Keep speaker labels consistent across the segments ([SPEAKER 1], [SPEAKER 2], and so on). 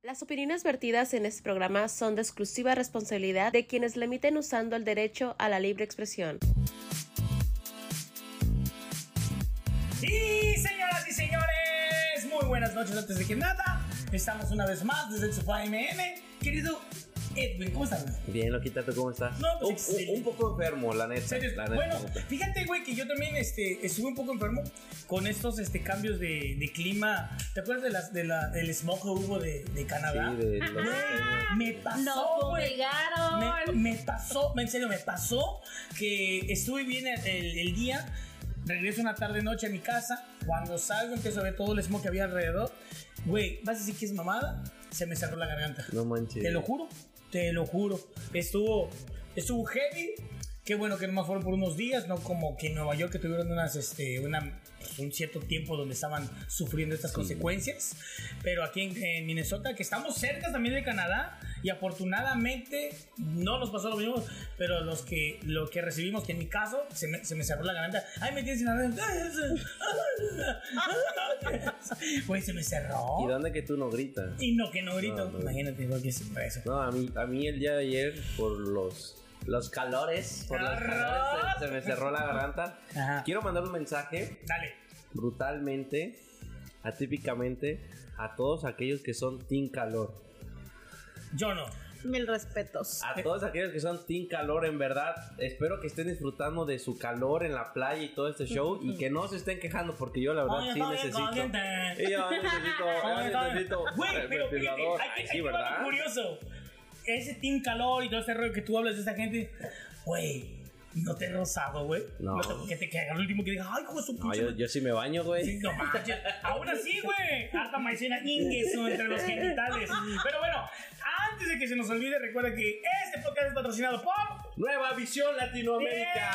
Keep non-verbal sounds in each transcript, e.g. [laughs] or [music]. [SPEAKER 1] Las opiniones vertidas en este programa son de exclusiva responsabilidad de quienes la emiten usando el derecho a la libre expresión.
[SPEAKER 2] Y señoras y señores, muy buenas noches antes de que nada. Estamos una vez más desde el Sofá MM. Querido Edwin, ¿cómo estás? güey?
[SPEAKER 3] Bien, loquita, ¿tú cómo estás?
[SPEAKER 2] No, pues,
[SPEAKER 3] Un- un,
[SPEAKER 2] excelente.
[SPEAKER 3] un poco enfermo, la neta.
[SPEAKER 2] Serio,
[SPEAKER 3] la neta,
[SPEAKER 2] Bueno,
[SPEAKER 3] la neta.
[SPEAKER 2] fíjate, güey, que yo también este, estuve un poco enfermo con estos este, cambios de, de clima. ¿Te acuerdas de las, de la, del smog que hubo de, de Canadá?
[SPEAKER 3] Sí, de los-
[SPEAKER 2] Güey, me pasó,
[SPEAKER 4] No
[SPEAKER 2] güey. Me,
[SPEAKER 4] llegaron.
[SPEAKER 2] me pasó, en serio, me pasó que estuve bien el, el- el día, regreso una tarde noche a mi casa, cuando salgo empiezo a ver todo el smoke que había alrededor, güey, vas a decir que es mamada, se me cerró la garganta.
[SPEAKER 3] No manches.
[SPEAKER 2] Te lo juro, te lo juro. Estuvo, estuvo heavy. Qué bueno que nomás fueron por unos días, no como que en Nueva York que tuvieron unas, este, una, pues, un cierto tiempo donde estaban sufriendo estas consecuencias. Pero aquí en, en Minnesota, que estamos cerca también de Canadá, y afortunadamente no nos pasó lo mismo, pero los que, lo que recibimos, que en mi caso se me, se me cerró la garganta. Ay, me tienes sin
[SPEAKER 3] [laughs]
[SPEAKER 2] garganta. Güey, se me cerró.
[SPEAKER 3] ¿Y dónde que tú no gritas?
[SPEAKER 2] Y no, que no grito.
[SPEAKER 3] No, no.
[SPEAKER 2] Imagínate, igual que se preso.
[SPEAKER 3] No, a mí, a mí el día de ayer, por los, los calores, por los
[SPEAKER 2] ¡Calor!
[SPEAKER 3] calores, se, se me cerró la garganta.
[SPEAKER 2] Ajá.
[SPEAKER 3] Quiero mandar un mensaje
[SPEAKER 2] Dale.
[SPEAKER 3] brutalmente, atípicamente, a todos aquellos que son team calor.
[SPEAKER 2] Yo no.
[SPEAKER 4] Mil respetos.
[SPEAKER 3] A todos aquellos que son team calor, en verdad, espero que estén disfrutando de su calor en la playa y todo este show y que no se estén quejando porque yo la verdad
[SPEAKER 2] Oye,
[SPEAKER 3] sí
[SPEAKER 2] está bien
[SPEAKER 3] necesito.
[SPEAKER 2] caliente.
[SPEAKER 3] Y yo necesito,
[SPEAKER 2] Oye,
[SPEAKER 3] yo
[SPEAKER 2] está bien.
[SPEAKER 3] necesito
[SPEAKER 2] Güey, pero fíjate,
[SPEAKER 3] ventilador.
[SPEAKER 2] hay que
[SPEAKER 3] Ay, sí,
[SPEAKER 2] hay que ver
[SPEAKER 3] ¿verdad?
[SPEAKER 2] algo curioso. Ese team calor y todo ese rollo que tú hablas de esa gente, güey, no te he rozado, güey.
[SPEAKER 3] No.
[SPEAKER 2] te- Que te caiga el último que diga, ay, hijo de su
[SPEAKER 3] No,
[SPEAKER 2] pinche
[SPEAKER 3] yo, [laughs] yo sí me baño, güey.
[SPEAKER 2] No manches. Aún así, güey. Harta maicena ingueso entre los genitales. Pero bueno, antes de que se nos olvide, recuerda que este podcast es patrocinado por.
[SPEAKER 3] Nueva visión Latinoamérica.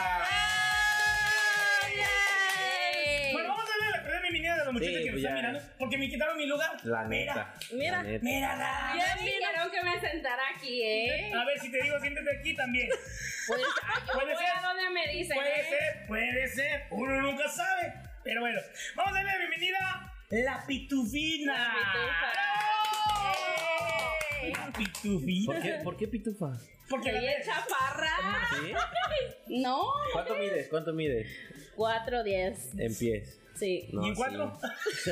[SPEAKER 4] Yay.
[SPEAKER 2] Bueno, vamos a darle la primera bienvenida de los muchachos
[SPEAKER 3] Sí,
[SPEAKER 2] que nos
[SPEAKER 3] pues
[SPEAKER 2] están
[SPEAKER 3] ya.
[SPEAKER 2] mirando porque me quitaron mi lugar.
[SPEAKER 3] La
[SPEAKER 2] Mira,
[SPEAKER 3] neta.
[SPEAKER 4] Mira.
[SPEAKER 3] la neta.
[SPEAKER 2] Mírala.
[SPEAKER 4] Ya me dijeron que me sentara aquí, ¿eh?
[SPEAKER 2] A ver, si te digo, siéntate aquí también.
[SPEAKER 4] Pues ay, yo
[SPEAKER 2] Puede
[SPEAKER 4] voy
[SPEAKER 2] ser.
[SPEAKER 4] a donde me dicen.
[SPEAKER 2] Puede
[SPEAKER 4] ¿eh?
[SPEAKER 2] ser, puede ser. Uno nunca sabe. Pero bueno, vamos a darle la bienvenida a la pitufina.
[SPEAKER 4] La pitufa.
[SPEAKER 2] ¡Bravo!
[SPEAKER 4] Ey.
[SPEAKER 2] La pitufina.
[SPEAKER 3] ¿Por qué, ¿Por qué pitufa?
[SPEAKER 2] Porque la
[SPEAKER 4] Soy el chaparra.
[SPEAKER 3] ¿Sí?
[SPEAKER 4] No.
[SPEAKER 3] ¿Cuánto mides? ¿Cuánto mides?
[SPEAKER 4] 410.
[SPEAKER 3] En pies.
[SPEAKER 4] Sí.
[SPEAKER 3] No,
[SPEAKER 2] ¿Y en cuatro?
[SPEAKER 3] sí.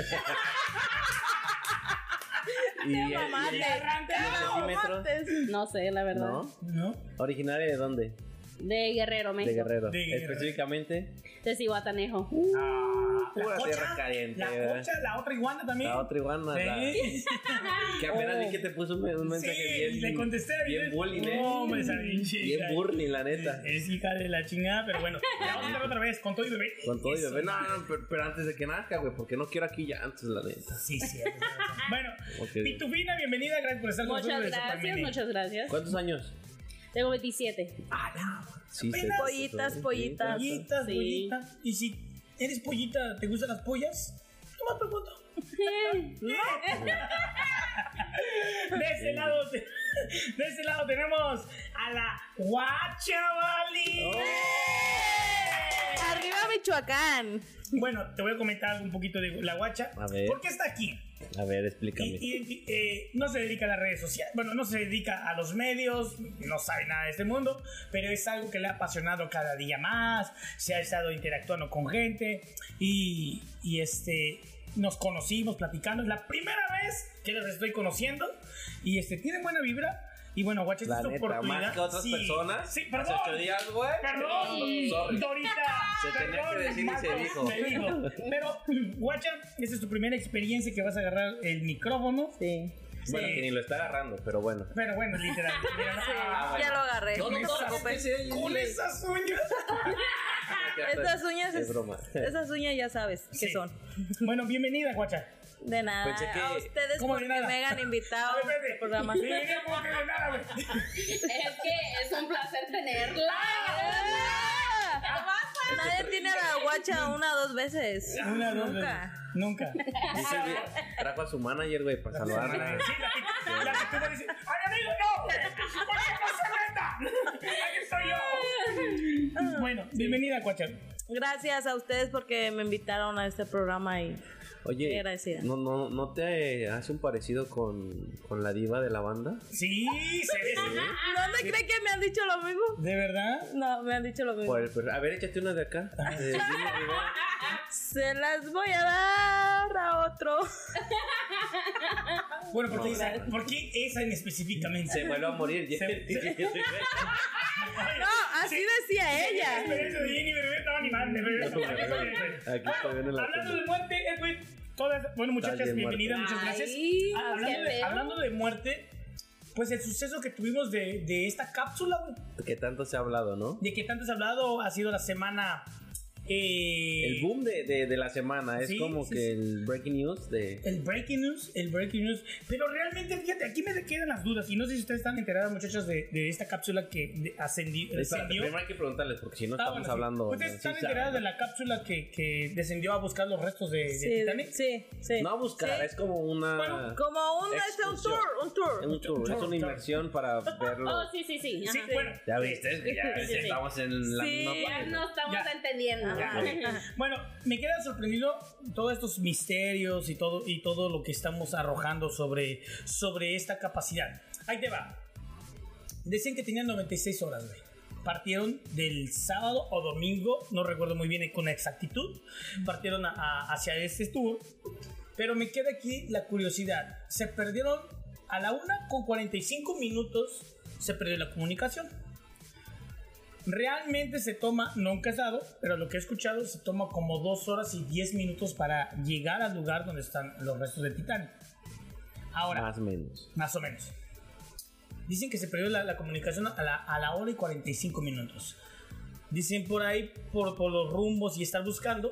[SPEAKER 3] ¿Y, y-
[SPEAKER 4] mamaste.
[SPEAKER 3] y-
[SPEAKER 2] Y arranca.
[SPEAKER 3] centímetros?
[SPEAKER 4] No sé, la verdad.
[SPEAKER 3] ¿No?
[SPEAKER 2] ¿No?
[SPEAKER 3] ¿Originaria de dónde?
[SPEAKER 4] De Guerrero, México.
[SPEAKER 3] De Guerrero.
[SPEAKER 2] De Guerrero.
[SPEAKER 3] Específicamente,
[SPEAKER 4] De Cihuatanejo.
[SPEAKER 2] Ah, la
[SPEAKER 3] Pura tierra caliente,
[SPEAKER 2] La
[SPEAKER 3] ¿verdad?
[SPEAKER 2] cocha, la otra iguana también.
[SPEAKER 3] la otra iguana. la-
[SPEAKER 2] Sí.
[SPEAKER 3] que apenas
[SPEAKER 2] Oh.
[SPEAKER 3] vi que te puso un, un mensaje
[SPEAKER 2] Sí,
[SPEAKER 3] bien.
[SPEAKER 2] le contesté
[SPEAKER 3] Bien bullying, ¿eh?
[SPEAKER 2] No, hombre, esa pinche
[SPEAKER 3] Bien
[SPEAKER 2] hija.
[SPEAKER 3] burling, la neta.
[SPEAKER 2] Es hija de la chingada, pero bueno, la vamos a hacer otra vez con todo y bebé.
[SPEAKER 3] Con todo y
[SPEAKER 2] Eso.
[SPEAKER 3] bebé. No, no, pero, pero antes de que nazca, güey, porque no quiero aquí ya antes, la neta.
[SPEAKER 2] Sí, sí. es verdad. [laughs] bueno,
[SPEAKER 3] Ok.
[SPEAKER 2] Pitufina, bienvenida, gracias por estar con
[SPEAKER 4] Muchas
[SPEAKER 2] nosotros. en el
[SPEAKER 4] gracias,
[SPEAKER 2] Supermini.
[SPEAKER 4] muchas gracias.
[SPEAKER 3] ¿Cuántos años?
[SPEAKER 4] Tengo [laughs] 27.
[SPEAKER 3] Sí,
[SPEAKER 2] Apenas.
[SPEAKER 3] se-
[SPEAKER 5] Pollitas,
[SPEAKER 3] sí, sí.
[SPEAKER 5] pollitas.
[SPEAKER 2] Ah, Pollitas,
[SPEAKER 4] Sí.
[SPEAKER 2] pollita. Y si eres pollita, ¿te gustan las pollas? No me pregunto. [laughs] De este lado, te- [laughs] de este lado tenemos a la Guachavali.
[SPEAKER 3] Oh.
[SPEAKER 5] Arriba Michoacán.
[SPEAKER 2] Bueno, te voy a comentar un poquito de la Guacha.
[SPEAKER 3] A ver.
[SPEAKER 2] ¿Por qué está aquí?
[SPEAKER 3] A ver,
[SPEAKER 2] Y-
[SPEAKER 3] explícame.
[SPEAKER 2] y- y, eh, no se dedica a las redes sociales, bueno, no se dedica a los medios, no sabe nada de este mundo, pero es algo que le ha apasionado cada día más, se ha estado interactuando con gente y, y, este, nos conocimos platicando, es la primera vez que les estoy conociendo y este, tienen buena vibra y bueno, guaches,
[SPEAKER 3] La
[SPEAKER 2] esta
[SPEAKER 3] neta,
[SPEAKER 2] oportunidad.
[SPEAKER 3] más que otras
[SPEAKER 2] Sí,
[SPEAKER 3] personas.
[SPEAKER 2] Sí,
[SPEAKER 3] Hace
[SPEAKER 2] perdón.
[SPEAKER 3] ocho días, güey.
[SPEAKER 2] Perdón,
[SPEAKER 3] Sorry.
[SPEAKER 2] Dorita.
[SPEAKER 3] Se tenía
[SPEAKER 2] perdón,
[SPEAKER 3] que decir y se
[SPEAKER 2] Marco,
[SPEAKER 3] dijo.
[SPEAKER 2] se dijo. Pero, guacha, esa es tu primera experiencia que vas a agarrar el micrófono.
[SPEAKER 5] Sí.
[SPEAKER 3] Bueno, que ni lo está agarrando, pero bueno.
[SPEAKER 2] Pero bueno,
[SPEAKER 3] [laughs]
[SPEAKER 2] literal. mira, ah,
[SPEAKER 3] bueno.
[SPEAKER 5] Ya lo agarré. No, te preocupes.
[SPEAKER 2] Con esas uñas.
[SPEAKER 5] Estas uñas
[SPEAKER 3] Es
[SPEAKER 5] es,
[SPEAKER 3] broma.
[SPEAKER 5] Esas uñas ya sabes
[SPEAKER 2] Sí.
[SPEAKER 5] [laughs] qué son.
[SPEAKER 2] Bueno, bienvenida, guacha.
[SPEAKER 5] De nada.
[SPEAKER 3] Pensé que-
[SPEAKER 5] A ustedes
[SPEAKER 2] ¿Cómo de
[SPEAKER 5] porque
[SPEAKER 2] nada?
[SPEAKER 5] me
[SPEAKER 2] [laughs]
[SPEAKER 5] han invitado
[SPEAKER 2] A ver, espérate.
[SPEAKER 5] al programa.
[SPEAKER 2] Bienvenida, ¿cómo que de nada, güey?
[SPEAKER 4] es [laughs] que es un placer tenerla.
[SPEAKER 5] Nadie tiene a la guacha una o dos veces.
[SPEAKER 2] Una, dos,
[SPEAKER 5] Nunca.
[SPEAKER 2] tres. Nunca.
[SPEAKER 3] Dice, güey, trajo a su manager, güey, para saludarla.
[SPEAKER 2] Sí, la que, la que tú me dices, ¡ay, amigo, no! güey! ¡Por qué no se venda! ¡Aquí estoy yo! Bueno, Bienvenida, Cuacha.
[SPEAKER 5] Gracias a ustedes porque me invitaron a este programa y
[SPEAKER 3] Oye,
[SPEAKER 5] Agradecida.
[SPEAKER 3] ¿no, no, ¿no te hace un parecido con, con la diva de la banda?
[SPEAKER 2] Sí, se ve.
[SPEAKER 5] ¿No me creen que me han dicho lo mismo?
[SPEAKER 2] ¿De verdad?
[SPEAKER 5] No, me han dicho lo mismo.
[SPEAKER 2] Pues.
[SPEAKER 3] Por el per- a ver, échate una de acá. de Jenny Rivera.
[SPEAKER 5] Se las voy a dar a otro.
[SPEAKER 2] Bueno, ¿por qué, esa, ¿por qué esa en específicamente?
[SPEAKER 3] Se vuelve a morir. [laughs]
[SPEAKER 2] Se-
[SPEAKER 5] No, así decía
[SPEAKER 2] La
[SPEAKER 5] ella.
[SPEAKER 2] experiencia de Jenny Rivera estaba animante.
[SPEAKER 3] Aquí está bien en la
[SPEAKER 2] Hablando
[SPEAKER 3] tele.
[SPEAKER 2] de muerte, es muy- todas, bueno,
[SPEAKER 3] Dale,
[SPEAKER 2] muchachas,
[SPEAKER 3] muerte.
[SPEAKER 2] bienvenidas, muchas gracias.
[SPEAKER 4] Ay,
[SPEAKER 2] Ah, hablando,
[SPEAKER 4] qué
[SPEAKER 2] de,
[SPEAKER 4] feo.
[SPEAKER 2] hablando de muerte, pues el suceso que tuvimos de, de esta cápsula, güey,
[SPEAKER 3] Que tanto se ha hablado, ¿no?
[SPEAKER 2] de que tanto has hablado, ha sido la semana. eh,
[SPEAKER 3] El boom de, de, de la semana es
[SPEAKER 2] Sí,
[SPEAKER 3] como
[SPEAKER 2] sí,
[SPEAKER 3] que
[SPEAKER 2] sí.
[SPEAKER 3] el breaking news de...
[SPEAKER 2] El breaking news, el breaking news. Pero realmente, fíjate, aquí me quedan las dudas. Y no sé si ustedes están enteradas, muchachas, de, de esta cápsula que de- ascendi-
[SPEAKER 3] Espérate,
[SPEAKER 2] ascendió.
[SPEAKER 3] primero hay que preguntarles porque si no
[SPEAKER 2] Ah,
[SPEAKER 3] estamos
[SPEAKER 2] bueno, sí.
[SPEAKER 3] hablando...
[SPEAKER 2] ¿Ustedes
[SPEAKER 3] sí
[SPEAKER 2] están
[SPEAKER 3] saben.
[SPEAKER 2] enteradas de la cápsula que, que descendió a buscar los restos de, de Titanic?
[SPEAKER 5] sí, sí.
[SPEAKER 3] No a buscar, es como una...
[SPEAKER 2] Bueno,
[SPEAKER 5] Como un, este, un
[SPEAKER 3] Excursión.
[SPEAKER 5] tour, un tour.
[SPEAKER 3] un tour, es
[SPEAKER 2] tour,
[SPEAKER 3] una
[SPEAKER 2] tour.
[SPEAKER 3] inversión para verlo.
[SPEAKER 4] [laughs] Oh, sí, sí, sí.
[SPEAKER 2] Sí,
[SPEAKER 4] ajá.
[SPEAKER 2] bueno. eh,
[SPEAKER 3] Ya viste, es que ya
[SPEAKER 4] Sí, sí.
[SPEAKER 3] estamos en la
[SPEAKER 5] Sí.
[SPEAKER 3] misma
[SPEAKER 4] Ya
[SPEAKER 3] página.
[SPEAKER 4] no estamos
[SPEAKER 2] Ya.
[SPEAKER 4] entendiendo.
[SPEAKER 2] Ya. Bueno, me queda sorprendido todos estos misterios y todo, y todo lo que estamos arrojando sobre, sobre esta capacidad. Ahí te va. Decían que tenían 96 horas, güey. Partieron del sábado o domingo, no recuerdo muy bien con exactitud. Partieron a- a- hacia este tour. Pero me queda aquí la curiosidad. Se perdieron a la una con 45 minutos, se perdió la comunicación. Realmente se toma, nunca he estado, pero lo que he escuchado se toma como dos horas y 10 minutos para llegar al lugar donde están los restos de Titanic. Ahora,
[SPEAKER 3] Más o menos.
[SPEAKER 2] más o menos. Dicen que se perdió la, la comunicación a la, a la hora y 45 minutos. Dicen por ahí, por, por los rumbos y estar buscando,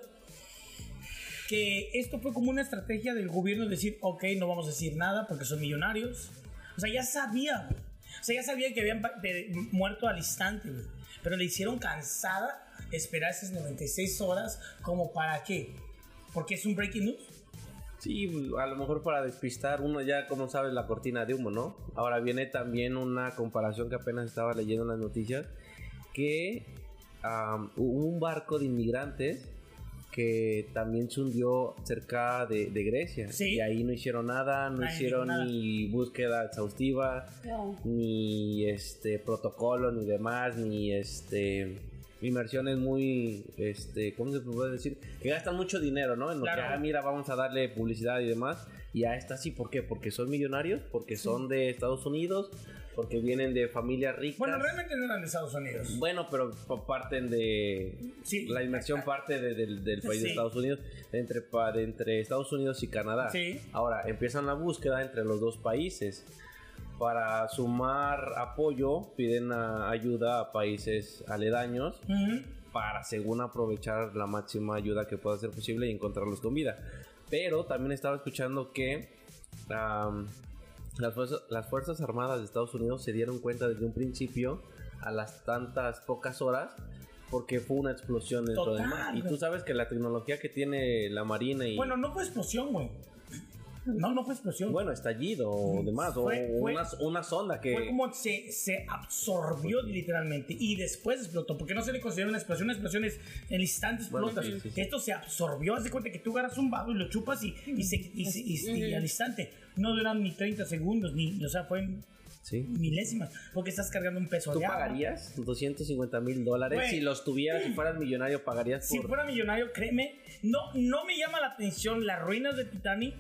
[SPEAKER 2] que esto fue como una estrategia del gobierno decir, ok, no vamos a decir nada porque son millonarios. O sea, ya sabían. O sea, ya sabían que habían pa- de- muerto al instante, güey. Pero le hicieron cansada esperar esas 96 horas como para qué. Porque es un breaking news.
[SPEAKER 3] Sí, a lo mejor para despistar, uno ya, como sabes, la cortina de humo, ¿no? Ahora viene también una comparación que apenas estaba leyendo en las noticias, que am, hubo un barco de inmigrantes que también se hundió cerca de, de Grecia.
[SPEAKER 2] Sí.
[SPEAKER 3] Y ahí no hicieron nada, no
[SPEAKER 2] Nadie dijo
[SPEAKER 3] hicieron
[SPEAKER 2] nada.
[SPEAKER 3] ni búsqueda exhaustiva, ni este protocolo, ni demás, ni este inversiones muy este cómo se puede decir que gastan mucho dinero no en lo
[SPEAKER 2] Claro.
[SPEAKER 3] que ah, mira vamos a darle publicidad y demás y a esta sí por qué porque son millonarios porque son de Estados Unidos porque vienen de familias ricas
[SPEAKER 2] Bueno,
[SPEAKER 3] bueno,
[SPEAKER 2] realmente no eran de Estados Unidos.
[SPEAKER 3] pero pa- parten de
[SPEAKER 2] Sí.
[SPEAKER 3] la inversión parte de- del, del país de
[SPEAKER 2] Sí.
[SPEAKER 3] Estados Unidos de entre pa- de entre Estados Unidos y Canadá
[SPEAKER 2] Sí.
[SPEAKER 3] Ahora empiezan la búsqueda entre los dos países. Para sumar apoyo, piden a- ayuda a países aledaños
[SPEAKER 2] Ujú.
[SPEAKER 3] para, según, aprovechar la máxima ayuda que pueda ser posible y encontrarlos con vida. Pero también estaba escuchando que am, las, fuerzas, las Fuerzas Armadas de Estados Unidos se dieron cuenta desde un principio a las tantas pocas horas porque fue una explosión dentro del mar.
[SPEAKER 2] Total.
[SPEAKER 3] Y tú sabes que la tecnología que tiene la Marina y...
[SPEAKER 2] Bueno, no fue explosión, güey. No, no fue explosión.
[SPEAKER 3] Bueno, estallido o demás, o
[SPEAKER 2] Fue- fue-
[SPEAKER 3] una, una sonda que...
[SPEAKER 2] Fue como se, se absorbió literalmente y después explotó. Porque no se le considera una explosión. Una explosión es el instante
[SPEAKER 3] Bueno,
[SPEAKER 2] explota.
[SPEAKER 3] sí, sí, sí.
[SPEAKER 2] Esto se absorbió. Haz de cuenta que tú agarras un vaso y lo chupas y, y, se- y se- y- y- y al instante. No duran ni 30 segundos, ni, o sea, fue en
[SPEAKER 3] Sí.
[SPEAKER 2] milésimas. Porque estás cargando un peso
[SPEAKER 3] ¿Tú
[SPEAKER 2] de agua.
[SPEAKER 3] pagarías 250 mil dólares?
[SPEAKER 2] Güey.
[SPEAKER 3] Si los tuvieras, si fueras millonario, pagarías
[SPEAKER 2] Si
[SPEAKER 3] por...
[SPEAKER 2] fuera millonario, créeme, no, no me llama la atención las ruinas de Titanic,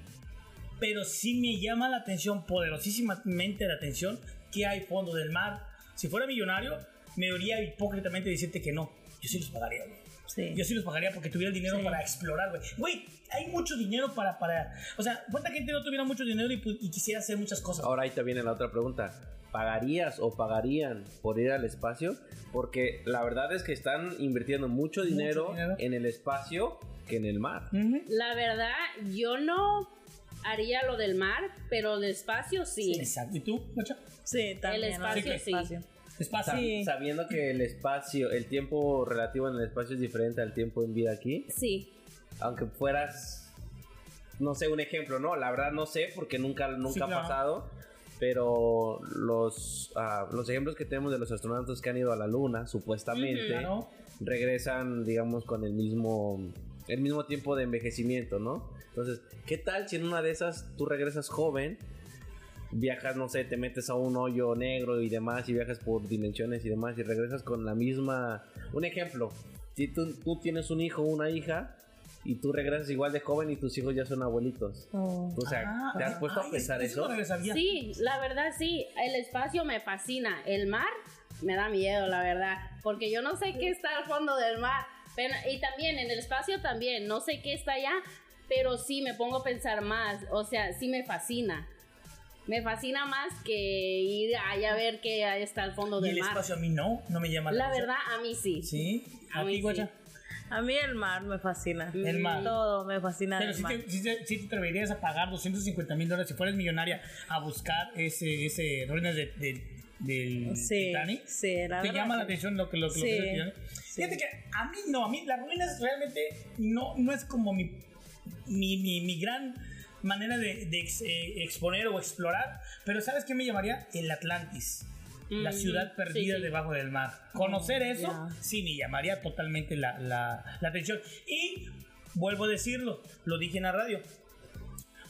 [SPEAKER 2] pero sí me llama la atención, poderosísimamente la atención, que hay fondo del mar. Si fuera millonario, me oría hipócritamente decirte que no. Yo sí los pagaría, güey.
[SPEAKER 5] Sí.
[SPEAKER 2] Yo sí los pagaría porque tuviera el dinero para explorar, güey. Güey, hay mucho dinero para, para... O sea, ¿cuánta gente no tuviera mucho dinero y, pu- y quisiera hacer muchas cosas?
[SPEAKER 3] Ahora ahí te viene la otra pregunta. ¿Pagarías o pagarían por ir al espacio? Porque la verdad es que están invirtiendo mucho dinero,
[SPEAKER 2] dinero.
[SPEAKER 3] en el espacio que en el mar.
[SPEAKER 2] Ujú.
[SPEAKER 4] La verdad, yo no haría lo del mar, pero del espacio sí.
[SPEAKER 2] Exacto. ¿Y tú, Nacho?
[SPEAKER 5] Sí, también.
[SPEAKER 4] El espacio,
[SPEAKER 5] ¿no?
[SPEAKER 4] sí.
[SPEAKER 2] Espacio.
[SPEAKER 3] Sab-
[SPEAKER 5] Sí.
[SPEAKER 3] Sabiendo que el espacio, el tiempo relativo en el espacio es diferente al tiempo en vida aquí.
[SPEAKER 4] Sí.
[SPEAKER 3] aunque fueras, no sé, un ejemplo, ¿no? La verdad no sé porque nunca, nunca
[SPEAKER 2] Sí,
[SPEAKER 3] ha
[SPEAKER 2] claro.
[SPEAKER 3] pasado, pero los, ah, los ejemplos que tenemos de los astronautas que han ido a la luna, supuestamente,
[SPEAKER 2] Claro.
[SPEAKER 3] regresan, digamos, con el mismo, el mismo tiempo de envejecimiento, ¿no? Entonces, ¿qué tal si en una de esas tú regresas joven? Viajas, no sé, te metes a un hoyo negro y demás, y viajas por dimensiones y demás, y regresas con la misma. Un ejemplo, si tú, tú tienes un hijo o una hija, y tú regresas igual de joven y tus hijos ya son abuelitos.
[SPEAKER 5] Oh.
[SPEAKER 3] O sea,
[SPEAKER 2] Ah,
[SPEAKER 3] ¿te has puesto a
[SPEAKER 2] ay,
[SPEAKER 3] pensar eso?
[SPEAKER 2] no regresaría.
[SPEAKER 4] Sí, la verdad sí, el espacio me fascina, el mar me da miedo, la verdad, porque yo no sé qué está al fondo del mar, pero, y también en el espacio también, no sé qué está allá, pero sí me pongo a pensar más, o sea, sí me fascina. Me fascina más que ir allá a ver qué está al fondo
[SPEAKER 2] Y el
[SPEAKER 4] del mar.
[SPEAKER 2] espacio a mí no, no me llama la
[SPEAKER 4] La
[SPEAKER 2] atención.
[SPEAKER 4] verdad, a mí sí.
[SPEAKER 2] Sí, a
[SPEAKER 4] Ay,
[SPEAKER 2] ti,
[SPEAKER 4] sí.
[SPEAKER 2] guacha.
[SPEAKER 5] A mí el mar me fascina.
[SPEAKER 2] El mar.
[SPEAKER 5] Todo me fascina
[SPEAKER 2] Pero
[SPEAKER 5] el
[SPEAKER 2] si
[SPEAKER 5] mar.
[SPEAKER 2] te, sí te- sí te atreverías a pagar 250 mil dólares si fueras millonaria a buscar ese, ese ruinas de, de- del
[SPEAKER 5] Sí,
[SPEAKER 2] Titanic.
[SPEAKER 5] sí, la
[SPEAKER 2] Te
[SPEAKER 5] verdad,
[SPEAKER 2] llama la
[SPEAKER 5] sí.
[SPEAKER 2] atención lo que lo, que lo
[SPEAKER 5] Sí,
[SPEAKER 2] que es el Titanic. Fíjate que a mí no, a mí las ruinas realmente no, no es como mi, mi, mi, mi gran manera de, de ex- eh, exponer o explorar, pero ¿sabes qué me llamaría? El Atlantis. La
[SPEAKER 4] Mm,
[SPEAKER 2] ciudad
[SPEAKER 4] sí,
[SPEAKER 2] perdida
[SPEAKER 4] sí.
[SPEAKER 2] debajo del mar. Conocer eso
[SPEAKER 5] ya.
[SPEAKER 2] sí me llamaría totalmente la, la- la atención. Y vuelvo a decirlo, lo dije en la radio.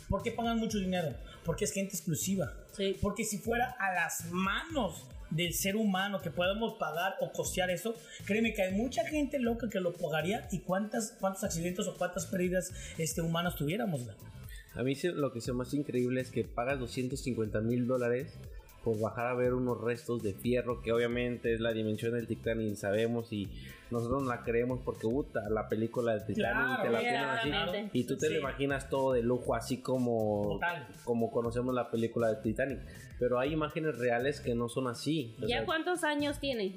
[SPEAKER 2] ¿Por qué pagan mucho dinero? Porque es gente exclusiva.
[SPEAKER 4] Sí.
[SPEAKER 2] Porque si fuera a las manos del ser humano que podamos pagar o costear eso, créeme que hay mucha gente loca que lo pagaría y cuántas, cuántos accidentes o cuántas pérdidas este, humanas tuviéramos. güey.
[SPEAKER 3] A mí se- lo que se me hace increíble es que pagas 250 mil dólares por bajar a ver unos restos de fierro que obviamente es la dimensión del Titanic sabemos y nosotros la creemos porque puta, la película del Titanic
[SPEAKER 2] Claro,
[SPEAKER 3] te la ponen así
[SPEAKER 4] Exactamente.
[SPEAKER 3] y tú te lo
[SPEAKER 2] Sí.
[SPEAKER 3] imaginas todo de lujo así como
[SPEAKER 2] Total.
[SPEAKER 3] como conocemos la película del Titanic pero hay imágenes reales que no son así O
[SPEAKER 4] ¿Ya
[SPEAKER 3] sea,
[SPEAKER 4] cuántos años tiene?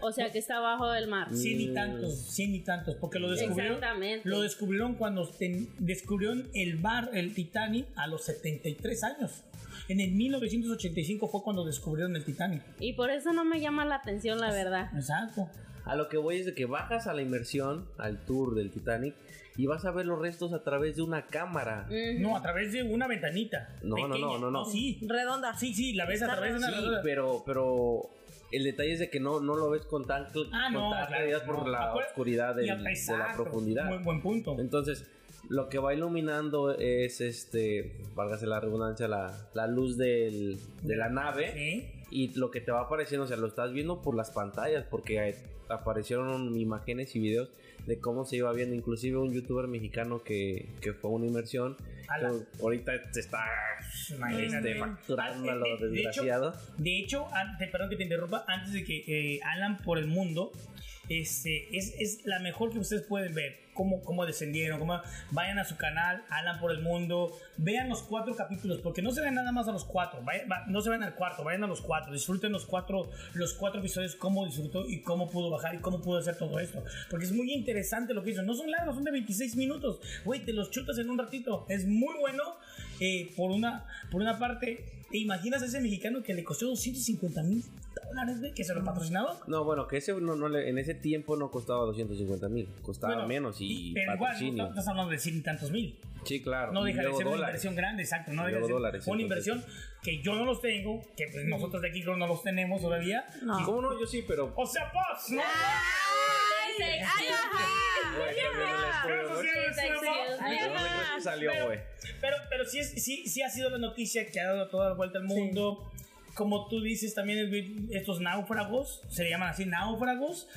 [SPEAKER 4] O sea, que está abajo del mar.
[SPEAKER 2] Cien
[SPEAKER 3] Mm.
[SPEAKER 2] y tantos, cien y tantos, porque lo descubrieron,
[SPEAKER 4] Exactamente.
[SPEAKER 2] lo descubrieron cuando ten- descubrieron el bar, el Titanic, a los 73 años. En el 1985 fue cuando descubrieron el Titanic.
[SPEAKER 4] Y por eso no me llama la atención, la verdad.
[SPEAKER 2] Exacto.
[SPEAKER 3] A lo que voy es de que bajas a la inmersión, al tour del Titanic, y vas a ver los restos a través de una cámara.
[SPEAKER 4] Mm.
[SPEAKER 2] No, a través de una ventanita.
[SPEAKER 3] No, no,
[SPEAKER 2] pequeña.
[SPEAKER 3] no, no, no.
[SPEAKER 2] Sí,
[SPEAKER 5] Redonda.
[SPEAKER 2] sí, sí, la ves a
[SPEAKER 5] Está
[SPEAKER 2] través de una
[SPEAKER 3] Sí,
[SPEAKER 2] redonda.
[SPEAKER 3] pero, pero el detalle es de que no, no lo ves con tan, cl-
[SPEAKER 2] Ah,
[SPEAKER 3] con
[SPEAKER 2] no,
[SPEAKER 3] tan
[SPEAKER 2] claro,
[SPEAKER 3] claridad por
[SPEAKER 2] no.
[SPEAKER 3] la
[SPEAKER 2] Acuérdate-
[SPEAKER 3] oscuridad del-
[SPEAKER 2] Y a-
[SPEAKER 3] de la
[SPEAKER 2] exacto,
[SPEAKER 3] profundidad.
[SPEAKER 2] Buen, buen punto.
[SPEAKER 3] Entonces, lo que va iluminando es, este, válgase la redundancia, la, la luz del- de la nave.
[SPEAKER 2] Sí.
[SPEAKER 3] Y lo que te va apareciendo, o sea, lo estás viendo por las pantallas, porque eh, aparecieron imágenes y videos de cómo se iba viendo, inclusive un youtuber mexicano que, que fue a una inmersión.
[SPEAKER 2] Ala.
[SPEAKER 3] que ahorita se está
[SPEAKER 2] Imagínate.
[SPEAKER 3] este, facturando a
[SPEAKER 2] Ah,
[SPEAKER 3] lo
[SPEAKER 2] de- de- de hecho,
[SPEAKER 3] desgraciado.
[SPEAKER 2] De hecho, antes, perdón que te interrumpa, antes de que eh, Alan por el mundo, este, es, es la mejor que ustedes pueden ver, cómo, cómo descendieron, cómo vayan a su canal, Alan por el mundo, vean los cuatro capítulos, porque no se ven nada más a los cuatro, vaya- va- no se ven al cuarto, vayan a los cuatro, disfruten los cuatro, los cuatro episodios, cómo disfrutó y cómo pudo bajar y cómo pudo hacer todo esto, porque es muy interesante lo que hizo, no son largos, son de 26 minutos, güey, te los chutas en un ratito, es muy bueno, eh, por, una, por una parte, ¿Te imaginas a ese mexicano que le costó 250 mil dólares, güey, que se lo patrocinaron?
[SPEAKER 3] No, bueno, que ese no, no le- en ese tiempo no costaba 250 mil, costaba
[SPEAKER 2] Bueno,
[SPEAKER 3] menos y
[SPEAKER 2] Pero igual, no
[SPEAKER 3] patrocinio.
[SPEAKER 2] estás- estás hablando de cien y tantos mil.
[SPEAKER 3] sí, claro.
[SPEAKER 2] No
[SPEAKER 3] y
[SPEAKER 2] deja de
[SPEAKER 3] luego
[SPEAKER 2] ser una
[SPEAKER 3] dólares.
[SPEAKER 2] inversión grande, exacto. No deja
[SPEAKER 3] Y
[SPEAKER 2] de
[SPEAKER 3] luego
[SPEAKER 2] ser
[SPEAKER 3] dólares,
[SPEAKER 2] una
[SPEAKER 3] entonces.
[SPEAKER 2] inversión que yo no los tengo, que pues, nosotros de aquí creo no los tenemos todavía.
[SPEAKER 5] No.
[SPEAKER 3] ¿Cómo no? Yo sí, pero.
[SPEAKER 2] O sea, pues, no.
[SPEAKER 5] ¡Ay, ay,
[SPEAKER 2] Ah,
[SPEAKER 5] ajá!
[SPEAKER 3] Güey, que me la
[SPEAKER 2] Pero eso
[SPEAKER 3] estudio,
[SPEAKER 2] sí
[SPEAKER 3] ¿no?
[SPEAKER 2] es una
[SPEAKER 4] Ay,
[SPEAKER 2] mamá.
[SPEAKER 3] ¿De dónde crees que salió,
[SPEAKER 2] Pero-
[SPEAKER 3] güey?
[SPEAKER 2] Pero, pero sí, es, sí, sí ha sido la noticia que ha dado toda la vuelta al mundo. Como tú dices también, el- estos náufragos, se le llaman así náufragos,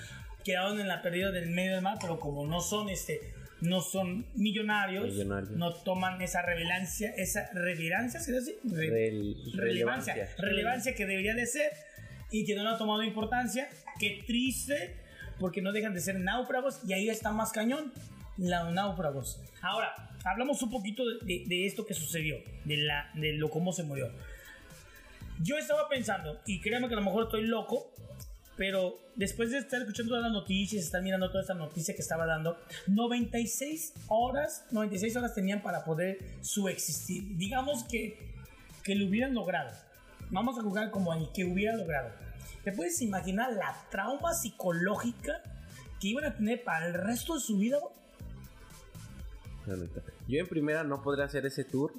[SPEAKER 2] quedaron en la pérdida del medio del mar, pero como no son este no son millonarios,
[SPEAKER 3] Millonarios.
[SPEAKER 2] no toman esa revelancia, esa reverancia, ¿se dice? Re-
[SPEAKER 3] Rel-
[SPEAKER 2] relevancia, relevancia que debería de ser y que no le ha tomado importancia. Qué triste, porque no dejan de ser náufragos y ahí está más cañón, los náufragos. Ahora, hablamos un poquito de, de- de esto que sucedió, de, la, de lo cómo se murió. Yo estaba pensando, y créeme que a lo mejor estoy loco, pero después de estar escuchando todas las noticias, estar mirando toda esta noticia que estaba dando, 96 horas, 96 horas tenían para poder su existir. Digamos que, que lo hubieran logrado. Vamos a jugar como el que hubiera logrado. ¿Te puedes imaginar la trauma psicológica que iban a tener para el resto de su vida? güey?
[SPEAKER 3] La neta. Yo en primera no podría hacer ese tour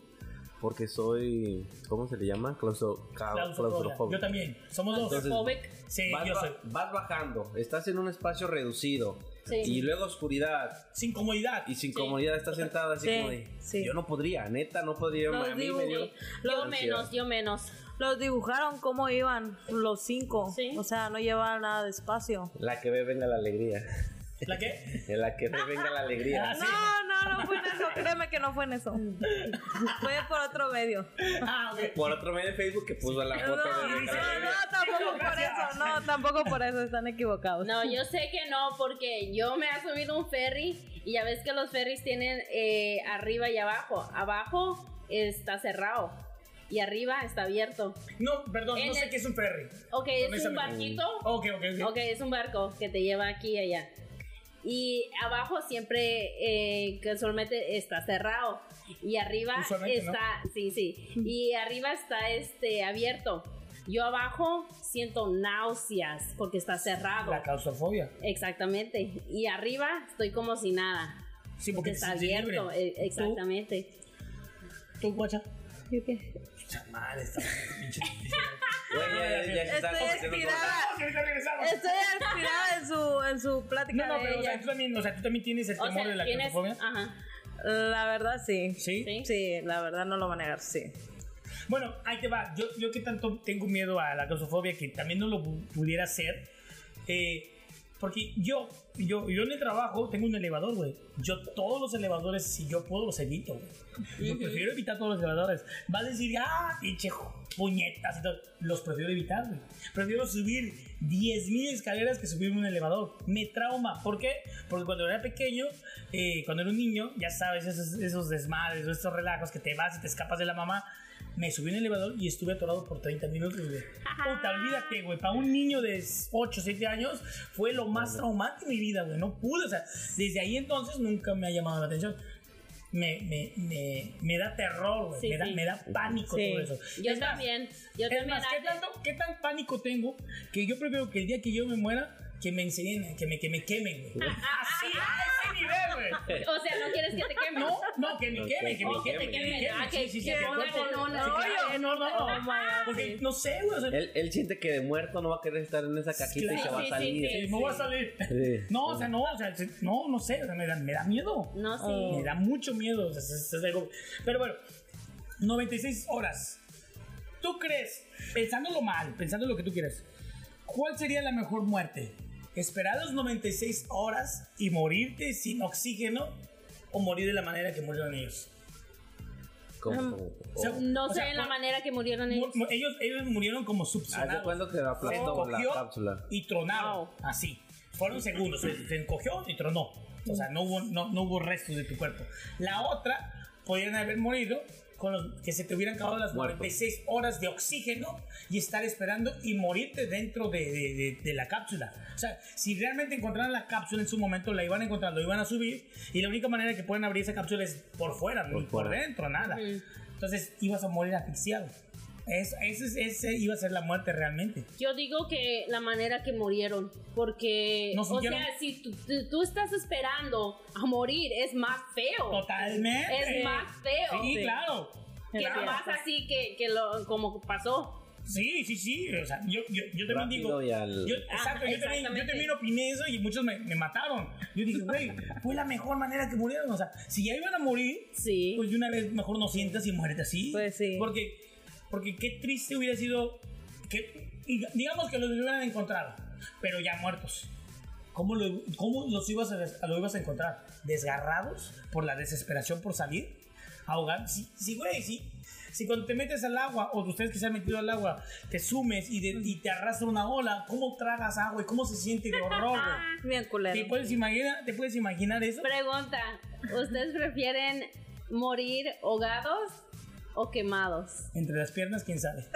[SPEAKER 3] porque soy, ¿cómo se le llama? Claustro- ca-
[SPEAKER 2] Claustrofobia.
[SPEAKER 3] claustrofóbico.
[SPEAKER 2] Yo también. Somos dos.
[SPEAKER 3] Ah, Entonces,
[SPEAKER 4] Phobic.
[SPEAKER 2] sí,
[SPEAKER 3] vas,
[SPEAKER 2] yo
[SPEAKER 3] ba-
[SPEAKER 2] soy.
[SPEAKER 3] vas bajando, estás en un espacio reducido
[SPEAKER 4] Sí.
[SPEAKER 3] y luego oscuridad
[SPEAKER 2] Sin comodidad.
[SPEAKER 3] y sin
[SPEAKER 4] Sí.
[SPEAKER 3] comodidad estás sentada así
[SPEAKER 5] Sí,
[SPEAKER 3] como de,
[SPEAKER 5] sí.
[SPEAKER 3] yo no podría, neta, no podría.
[SPEAKER 5] Los
[SPEAKER 3] a mí me
[SPEAKER 5] dibujos.
[SPEAKER 3] dio-
[SPEAKER 4] Yo
[SPEAKER 3] Ansiedad.
[SPEAKER 4] menos, yo menos.
[SPEAKER 5] Los dibujaron cómo iban los cinco.
[SPEAKER 4] Sí.
[SPEAKER 5] O sea, no llevaban nada de espacio.
[SPEAKER 3] La que ve venga la alegría.
[SPEAKER 2] ¿La
[SPEAKER 3] [laughs]
[SPEAKER 2] qué?
[SPEAKER 3] En la que ve venga la alegría.
[SPEAKER 2] Ah, sí.
[SPEAKER 5] No, no, no fue en eso. Créeme que no fue en eso. Fue por otro medio.
[SPEAKER 2] Ah, ok.
[SPEAKER 3] Por otro medio de Facebook que puso la
[SPEAKER 5] No,
[SPEAKER 3] foto
[SPEAKER 5] no,
[SPEAKER 3] de venga la alegría.
[SPEAKER 5] no, tampoco por eso. No, tampoco por eso. Están equivocados.
[SPEAKER 4] No, yo sé que no, porque yo me he subido un ferry y ya ves que los ferries tienen eh, arriba y abajo. Abajo está cerrado y arriba está abierto.
[SPEAKER 2] No, perdón,
[SPEAKER 4] En
[SPEAKER 2] no sé
[SPEAKER 4] el-
[SPEAKER 2] qué es un ferry.
[SPEAKER 4] Ok, es un
[SPEAKER 2] Honestamente.
[SPEAKER 4] barquito.
[SPEAKER 2] Ok, ok, ok.
[SPEAKER 4] Ok, es un barco que te lleva aquí y allá. Y abajo siempre, eh, que usualmente está cerrado. Y arriba
[SPEAKER 2] Usualmente, ¿no?
[SPEAKER 4] está, sí, sí. Y arriba está este abierto. Yo abajo siento náuseas porque está cerrado.
[SPEAKER 2] La claustrofobia.
[SPEAKER 4] Exactamente. Y arriba estoy como si nada.
[SPEAKER 2] Sí, porque
[SPEAKER 4] Porque
[SPEAKER 2] te
[SPEAKER 4] está
[SPEAKER 2] sientes
[SPEAKER 4] abierto.
[SPEAKER 2] libre. este
[SPEAKER 4] eh, Exactamente.
[SPEAKER 2] ¿Tú, guacha?
[SPEAKER 5] ¿Yo qué?
[SPEAKER 2] Puta madre, esta
[SPEAKER 4] [laughs]
[SPEAKER 2] pinche.
[SPEAKER 3] Güey, ya- ya- ya se está
[SPEAKER 5] Estoy
[SPEAKER 3] convirtiendo en
[SPEAKER 5] inspirada.
[SPEAKER 2] ¡Vamos, ahorita regresamos!
[SPEAKER 5] Estoy inspirada en su, en su
[SPEAKER 2] No,
[SPEAKER 5] plática
[SPEAKER 2] no,
[SPEAKER 5] de
[SPEAKER 2] pero o sea,
[SPEAKER 5] ella.
[SPEAKER 2] tú también, o sea, tú también tienes el
[SPEAKER 4] O
[SPEAKER 2] temor de
[SPEAKER 4] sea,
[SPEAKER 2] la
[SPEAKER 4] tienes.
[SPEAKER 2] claustrofobia.
[SPEAKER 4] Ajá.
[SPEAKER 5] La verdad, sí.
[SPEAKER 2] ¿Sí?
[SPEAKER 4] Sí.
[SPEAKER 5] Sí, la verdad no lo van a negar, sí.
[SPEAKER 2] Bueno, ahí te va. Yo, yo que tanto tengo miedo a la claustrofobia que también no lo pu- pudiera hacer. eh, porque yo, yo, yo en el trabajo tengo un elevador, güey. Yo todos los elevadores, si yo puedo, los evito, güey. Yo prefiero evitar todos los elevadores. Vas a decir, ah, pinche ju- puñetas y todo. Los prefiero evitar, güey. Prefiero subir 10.000 escaleras que subir un elevador. Me trauma. ¿Por qué? Porque cuando era pequeño, eh, cuando era un niño, ya sabes, esos, esos desmadres, o esos relajos que te vas y te escapas de la mamá. Me subí en el elevador y estuve atorado por 30 minutos, güey. Puta, olvídate, güey. Para un niño de 8, 7 años fue lo más traumático de mi vida, güey. No pude, o sea, desde ahí entonces nunca me ha llamado la atención. Me, me, me, me da terror, güey.
[SPEAKER 4] Sí,
[SPEAKER 2] me, da,
[SPEAKER 4] sí.
[SPEAKER 2] me da pánico
[SPEAKER 5] Sí.
[SPEAKER 2] todo eso.
[SPEAKER 4] Yo
[SPEAKER 2] Es más,
[SPEAKER 4] también. Yo
[SPEAKER 2] es
[SPEAKER 4] también.
[SPEAKER 2] más, ¿qué,
[SPEAKER 4] antes-
[SPEAKER 2] tanto, ¿qué tan pánico tengo que yo prefiero que el día que yo me muera, que me enseñen, que me, que me quemen, güey?
[SPEAKER 4] [laughs]
[SPEAKER 2] Así, a ese nivel, güey.
[SPEAKER 4] O sea, no quieres que te quemen.
[SPEAKER 2] [laughs] No, no, que me
[SPEAKER 3] Ok,
[SPEAKER 2] quemen, que me
[SPEAKER 3] ok.
[SPEAKER 2] quemen, que me quemen.
[SPEAKER 4] Ah,
[SPEAKER 2] Sí,
[SPEAKER 4] que-
[SPEAKER 2] sí, sí,
[SPEAKER 4] que
[SPEAKER 2] que el
[SPEAKER 4] pongan
[SPEAKER 2] cuerpo-
[SPEAKER 4] en un-
[SPEAKER 2] se quede-
[SPEAKER 4] hoyo.
[SPEAKER 2] No, no,
[SPEAKER 4] Oh, my God,
[SPEAKER 2] Porque
[SPEAKER 4] sí.
[SPEAKER 2] no sé, güey. o sea,
[SPEAKER 3] Él, él siente que de muerto no va a querer estar en esa cajita y se
[SPEAKER 2] Claro,
[SPEAKER 3] va a
[SPEAKER 4] sí, sí,
[SPEAKER 3] salir.
[SPEAKER 2] Sí, me voy a salir.
[SPEAKER 3] Sí.
[SPEAKER 2] No, o sea, no, o sea, se- no, no sé, o sea, me da, me da miedo. Ah,
[SPEAKER 4] No, sí.
[SPEAKER 2] Me da mucho miedo. o sea, es- es algo- Pero bueno, 96 horas. ¿Tú crees, pensándolo mal, pensando lo que tú quieras, cuál sería la mejor muerte? ¿Esperar los 96 horas y morirte sin oxígeno o morir de la manera que murieron ellos?
[SPEAKER 3] Como- como-
[SPEAKER 2] O sea,
[SPEAKER 4] No
[SPEAKER 2] o
[SPEAKER 4] sé
[SPEAKER 2] sea,
[SPEAKER 4] en la
[SPEAKER 2] mu-
[SPEAKER 4] manera que murieron ellos.
[SPEAKER 2] mu- mu- ellos, ellos murieron como
[SPEAKER 3] Haz de
[SPEAKER 2] subsonados.
[SPEAKER 3] cuenta que
[SPEAKER 2] Se
[SPEAKER 3] aplastó la
[SPEAKER 2] encogió
[SPEAKER 3] cápsula.
[SPEAKER 2] y tronaron.
[SPEAKER 4] Wow.
[SPEAKER 2] Así. Fueron segundos. Se, se encogió y tronó. O sea, no hubo, no, no hubo restos de tu cuerpo. La otra, podrían haber morido con los- que se te hubieran acabado las
[SPEAKER 3] Muerto.
[SPEAKER 2] 96 horas de oxígeno y estar esperando y morirte dentro de, de- de- de la cápsula. O sea, si realmente encontraran la cápsula en su momento, la iban a encontrar, lo iban a subir y la única manera que pueden abrir esa cápsula es por fuera, no
[SPEAKER 3] Por
[SPEAKER 2] ni por,
[SPEAKER 3] fuera.
[SPEAKER 2] dentro, nada.
[SPEAKER 4] Ujú.
[SPEAKER 2] Entonces ibas a morir asfixiado. Es, ese, es- ese iba a ser la muerte realmente.
[SPEAKER 4] Yo digo que la manera que murieron, porque,
[SPEAKER 2] No
[SPEAKER 4] o
[SPEAKER 2] sintieron.
[SPEAKER 4] sea, si tú, tú- tú estás esperando a morir, es más feo.
[SPEAKER 2] Totalmente.
[SPEAKER 4] Es más feo.
[SPEAKER 2] Sí, claro.
[SPEAKER 4] Que
[SPEAKER 2] Claro.
[SPEAKER 4] más así que, que lo, como pasó.
[SPEAKER 2] Sí, sí, sí. O sea, yo, yo, yo también
[SPEAKER 3] Rápido
[SPEAKER 2] digo.
[SPEAKER 3] y al-
[SPEAKER 2] yo- exacto, yo también, yo
[SPEAKER 4] Ah, exactamente.
[SPEAKER 2] también opiné eso y muchos me, me mataron. Yo dije, güey, fue la mejor manera que murieron. O sea, si ya iban a morir,
[SPEAKER 4] Sí.
[SPEAKER 2] pues de una vez mejor no sientas y muérete así.
[SPEAKER 5] Pues sí.
[SPEAKER 2] Porque, porque qué triste hubiera sido. Que, y digamos que los hubieran encontrado, pero ya muertos. ¿Cómo, lo- cómo los ibas a, des- lo ibas a encontrar? ¿Desgarrados por la desesperación por salir? ¿Ahogados? Sí, sí, güey, sí. Si cuando te metes al agua, o ustedes que se han metido al agua, te sumes y, de- y te arrastra una ola, ¿cómo tragas agua y cómo se siente de horror, güey?
[SPEAKER 5] [laughs] Bien
[SPEAKER 2] ¿Te
[SPEAKER 5] culero.
[SPEAKER 2] puedes imaginar, ¿te puedes imaginar eso?
[SPEAKER 4] Pregunta, ¿ustedes prefieren morir ahogados o quemados?
[SPEAKER 2] Entre las piernas, quién sabe.
[SPEAKER 5] [laughs] Yo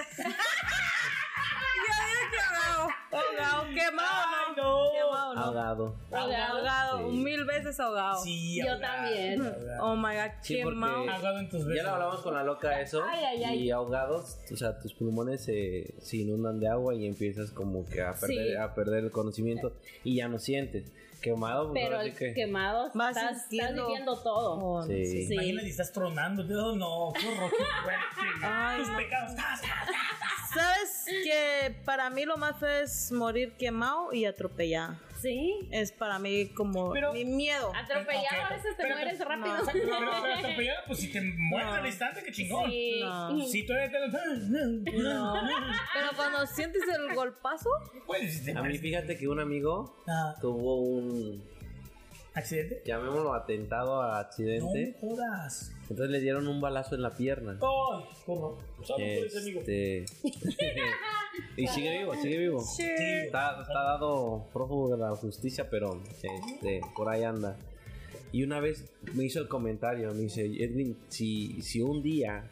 [SPEAKER 5] dije que ahogado. Ahogado, quemado,
[SPEAKER 2] Ay,
[SPEAKER 5] ¿no?
[SPEAKER 2] no.
[SPEAKER 5] Quemado, ¿no?
[SPEAKER 3] Ahogado.
[SPEAKER 4] Ahogado.
[SPEAKER 5] Ahogado,
[SPEAKER 3] Sí.
[SPEAKER 5] mil veces ahogado.
[SPEAKER 2] Sí,
[SPEAKER 4] Yo
[SPEAKER 2] ahogado,
[SPEAKER 4] también.
[SPEAKER 2] ahogado.
[SPEAKER 5] Oh my god,
[SPEAKER 3] Sí,
[SPEAKER 5] qué
[SPEAKER 3] porque-
[SPEAKER 5] mal.
[SPEAKER 2] Ahogado en tus
[SPEAKER 3] Ya
[SPEAKER 2] besos.
[SPEAKER 3] lo hablamos con la loca eso.
[SPEAKER 4] Ay, ay, ay.
[SPEAKER 3] Y ahogados, o sea, tus pulmones se, se inundan de agua y empiezas como que a perder,
[SPEAKER 4] Sí.
[SPEAKER 3] a perder el conocimiento y ya no sientes. Quemado, pues
[SPEAKER 4] Pero
[SPEAKER 3] ahora sí
[SPEAKER 4] el
[SPEAKER 3] que-
[SPEAKER 4] quemado
[SPEAKER 5] Vas
[SPEAKER 4] estás, estás
[SPEAKER 5] sintiendo-
[SPEAKER 4] viviendo todo.
[SPEAKER 5] Oh, no.
[SPEAKER 3] Sí.
[SPEAKER 4] Sí.
[SPEAKER 2] Imagínate, estás tronando. No, no, qué horror. qué fuerte.
[SPEAKER 5] Ay,
[SPEAKER 2] Tus
[SPEAKER 5] no.
[SPEAKER 2] pecados. ta, ta.
[SPEAKER 5] Sabes que para mí lo más feo es morir quemado y atropellado.
[SPEAKER 4] Sí.
[SPEAKER 5] Es para mí como
[SPEAKER 2] Pero-
[SPEAKER 5] mi miedo.
[SPEAKER 4] Atropellado
[SPEAKER 2] Ok,
[SPEAKER 4] a veces te
[SPEAKER 2] pero-
[SPEAKER 4] mueres
[SPEAKER 5] no.
[SPEAKER 4] rápido.
[SPEAKER 5] O sea,
[SPEAKER 2] Pero, pero,
[SPEAKER 4] [laughs]
[SPEAKER 2] pero atropellado, pues si te mueres al instante, qué chingón.
[SPEAKER 4] Sí.
[SPEAKER 5] No.
[SPEAKER 2] Si todavía te
[SPEAKER 5] No. Pero cuando sientes el golpazo,
[SPEAKER 2] Pues si te
[SPEAKER 3] A mí
[SPEAKER 2] mueres.
[SPEAKER 3] fíjate que un amigo
[SPEAKER 2] Ah,
[SPEAKER 3] tuvo un,
[SPEAKER 2] ¿Accidente?
[SPEAKER 3] llamémoslo atentado a
[SPEAKER 2] No me
[SPEAKER 3] accidente.
[SPEAKER 2] jodas.
[SPEAKER 3] Entonces le dieron un balazo en la pierna.
[SPEAKER 2] Ay, ¿cómo? Solo tú eres amigo.
[SPEAKER 3] Este... [laughs] y sigue vivo, sigue vivo.
[SPEAKER 2] Sí.
[SPEAKER 3] Está, está dado prófugo de la justicia, pero este, por ahí anda. Y una vez me hizo el comentario, me dice, Edwin, si, si un día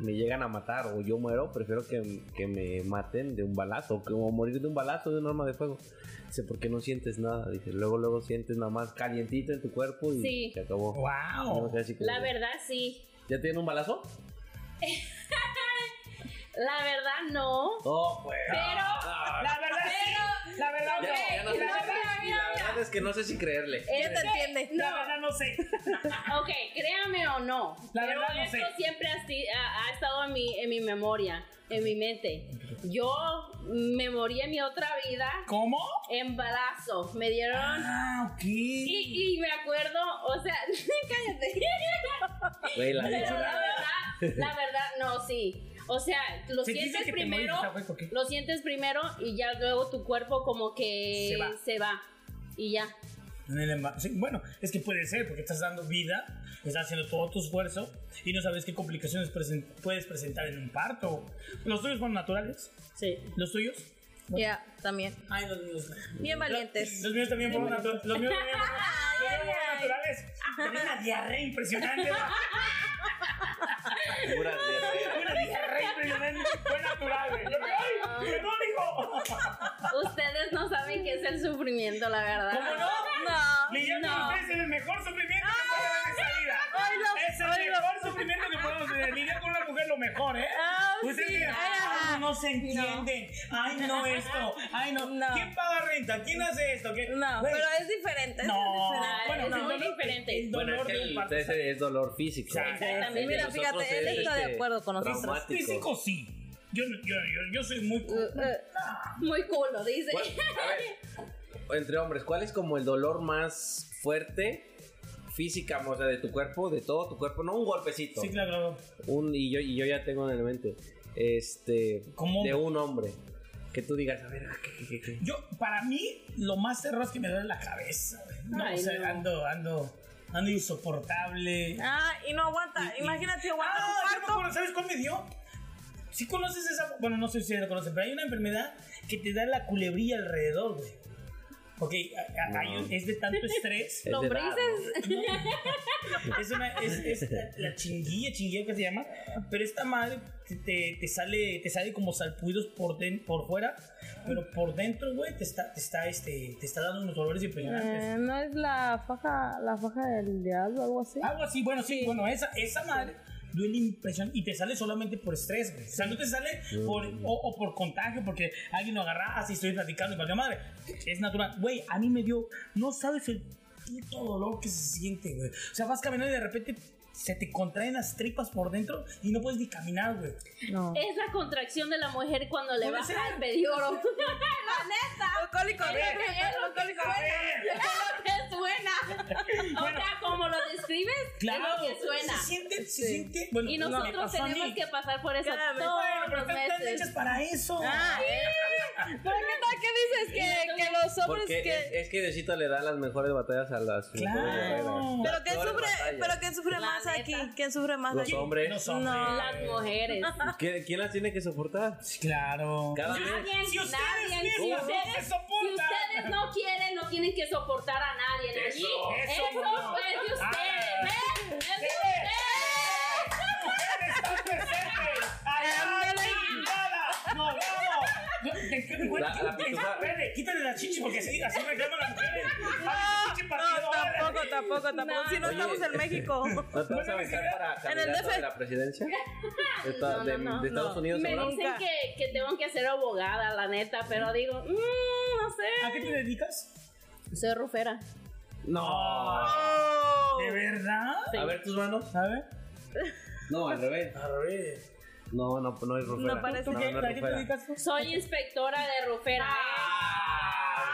[SPEAKER 3] me llegan a matar o yo muero, prefiero que, que me maten de un balazo, que, o morir de un balazo, de un arma de fuego. Dice, porque no sientes nada. Dice, luego, luego sientes nada más calientito en tu cuerpo y
[SPEAKER 4] Sí.
[SPEAKER 3] se acabó. Yo me
[SPEAKER 2] Wow.
[SPEAKER 3] quedé así como,
[SPEAKER 4] La verdad, sí.
[SPEAKER 3] ¿Ya tienen un balazo?
[SPEAKER 4] La verdad, no.
[SPEAKER 3] Oh, pues.
[SPEAKER 4] Pero-
[SPEAKER 3] Ah,
[SPEAKER 2] La verdad, sí. La verdad,
[SPEAKER 3] ya- ya no sé
[SPEAKER 2] no. La
[SPEAKER 3] si-
[SPEAKER 2] verdad,
[SPEAKER 3] y la verdad es que no sé si creerle.
[SPEAKER 4] Es
[SPEAKER 5] te
[SPEAKER 4] que-
[SPEAKER 5] entiende.
[SPEAKER 2] la
[SPEAKER 4] No.
[SPEAKER 2] verdad no sé.
[SPEAKER 4] Ok, créame o no.
[SPEAKER 2] La
[SPEAKER 4] pero
[SPEAKER 2] verdad no
[SPEAKER 4] esto
[SPEAKER 2] sé.
[SPEAKER 4] siempre ha, si- ha- ha estado en mi, en mi memoria, en mi mente. Yo me morí en mi otra vida
[SPEAKER 2] ¿Cómo?
[SPEAKER 4] embarazo. Me dieron.
[SPEAKER 2] Ah, ok.
[SPEAKER 4] Y, y me acuerdo, o sea, [laughs] cállate.
[SPEAKER 3] Güey, la
[SPEAKER 4] Pero la
[SPEAKER 3] verdad.
[SPEAKER 4] verdad, la verdad, no, sí. O sea, lo
[SPEAKER 2] Se dice
[SPEAKER 4] sientes
[SPEAKER 2] que te
[SPEAKER 4] primero,
[SPEAKER 2] mueres, ¿sabes por qué?
[SPEAKER 4] lo sientes primero y ya luego tu cuerpo como que
[SPEAKER 2] Se va.
[SPEAKER 4] y ya.
[SPEAKER 2] En el emba- sí, bueno, es que puede ser, porque estás dando vida, estás haciendo todo tu esfuerzo y no sabes qué complicaciones presen- puedes presentar en un parto. ¿Los tuyos fueron naturales?
[SPEAKER 4] Sí.
[SPEAKER 2] ¿Los tuyos?
[SPEAKER 5] ya, también.
[SPEAKER 2] Ay, los míos. no.
[SPEAKER 5] Bien valientes.
[SPEAKER 2] Los míos también fueron naturales. Los míos también fueron, los míos fueron
[SPEAKER 5] ay.
[SPEAKER 2] naturales. Tenía una diarrea impresionante. ¿verdad? [laughs]
[SPEAKER 3] Pura diarrea.
[SPEAKER 2] Una diarrea impresionante. Fue natural. güey. Yo, ¡Ay, perdón, hijo!
[SPEAKER 4] Ustedes no saben qué es el sufrimiento, la verdad.
[SPEAKER 2] ¿Cómo no?
[SPEAKER 5] No.
[SPEAKER 2] Lidiar con ustedes es el mejor sufrimiento que puede haber en esta vida.
[SPEAKER 5] Oílo,
[SPEAKER 2] es el
[SPEAKER 5] oílo.
[SPEAKER 2] mejor sufrimiento que podemos tener. Lidiar con una mujer lo mejor, ¿eh?
[SPEAKER 5] Ah,
[SPEAKER 2] ustedes
[SPEAKER 5] sí,
[SPEAKER 2] dirán,
[SPEAKER 5] ay,
[SPEAKER 2] "Ah,
[SPEAKER 5] ajá".
[SPEAKER 2] no se entienden. Ay,
[SPEAKER 5] [laughs]
[SPEAKER 2] no esto. Ay, no.
[SPEAKER 5] No.
[SPEAKER 2] ¿Quién paga renta? ¿Quién hace esto? ¿Qué?
[SPEAKER 5] No,
[SPEAKER 2] Güey,
[SPEAKER 5] pero es diferente. es
[SPEAKER 2] no.
[SPEAKER 5] diferente.
[SPEAKER 2] Bueno,
[SPEAKER 4] Es
[SPEAKER 2] el
[SPEAKER 4] muy
[SPEAKER 2] dolor-
[SPEAKER 4] diferente.
[SPEAKER 2] el
[SPEAKER 3] Bueno,
[SPEAKER 2] dolor
[SPEAKER 3] es que
[SPEAKER 2] de un
[SPEAKER 3] el
[SPEAKER 2] parto.
[SPEAKER 3] ese es dolor físico.
[SPEAKER 4] Exactamente.
[SPEAKER 5] Mira,
[SPEAKER 3] Nosotros
[SPEAKER 5] fíjate, él
[SPEAKER 3] es,
[SPEAKER 5] está de
[SPEAKER 3] este,
[SPEAKER 5] acuerdo con nosotros.
[SPEAKER 3] traumático.
[SPEAKER 2] Físico sí. Yo, no- yo, yo, yo soy muy...
[SPEAKER 5] Eh, eh,
[SPEAKER 4] Muy culo, dice.
[SPEAKER 3] ¿Cuál- a ver, entre hombres, ¿cuál es como el dolor más fuerte física, o sea, de tu cuerpo, de todo tu cuerpo? No un golpecito.
[SPEAKER 2] Sí, claro.
[SPEAKER 3] Un, y, yo, y yo ya tengo en el mente. Este.
[SPEAKER 2] ¿Cómo?
[SPEAKER 3] De un hombre. Que tú digas, a ver, ¿qué, qué, qué, qué?
[SPEAKER 2] Yo, para mí, lo más terror es que me duele la cabeza. güey. No,
[SPEAKER 4] Ay,
[SPEAKER 2] o sea,
[SPEAKER 4] no.
[SPEAKER 2] ando, ando, ando insoportable.
[SPEAKER 5] Ah, y no aguanta. Imagínate, aguanta
[SPEAKER 2] Ah, yo
[SPEAKER 5] un
[SPEAKER 2] me
[SPEAKER 5] parto.
[SPEAKER 2] acuerdo, ¿sabes cuál me dio? Si conoces esa, bueno, no sé si la conocen, pero hay una enfermedad que te da la culebrilla alrededor, güey. Ok, a- a-
[SPEAKER 3] No.
[SPEAKER 2] hay un- es de tanto estrés.
[SPEAKER 3] [laughs] Es de edad, ¿no?
[SPEAKER 2] Es una, es, es la, la chinguilla, chinguilla que se llama. Pero esta madre te, te, te sale, te sale como salpuidos por, den- por fuera, pero por dentro, güey, te está, te está, este, te está dando unos dolores impresionantes.
[SPEAKER 5] Eh, no es la faja, la faja del diablo o algo así.
[SPEAKER 2] Algo así, bueno, sí, bueno, esa, esa madre duele impresión y te sale solamente por estrés, güey. O sea, no te sale por, o, o por contagio, porque alguien lo agarra así, estoy platicando y cualquier madre. Es natural. Güey, a mí me dio, no sabes el puto dolor que se siente, güey. O sea, vas caminando y de repente se te contraen las tripas por dentro y no puedes ni caminar, güey.
[SPEAKER 5] No.
[SPEAKER 4] Es la contracción de la mujer cuando le
[SPEAKER 2] Puede
[SPEAKER 4] baja
[SPEAKER 2] ser.
[SPEAKER 4] el perioro. [laughs]
[SPEAKER 5] [laughs] Alcohólico,
[SPEAKER 4] Es lo que- es lo que-
[SPEAKER 2] A ver.
[SPEAKER 4] es lo que suena. O sea, como lo describes,
[SPEAKER 2] Claro,
[SPEAKER 4] es lo que suena.
[SPEAKER 2] se siente, se siente. Bueno,
[SPEAKER 4] Y
[SPEAKER 2] me
[SPEAKER 4] nosotros
[SPEAKER 2] pasó a mí.
[SPEAKER 4] tenemos que pasar por eso
[SPEAKER 5] Cada vez.
[SPEAKER 4] todos
[SPEAKER 2] Bueno, pero
[SPEAKER 4] los
[SPEAKER 2] están- están hechas
[SPEAKER 4] meses. Ah.
[SPEAKER 2] para eso.
[SPEAKER 5] Ah, eh, ¿Pero qué tal que dices que, que los hombres
[SPEAKER 3] Porque
[SPEAKER 5] que...
[SPEAKER 3] es, es que Diosito le da las mejores batallas a las mujeres guerreras.
[SPEAKER 2] Claro.
[SPEAKER 5] Pero
[SPEAKER 3] Las
[SPEAKER 5] quién
[SPEAKER 3] peores
[SPEAKER 5] sufre,
[SPEAKER 3] batallas.
[SPEAKER 5] pero quién sufre
[SPEAKER 4] La
[SPEAKER 5] más
[SPEAKER 4] neta.
[SPEAKER 5] aquí, quién sufre más
[SPEAKER 3] Los
[SPEAKER 5] aquí.
[SPEAKER 3] hombres.
[SPEAKER 2] No son.
[SPEAKER 5] No.
[SPEAKER 4] Las mujeres.
[SPEAKER 3] ¿Quién, quién las tiene que soportar?
[SPEAKER 2] Claro.
[SPEAKER 3] Cada mes.
[SPEAKER 4] Nadie,
[SPEAKER 2] Si ustedes
[SPEAKER 4] nadie,
[SPEAKER 2] mismos
[SPEAKER 4] si
[SPEAKER 2] no se
[SPEAKER 4] ustedes,
[SPEAKER 2] soportan.
[SPEAKER 4] si ustedes no quieren, no tienen que soportar a nadie. Allí,
[SPEAKER 2] Eso,
[SPEAKER 4] eso,
[SPEAKER 2] eso, no.
[SPEAKER 4] es de ustedes.
[SPEAKER 2] Ah.
[SPEAKER 4] ¿ven? Es de
[SPEAKER 2] Sí.
[SPEAKER 4] ustedes.
[SPEAKER 2] ¡Mujeres están presentes! ¡Allá,
[SPEAKER 5] Ándale.
[SPEAKER 2] chingada! ¡Nos vamos! No, ¿de qué- bueno,
[SPEAKER 3] La-
[SPEAKER 2] ¿qué
[SPEAKER 3] la la pitufa.
[SPEAKER 2] Espérate, quítale las chichis porque así, así reclaman las mujeres. Hazle chichi partido,
[SPEAKER 5] No,
[SPEAKER 2] órale.
[SPEAKER 5] tampoco, tampoco, tampoco. Si no
[SPEAKER 3] Oye,
[SPEAKER 5] estamos en
[SPEAKER 3] este-
[SPEAKER 5] [laughs] México.
[SPEAKER 3] ¿No te vas a aventar para
[SPEAKER 5] En el
[SPEAKER 3] candidato
[SPEAKER 5] DF.
[SPEAKER 3] de la presidencia? De, esta-
[SPEAKER 4] No, no,
[SPEAKER 3] de-
[SPEAKER 4] no,
[SPEAKER 3] de Estados
[SPEAKER 5] no.
[SPEAKER 3] Unidos,
[SPEAKER 4] Me
[SPEAKER 3] ¿no?
[SPEAKER 4] dicen
[SPEAKER 5] Nunca.
[SPEAKER 4] que, que tengo que ser abogada, la neta, pero digo, mm, no
[SPEAKER 2] ¿A
[SPEAKER 4] sé.
[SPEAKER 2] qué te dedicas?
[SPEAKER 4] Soy rufera.
[SPEAKER 3] No.
[SPEAKER 2] ¿De verdad?
[SPEAKER 3] A ver tus manos.
[SPEAKER 2] ¿Sabes?
[SPEAKER 3] No, al revés.
[SPEAKER 2] A ver.
[SPEAKER 3] No, no, no es rufera.
[SPEAKER 5] No parece
[SPEAKER 2] ¿Tú qué?
[SPEAKER 3] no
[SPEAKER 2] ¿A
[SPEAKER 3] es
[SPEAKER 2] qué te
[SPEAKER 3] rufera.
[SPEAKER 2] dedicas? tú?
[SPEAKER 4] Soy inspectora de rufera. ¿eh?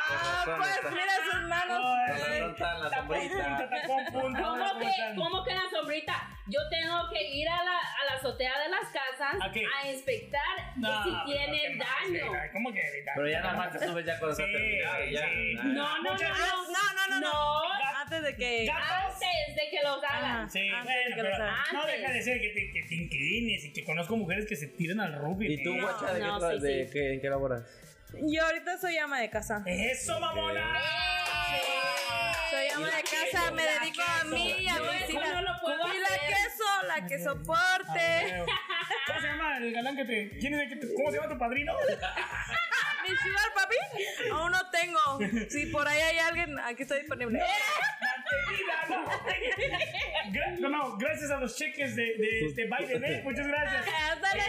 [SPEAKER 5] Ah,
[SPEAKER 3] Con razón,
[SPEAKER 5] pues
[SPEAKER 3] está-
[SPEAKER 5] mira sus manos.
[SPEAKER 3] con razón está la sombrita.
[SPEAKER 2] Tacón, punto.
[SPEAKER 4] ¿Cómo que, ¿Cómo que la sombrita? Yo tengo que ir a la, a la azotea de las casas
[SPEAKER 2] ¿A qué?
[SPEAKER 4] a inspectar
[SPEAKER 2] No,
[SPEAKER 4] que
[SPEAKER 2] pero
[SPEAKER 4] si tienen
[SPEAKER 2] qué más,
[SPEAKER 4] daño.
[SPEAKER 2] mira, ¿Cómo que?
[SPEAKER 3] Pero ya nada más te subes ya con
[SPEAKER 2] Sí,
[SPEAKER 3] esa terminada. y Ya.
[SPEAKER 2] sí.
[SPEAKER 3] Nah.
[SPEAKER 4] No, no, no,
[SPEAKER 2] Muchas
[SPEAKER 5] Ah,
[SPEAKER 4] no.
[SPEAKER 5] No, no, no, no.
[SPEAKER 2] Gatos.
[SPEAKER 5] Antes de que.
[SPEAKER 4] Antes de que los hagan.
[SPEAKER 2] Ah, Sí,
[SPEAKER 5] Ah, Antes
[SPEAKER 2] bueno,
[SPEAKER 5] que lo
[SPEAKER 2] pero
[SPEAKER 5] saben.
[SPEAKER 2] no
[SPEAKER 4] Antes.
[SPEAKER 2] deja de ser que te, que te inclines y que conozco mujeres que se tiran al rugby.
[SPEAKER 3] ¿Y tú,
[SPEAKER 2] ¿eh?
[SPEAKER 3] guacha, de, qué,
[SPEAKER 4] no,
[SPEAKER 3] tra-
[SPEAKER 4] sí,
[SPEAKER 3] de
[SPEAKER 4] sí.
[SPEAKER 3] qué- en qué laboras?
[SPEAKER 5] Yo ahorita soy ama de casa.
[SPEAKER 2] ¡Eso, mamona!
[SPEAKER 5] Soy ama de casa, me dedico a mí y a
[SPEAKER 4] Yo
[SPEAKER 5] mis
[SPEAKER 4] eso
[SPEAKER 5] hijas.
[SPEAKER 4] no lo puedo
[SPEAKER 5] Y la
[SPEAKER 4] hacer.
[SPEAKER 5] queso, la que soporte.
[SPEAKER 2] Ah, ¿Cómo se llama el galán que te.? ¿Quién es el que te- ¿Cómo se llama tu padrino?
[SPEAKER 5] Mi chivar, papi, aún no tengo. Si por ahí hay alguien, aquí estoy disponible.
[SPEAKER 2] Gra- no, no, gracias a los cheques de, de, de Biden, ¿eh? Muchas gracias.
[SPEAKER 5] Ándale.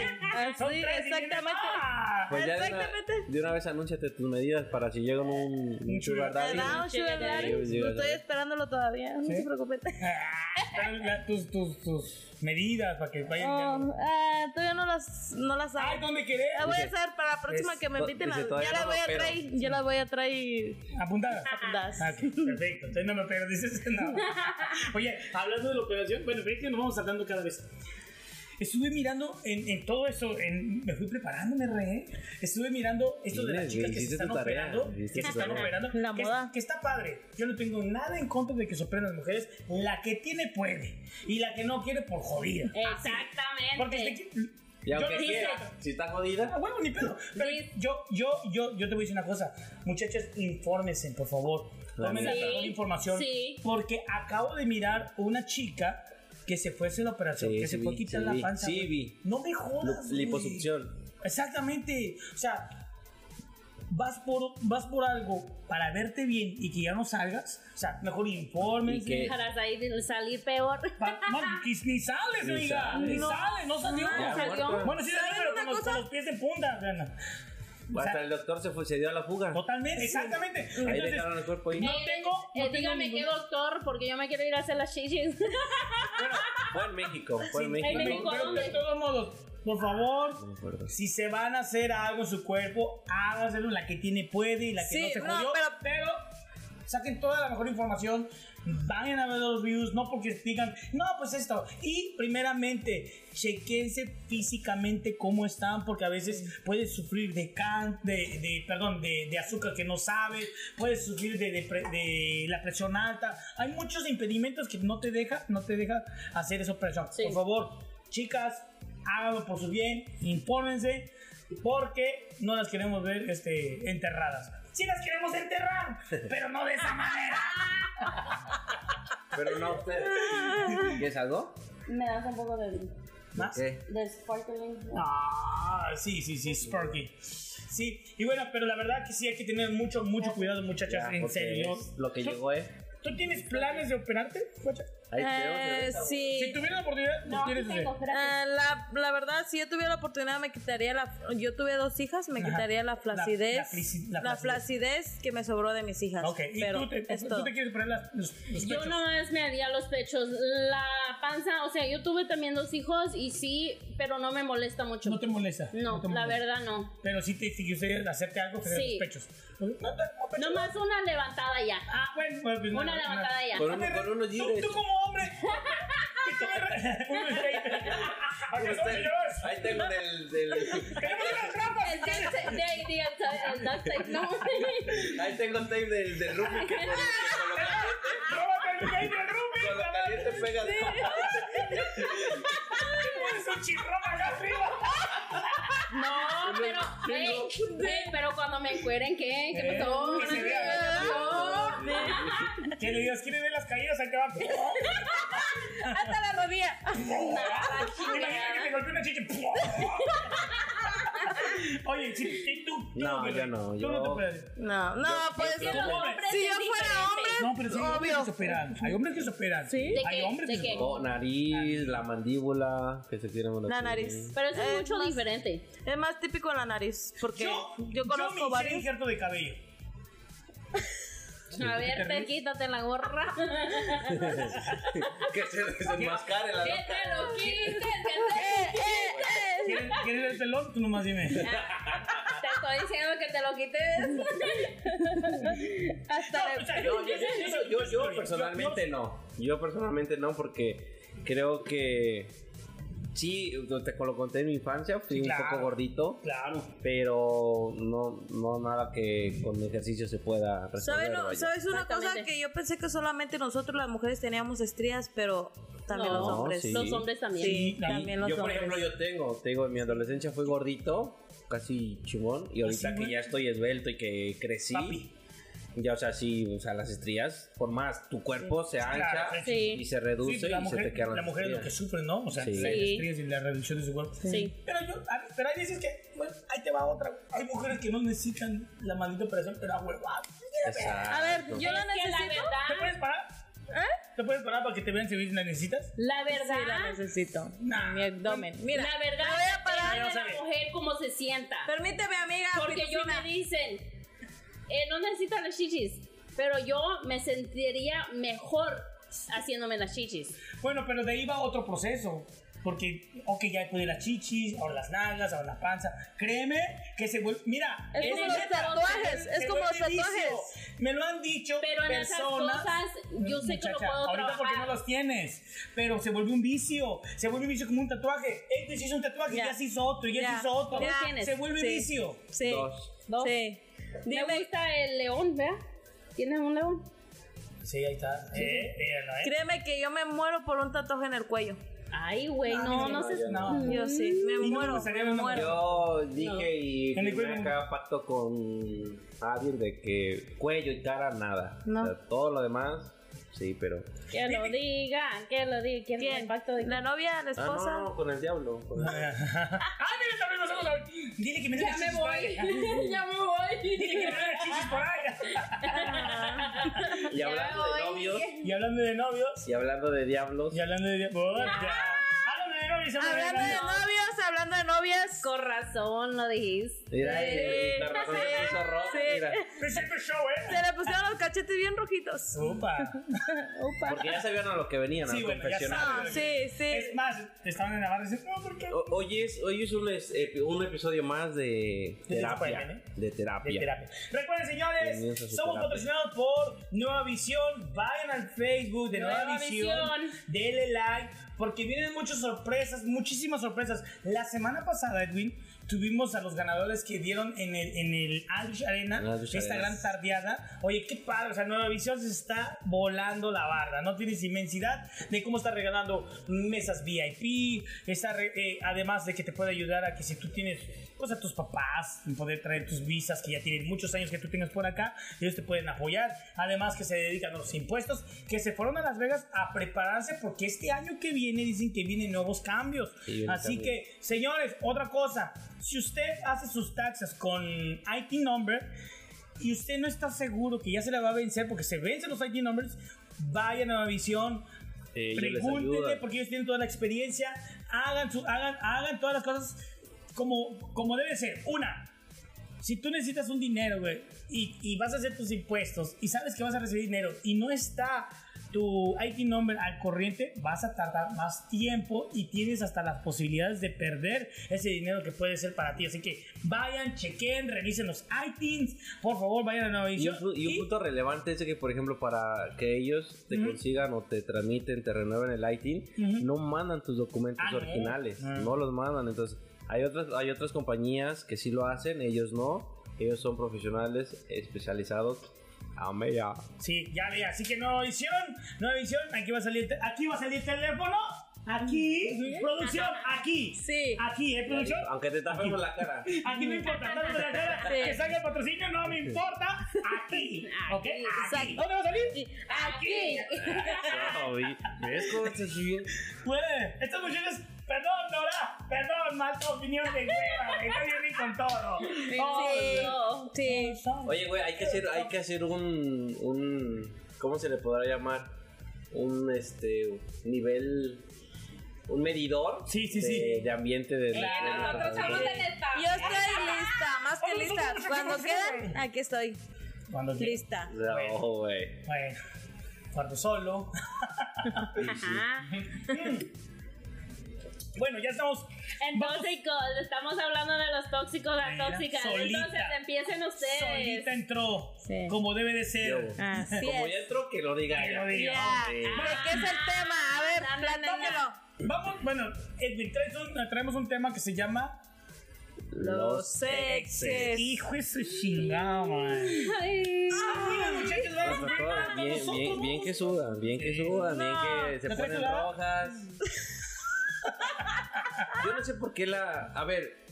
[SPEAKER 2] Son tres y
[SPEAKER 5] Así,
[SPEAKER 2] viene-
[SPEAKER 5] Ah, exactamente.
[SPEAKER 2] ¡Ah!
[SPEAKER 3] Pues ya de una,
[SPEAKER 5] Exactamente.
[SPEAKER 3] de una vez anúnciate tus medidas para si llega un, un sugar
[SPEAKER 5] Me
[SPEAKER 3] daddy.
[SPEAKER 5] da un sugar daddy.
[SPEAKER 3] Sí, sí, sí.
[SPEAKER 5] Estoy esperándolo todavía, no se preocupen.
[SPEAKER 2] Pero la- tus, tus, tus medidas para que vayan.
[SPEAKER 5] Oh, ah, todavía no las, no las
[SPEAKER 2] ¡Ay,
[SPEAKER 5] hago.
[SPEAKER 2] donde querés!
[SPEAKER 5] La voy a hacer para la próxima
[SPEAKER 3] Es-
[SPEAKER 5] que me
[SPEAKER 3] no,
[SPEAKER 5] inviten.
[SPEAKER 3] dice,
[SPEAKER 5] a-
[SPEAKER 3] todavía
[SPEAKER 5] Ya la
[SPEAKER 3] no
[SPEAKER 5] voy
[SPEAKER 3] lo
[SPEAKER 5] a
[SPEAKER 3] opero.
[SPEAKER 5] traer, yo la voy a traer.
[SPEAKER 2] Apuntada.
[SPEAKER 5] Apuntadas.
[SPEAKER 2] Ah, ok, perfecto. Entonces no me operas, dices
[SPEAKER 5] [laughs]
[SPEAKER 2] no. [laughs] Oye, hablando de la operación, bueno, fíjate que nos vamos saltando cada vez. Estuve mirando en, en todo eso, en- me fui preparando, me re. ¿eh? Estuve mirando esto de las
[SPEAKER 3] Bien,
[SPEAKER 2] chicas que se
[SPEAKER 3] hiciste
[SPEAKER 2] están
[SPEAKER 3] tu tarea,
[SPEAKER 2] operando. Que
[SPEAKER 3] hiciste
[SPEAKER 2] se
[SPEAKER 3] tu
[SPEAKER 2] están
[SPEAKER 3] tarea.
[SPEAKER 2] operando.
[SPEAKER 5] La
[SPEAKER 2] que,
[SPEAKER 5] moda.
[SPEAKER 2] que está padre. Yo no tengo nada en contra de que se operen las mujeres. La que tiene puede. Y la que no quiere por jodida.
[SPEAKER 4] Exactamente.
[SPEAKER 2] Porque este
[SPEAKER 3] Y aunque
[SPEAKER 2] Yo-
[SPEAKER 3] quiera, si está
[SPEAKER 2] Ah,
[SPEAKER 3] jodida,
[SPEAKER 2] huevo, ni pedo. Pero
[SPEAKER 4] Sí.
[SPEAKER 2] yo, yo, yo, yo te voy a decir una cosa. Muchachos, infórmense, por favor. Tomen la
[SPEAKER 4] Sí,
[SPEAKER 2] mejor información.
[SPEAKER 4] sí.
[SPEAKER 2] Porque acabo de mirar una chica que se fue a hacer la operación,
[SPEAKER 3] Sí,
[SPEAKER 2] que
[SPEAKER 3] sí
[SPEAKER 2] se fue a
[SPEAKER 3] vi,
[SPEAKER 2] quitar
[SPEAKER 3] sí
[SPEAKER 2] la
[SPEAKER 3] vi,
[SPEAKER 2] panza.
[SPEAKER 3] sí
[SPEAKER 2] güey.
[SPEAKER 3] vi.
[SPEAKER 2] No me jodas.
[SPEAKER 3] lu-
[SPEAKER 2] güey.
[SPEAKER 3] liposucción.
[SPEAKER 2] Exactamente. O sea, vas por, vas por algo para verte bien y que ya no salgas. O sea, mejor
[SPEAKER 3] Y
[SPEAKER 2] infórmense.
[SPEAKER 3] que-
[SPEAKER 4] Para salir, salir peor.
[SPEAKER 2] [laughs] Pa- no,
[SPEAKER 4] [laughs]
[SPEAKER 2] ni, ni sales,
[SPEAKER 3] Ni
[SPEAKER 2] oiga.
[SPEAKER 3] sales.
[SPEAKER 2] Ni sales, no salió.
[SPEAKER 3] Ya,
[SPEAKER 4] salió.
[SPEAKER 3] muerta.
[SPEAKER 2] Bueno, sí, salió, pero
[SPEAKER 5] una
[SPEAKER 2] con los,
[SPEAKER 5] cosa?
[SPEAKER 2] con los pies de punta. Diana. O sea,
[SPEAKER 3] Hasta el doctor se, fue, se dio a la fuga.
[SPEAKER 2] Totalmente, exactamente.
[SPEAKER 3] Ahí
[SPEAKER 2] Entonces,
[SPEAKER 3] dejaron el cuerpo ahí.
[SPEAKER 2] No
[SPEAKER 4] Eh,
[SPEAKER 2] tengo- no
[SPEAKER 4] eh,
[SPEAKER 2] tengo
[SPEAKER 4] dígame
[SPEAKER 2] ningún-
[SPEAKER 4] qué doctor, porque yo me quiero ir a hacer las chichis. [laughs]
[SPEAKER 3] Fue en México, fue en
[SPEAKER 2] Ah, sí,
[SPEAKER 3] México.
[SPEAKER 4] en
[SPEAKER 2] pero-
[SPEAKER 4] México,
[SPEAKER 2] pero
[SPEAKER 4] ¿dónde?
[SPEAKER 2] de todos modos, por favor,
[SPEAKER 3] No me acuerdo.
[SPEAKER 2] si se van a hacer algo en su cuerpo, háganselo. La que tiene puede y la que
[SPEAKER 5] Sí,
[SPEAKER 2] no se
[SPEAKER 5] no,
[SPEAKER 2] jodió.
[SPEAKER 5] pero-
[SPEAKER 2] pero saquen toda la mejor información. Vayan a ver los views, no porque digan, no, pues esto. Y primeramente, chequense físicamente cómo están, porque a veces puedes sufrir de can, de, de- perdón, de, de azúcar que no sabes, puedes sufrir de, de pre- de la presión alta. Hay muchos impedimentos que no te deja, no te deja hacer esa operación.
[SPEAKER 4] Sí.
[SPEAKER 2] Por favor, chicas, háganlo por su bien, infórmense, porque no las queremos ver este, enterradas. Sí las queremos
[SPEAKER 3] [laughs]
[SPEAKER 2] enterrar, pero no de esa manera.
[SPEAKER 3] Pero no usted. ¿Quieres algo?
[SPEAKER 4] Me das un poco de,
[SPEAKER 2] ¿Más?
[SPEAKER 3] ¿Qué?
[SPEAKER 4] de sparkling.
[SPEAKER 2] Ah, sí, sí, sí, Sparky. Sí, y bueno, pero la verdad que sí hay que tener mucho, mucho cuidado, muchachas,
[SPEAKER 3] Ya,
[SPEAKER 2] en
[SPEAKER 3] porque
[SPEAKER 2] serio.
[SPEAKER 3] es Lo que llegó es.
[SPEAKER 2] ¿Tú tienes planes de operarte? guacha?
[SPEAKER 3] Ahí
[SPEAKER 5] Eh,
[SPEAKER 3] tenemos
[SPEAKER 2] Si
[SPEAKER 5] sí.
[SPEAKER 2] tuvieras la oportunidad, ¿lo
[SPEAKER 4] No, aquí
[SPEAKER 2] quieres hacer?
[SPEAKER 4] tengo, gracias.
[SPEAKER 5] Ah, la, la verdad, si yo tuviera la oportunidad, me quitaría la. Yo tuve dos hijas, me
[SPEAKER 2] Ajá.
[SPEAKER 5] quitaría la
[SPEAKER 2] La-
[SPEAKER 5] flacidez.
[SPEAKER 2] la flisi- la
[SPEAKER 5] La flacidez que me sobró de mis hijas.
[SPEAKER 2] Ok, ¿y
[SPEAKER 5] pero
[SPEAKER 2] tú, te,
[SPEAKER 5] es
[SPEAKER 2] tú
[SPEAKER 5] todo.
[SPEAKER 2] te quieres operar las, los, los
[SPEAKER 4] Yo
[SPEAKER 2] pechos?
[SPEAKER 4] nomás me haría los pechos. La panza, o sea, yo tuve también dos hijos y sí, pero no me molesta mucho.
[SPEAKER 2] No te molesta.
[SPEAKER 4] No,
[SPEAKER 2] te
[SPEAKER 4] la
[SPEAKER 2] molesta.
[SPEAKER 4] verdad no.
[SPEAKER 2] Pero sí te si gustaría hacerte algo que
[SPEAKER 4] Sí.
[SPEAKER 2] sí. los pechos. No, no, no, pechos.
[SPEAKER 4] Nomás una levantada ya.
[SPEAKER 2] Ah, bueno, pues, pues,
[SPEAKER 4] Una
[SPEAKER 2] no,
[SPEAKER 4] levantada
[SPEAKER 2] no.
[SPEAKER 4] ya.
[SPEAKER 3] Con uno- con unos
[SPEAKER 2] Tú-
[SPEAKER 3] jeans.
[SPEAKER 2] Tú como hombre. ¿Qué te
[SPEAKER 3] [laughs]
[SPEAKER 2] re- Unos skaters. ¿A qué
[SPEAKER 3] Usted-
[SPEAKER 2] son, señores?
[SPEAKER 3] Ahí tengo del. del-
[SPEAKER 2] ¡Tenemos unas trampas!
[SPEAKER 4] El duct tape, de- de- el duct tape, no.
[SPEAKER 3] Ahí tengo el tape del, del Rubik que con, con lo
[SPEAKER 2] ¡Róbate
[SPEAKER 3] caliente-
[SPEAKER 2] el cable, Rubén!
[SPEAKER 3] con lo caliente pega.
[SPEAKER 2] ¡Eres un chirrón acá arriba!
[SPEAKER 4] No, pero, hey, hey, pero cuando me encueren, ¿qué? ¿Qué pasó?
[SPEAKER 2] Eh, que se vea. Que le digas, ¿quieren ver las caídas acá abajo?
[SPEAKER 5] Hasta la rodilla.
[SPEAKER 2] Imagina que te golpeó una chicha. [laughs] Oye, sí, ¿y tú? Tú
[SPEAKER 3] No,
[SPEAKER 2] te
[SPEAKER 3] yo
[SPEAKER 2] peleas.
[SPEAKER 3] no,
[SPEAKER 2] Tú
[SPEAKER 3] yo-
[SPEAKER 2] no te peleas.
[SPEAKER 5] No, no, pues.
[SPEAKER 4] Es que los hombres
[SPEAKER 5] si yo
[SPEAKER 4] es
[SPEAKER 5] fuera
[SPEAKER 4] diferente.
[SPEAKER 5] hombre,
[SPEAKER 2] No, pero sí hay hombres que se
[SPEAKER 5] obvio.
[SPEAKER 2] operan. Hay hombres que se operan.
[SPEAKER 5] ¿Sí?
[SPEAKER 4] ¿De
[SPEAKER 2] Hay
[SPEAKER 4] qué?
[SPEAKER 2] hombres que
[SPEAKER 4] ¿De
[SPEAKER 2] se
[SPEAKER 4] qué?
[SPEAKER 3] O Oh, nariz, la mandíbula, que se tiene una
[SPEAKER 5] La nariz.
[SPEAKER 4] Pero eso es
[SPEAKER 5] Eh,
[SPEAKER 4] mucho
[SPEAKER 5] más-
[SPEAKER 4] diferente.
[SPEAKER 5] Es más típico en la nariz, porque
[SPEAKER 2] Yo,
[SPEAKER 5] yo,
[SPEAKER 2] yo
[SPEAKER 5] conozco
[SPEAKER 2] me hice
[SPEAKER 5] varios.
[SPEAKER 2] injerto de cabello.
[SPEAKER 4] A ver, te quítate la gorra.
[SPEAKER 3] Que se desenmascare la
[SPEAKER 4] ¿Qué te lo quites?
[SPEAKER 2] ¿Quieres, quieres ver el telón? Tú nomás dime.
[SPEAKER 3] Ah,
[SPEAKER 4] Te estoy diciendo que te lo quites. Hasta
[SPEAKER 2] No, o sea,
[SPEAKER 3] yo, yo, yo- yo- yo
[SPEAKER 2] pues, yo-
[SPEAKER 3] personalmente no. Yo personalmente no, porque creo que sí, te lo conté en mi infancia, fui
[SPEAKER 2] Sí,
[SPEAKER 3] un
[SPEAKER 2] claro.
[SPEAKER 3] poco gordito,
[SPEAKER 2] Claro.
[SPEAKER 3] pero no, no nada que con ejercicio se pueda
[SPEAKER 5] ¿Sabe,
[SPEAKER 3] resolver.
[SPEAKER 5] no-
[SPEAKER 3] vaya.
[SPEAKER 5] ¿Sabes una cosa
[SPEAKER 4] Exactamente.
[SPEAKER 5] que yo pensé que solamente nosotros las mujeres teníamos estrías, pero también
[SPEAKER 4] No,
[SPEAKER 5] los hombres?
[SPEAKER 3] sí.
[SPEAKER 4] los hombres también.
[SPEAKER 2] Sí,
[SPEAKER 5] También los
[SPEAKER 3] Yo, por
[SPEAKER 5] hombres.
[SPEAKER 3] ejemplo, yo tengo, te digo, en mi adolescencia fui gordito, casi chimón, y ahorita
[SPEAKER 2] Así,
[SPEAKER 3] que
[SPEAKER 2] güey.
[SPEAKER 3] ya estoy esbelto y que crecí,
[SPEAKER 2] Papi.
[SPEAKER 3] ya, o sea, sí, o sea, las estrías, por más, tu cuerpo se ancha
[SPEAKER 2] Claro,
[SPEAKER 4] sí.
[SPEAKER 3] y se reduce
[SPEAKER 2] Sí,
[SPEAKER 3] y
[SPEAKER 2] la
[SPEAKER 3] se te
[SPEAKER 2] mujer,
[SPEAKER 3] quedan
[SPEAKER 2] la
[SPEAKER 3] las
[SPEAKER 2] mujer es lo que
[SPEAKER 3] estrías.
[SPEAKER 2] sufre, ¿no? O sea,
[SPEAKER 3] Sí.
[SPEAKER 2] las
[SPEAKER 4] Sí.
[SPEAKER 2] estrías y la reducción de su cuerpo.
[SPEAKER 4] Sí.
[SPEAKER 2] Pero yo, a mí- pero hay veces que, bueno, ahí te va otra. güey. Hay mujeres que no necesitan la maldita operación, pero a huevada.
[SPEAKER 3] Exacto.
[SPEAKER 5] A ver, yo
[SPEAKER 4] Es que
[SPEAKER 5] la
[SPEAKER 4] la
[SPEAKER 5] necesito.
[SPEAKER 2] ¿Te
[SPEAKER 4] verdad,
[SPEAKER 2] puedes parar? ¿Eh? ¿Te puedes parar para que te vean si la necesitas?
[SPEAKER 4] la
[SPEAKER 5] Sí, la
[SPEAKER 4] verdad,
[SPEAKER 5] necesito.
[SPEAKER 2] Nah.
[SPEAKER 5] Mi abdomen. Mira,
[SPEAKER 4] la verdad,
[SPEAKER 5] me voy a parar.
[SPEAKER 4] depende
[SPEAKER 2] Pero,
[SPEAKER 4] de
[SPEAKER 2] ¿sabe?
[SPEAKER 4] la mujer cómo se sienta.
[SPEAKER 5] Permíteme, amiga.
[SPEAKER 4] Porque yo
[SPEAKER 5] Pitufina.
[SPEAKER 4] me dicen, eh, no necesitas las chichis, pero yo me sentiría mejor haciéndome las chichis.
[SPEAKER 2] Bueno, pero de ahí va otro proceso. Porque, ok, ya pude las chichis, ahora las nalgas, ahora la panza. Créeme que se vuelve. Mira,
[SPEAKER 5] Es como los
[SPEAKER 2] neta,
[SPEAKER 5] tatuajes,
[SPEAKER 2] se
[SPEAKER 5] es
[SPEAKER 2] vuelve
[SPEAKER 5] como los
[SPEAKER 2] vicio.
[SPEAKER 5] tatuajes.
[SPEAKER 2] Me lo han dicho
[SPEAKER 4] Pero en esas
[SPEAKER 2] personas.
[SPEAKER 4] cosas, yo sé que lo
[SPEAKER 2] Muchacha,
[SPEAKER 4] puedo
[SPEAKER 2] Ahorita porque no
[SPEAKER 4] trabajar.
[SPEAKER 2] los tienes. Pero se vuelve un vicio. Se vuelve un vicio como un tatuaje. Este se hizo un tatuaje,
[SPEAKER 5] Ya.
[SPEAKER 2] ya se hizo otro, ya,
[SPEAKER 5] Ya,
[SPEAKER 2] se hizo otro.
[SPEAKER 5] ya.
[SPEAKER 2] Se vuelve
[SPEAKER 5] Sí.
[SPEAKER 2] vicio.
[SPEAKER 5] Sí.
[SPEAKER 3] Dos.
[SPEAKER 4] Dos.
[SPEAKER 5] Sí.
[SPEAKER 4] Me
[SPEAKER 5] Dime,
[SPEAKER 4] gusta el león, ¿verdad? ¿Tienes un león?
[SPEAKER 2] Sí, ahí está. Eh, míralo, eh.
[SPEAKER 5] créeme que yo me muero por un tatuaje en el cuello.
[SPEAKER 4] Ay, güey, no, no,
[SPEAKER 2] Ah, no,
[SPEAKER 4] sé.
[SPEAKER 2] yo
[SPEAKER 4] [laughs]
[SPEAKER 2] no. [laughs]
[SPEAKER 5] Yo sí, me
[SPEAKER 2] Y no me
[SPEAKER 5] muero.
[SPEAKER 2] gustaría
[SPEAKER 5] me
[SPEAKER 2] una
[SPEAKER 5] muero.
[SPEAKER 3] Yo dije y
[SPEAKER 2] En el
[SPEAKER 3] firmé
[SPEAKER 2] cuello.
[SPEAKER 3] acá pacto con alguien de que cuello y cara nada.
[SPEAKER 5] No.
[SPEAKER 3] O sea, todo lo demás, sí, pero.
[SPEAKER 4] Que lo digan, que lo digan. ¿Quién es el
[SPEAKER 5] ¿Quién?
[SPEAKER 4] pacto de
[SPEAKER 5] ¿La novia? ¿La
[SPEAKER 3] Ah,
[SPEAKER 5] esposa?
[SPEAKER 3] [laughs] no, no, con el diablo.
[SPEAKER 2] [laughs]
[SPEAKER 3] con el-
[SPEAKER 2] ¡Ah, mira, también nos vamos a Dile que me dé
[SPEAKER 4] Ya
[SPEAKER 2] las
[SPEAKER 4] me
[SPEAKER 2] chichis por ahí.
[SPEAKER 4] voy, [laughs]
[SPEAKER 2] Dile que me
[SPEAKER 4] ya me voy.
[SPEAKER 2] dé las chichis por ahí.
[SPEAKER 5] Ah.
[SPEAKER 3] Y hablando de
[SPEAKER 4] Ya voy.
[SPEAKER 3] novios,
[SPEAKER 2] Y hablando de novios.
[SPEAKER 3] y hablando de diablos,
[SPEAKER 2] Y hablando de. ¡Puta! Háblame de novios, háblame
[SPEAKER 5] Hablando de
[SPEAKER 2] novios.
[SPEAKER 5] novios, hablando de novias.
[SPEAKER 4] Con razón lo dijiste.
[SPEAKER 3] Mira,
[SPEAKER 5] Sí.
[SPEAKER 3] eh, la razón se hizo rojo,
[SPEAKER 5] Sí.
[SPEAKER 3] mira.
[SPEAKER 2] Es siempre show, ¿eh?
[SPEAKER 5] Se le pusieron los cachetes bien rojitos.
[SPEAKER 2] Opa.
[SPEAKER 3] Porque ya sabían a lo que venían,
[SPEAKER 2] Sí,
[SPEAKER 3] al
[SPEAKER 2] bueno, ya
[SPEAKER 3] confesionario.
[SPEAKER 4] Ah,
[SPEAKER 2] saben.
[SPEAKER 5] No, sí,
[SPEAKER 2] Es
[SPEAKER 5] sí.
[SPEAKER 2] más, te estaban en la barra y dicen, no, ¿por qué?
[SPEAKER 3] O- Hoy es, hoy es un, es- epi- un episodio más de
[SPEAKER 2] De terapia,
[SPEAKER 3] terapia.
[SPEAKER 2] ¿eh?
[SPEAKER 3] De
[SPEAKER 2] De
[SPEAKER 3] terapia.
[SPEAKER 2] terapia. Recuerden,
[SPEAKER 3] Bienvenidos
[SPEAKER 2] señores,
[SPEAKER 3] a su
[SPEAKER 2] somos
[SPEAKER 3] terapia.
[SPEAKER 2] patrocinados por Nueva Visión. Vayan al Facebook de Nueva,
[SPEAKER 4] Nueva
[SPEAKER 2] Visión,
[SPEAKER 4] Visión.
[SPEAKER 2] denle like, porque vienen muchas sorpresas, muchísimas sorpresas. La semana pasada, Edwin, tuvimos a los ganadores que dieron en el, en el Aldrich Arena,
[SPEAKER 3] En Aldrich
[SPEAKER 2] esta
[SPEAKER 3] Arena.
[SPEAKER 2] gran tardeada. Oye, qué padre, o sea, Nueva Visión se está volando la barda, no tienes inmensidad de cómo está regalando mesas VIP, está re- eh, además de que te puede ayudar a que si tú tienes, pues a tus papás, poder traer tus visas que ya tienen muchos años que tú tienes por acá, ellos te pueden apoyar, además que se dedican a los impuestos, que se fueron a Las Vegas a prepararse porque este año que viene dicen que vienen nuevos cambios,
[SPEAKER 3] Sí, viene
[SPEAKER 2] así
[SPEAKER 3] cambio.
[SPEAKER 2] que Señores, otra cosa. Si usted hace sus taxes con IT number y usted no está seguro que ya se le va a vencer porque se vencen los IT numbers, vayan a la visión.
[SPEAKER 3] Eh, ellos les
[SPEAKER 2] Pregúntenle
[SPEAKER 3] ayudan.
[SPEAKER 2] porque ellos tienen toda la experiencia. Hagan, su- hagan, hagan todas las cosas como, como debe ser. Una, si tú necesitas un dinero, güey, y, y vas a hacer tus impuestos y sabes que vas a recibir dinero y no está tu IT number al corriente, vas a tardar más tiempo y tienes hasta las posibilidades de perder ese dinero que puede ser para ti. Así que vayan, chequen, revisen los ITINs, por favor, vayan a Nueva
[SPEAKER 3] Y
[SPEAKER 2] Edición.
[SPEAKER 3] un, pu- y un
[SPEAKER 2] Y-
[SPEAKER 3] punto relevante es de que, por ejemplo, para que ellos te consigan o te tramiten, te renueven el ITIN,
[SPEAKER 2] Ujú.
[SPEAKER 3] no mandan tus documentos
[SPEAKER 2] Ah, ¿no?
[SPEAKER 3] originales,
[SPEAKER 2] Ah.
[SPEAKER 3] no los mandan. Entonces, hay otras, hay otras compañías que sí lo hacen, ellos no. Ellos son profesionales especializados. Ame ya.
[SPEAKER 2] Sí, ya ve, así que nueva visión, nueva visión, aquí va a salir, te- aquí va a salir teléfono, aquí, producción, aquí,
[SPEAKER 5] Sí.
[SPEAKER 2] aquí, ¿eh, producción?
[SPEAKER 3] Aunque te
[SPEAKER 2] [laughs]
[SPEAKER 3] tapemos la cara.
[SPEAKER 2] Aquí no importa, tanto de la cara,
[SPEAKER 5] Sí.
[SPEAKER 2] que salga el patrocinio, no me importa, aquí, ¿ok? Aquí.
[SPEAKER 5] Exacto.
[SPEAKER 2] ¿Dónde va a salir?
[SPEAKER 4] Aquí.
[SPEAKER 3] Ay, ¿Ves cómo te sigue?
[SPEAKER 2] Puede, estas mujeres, perdón, Nora, perdón, mal opinión de hueva, güey, está bien rico, con todo.
[SPEAKER 4] Oh, no.
[SPEAKER 5] Sí.
[SPEAKER 3] Oye, güey, hay que hacer, hay que hacer un, un, ¿cómo se le podrá llamar? Un, este, nivel, un medidor.
[SPEAKER 2] Sí, sí,
[SPEAKER 3] de,
[SPEAKER 2] sí.
[SPEAKER 3] de ambiente de.
[SPEAKER 4] Eh,
[SPEAKER 3] de- de-
[SPEAKER 4] nosotros
[SPEAKER 3] de-
[SPEAKER 4] somos en el
[SPEAKER 5] Yo estoy lista, más que
[SPEAKER 2] Oye,
[SPEAKER 5] lista.
[SPEAKER 2] ¿cómo se
[SPEAKER 5] Cuando
[SPEAKER 2] conoce, güey?
[SPEAKER 5] quedan, aquí estoy.
[SPEAKER 2] Cuando te-
[SPEAKER 5] Lista.
[SPEAKER 3] No, güey.
[SPEAKER 2] Bueno, cuarto solo.
[SPEAKER 4] Ajá.
[SPEAKER 2] Bueno, ya estamos.
[SPEAKER 4] En tóxicos, estamos hablando de los tóxicos, las
[SPEAKER 2] Mira,
[SPEAKER 4] tóxicas.
[SPEAKER 2] solita.
[SPEAKER 4] Entonces empiecen ustedes.
[SPEAKER 2] Solita entró.
[SPEAKER 5] Sí.
[SPEAKER 2] Como debe de
[SPEAKER 3] Yo,
[SPEAKER 2] ser.
[SPEAKER 4] Ah,
[SPEAKER 5] Así
[SPEAKER 3] Como
[SPEAKER 5] es.
[SPEAKER 3] ya entró, que lo diga.
[SPEAKER 2] Que
[SPEAKER 3] ella.
[SPEAKER 2] lo diga.
[SPEAKER 5] Ya.
[SPEAKER 3] Sí.
[SPEAKER 5] ¿De qué es el tema? A ver,
[SPEAKER 4] Dame,
[SPEAKER 5] planémelo.
[SPEAKER 2] Vamos, bueno, Edwin, traes un- traemos un tema que se llama
[SPEAKER 5] Los exes.
[SPEAKER 2] Hijo de su chingada, man.
[SPEAKER 4] Ay.
[SPEAKER 2] Mira, muchachos, vamos,
[SPEAKER 3] Nosotros, Bien, bien, bien que sudan, bien que sudan, bien que se
[SPEAKER 2] ¿La traes
[SPEAKER 3] ponen
[SPEAKER 2] sudada?
[SPEAKER 3] rojas. Yo no sé por qué la. A ver.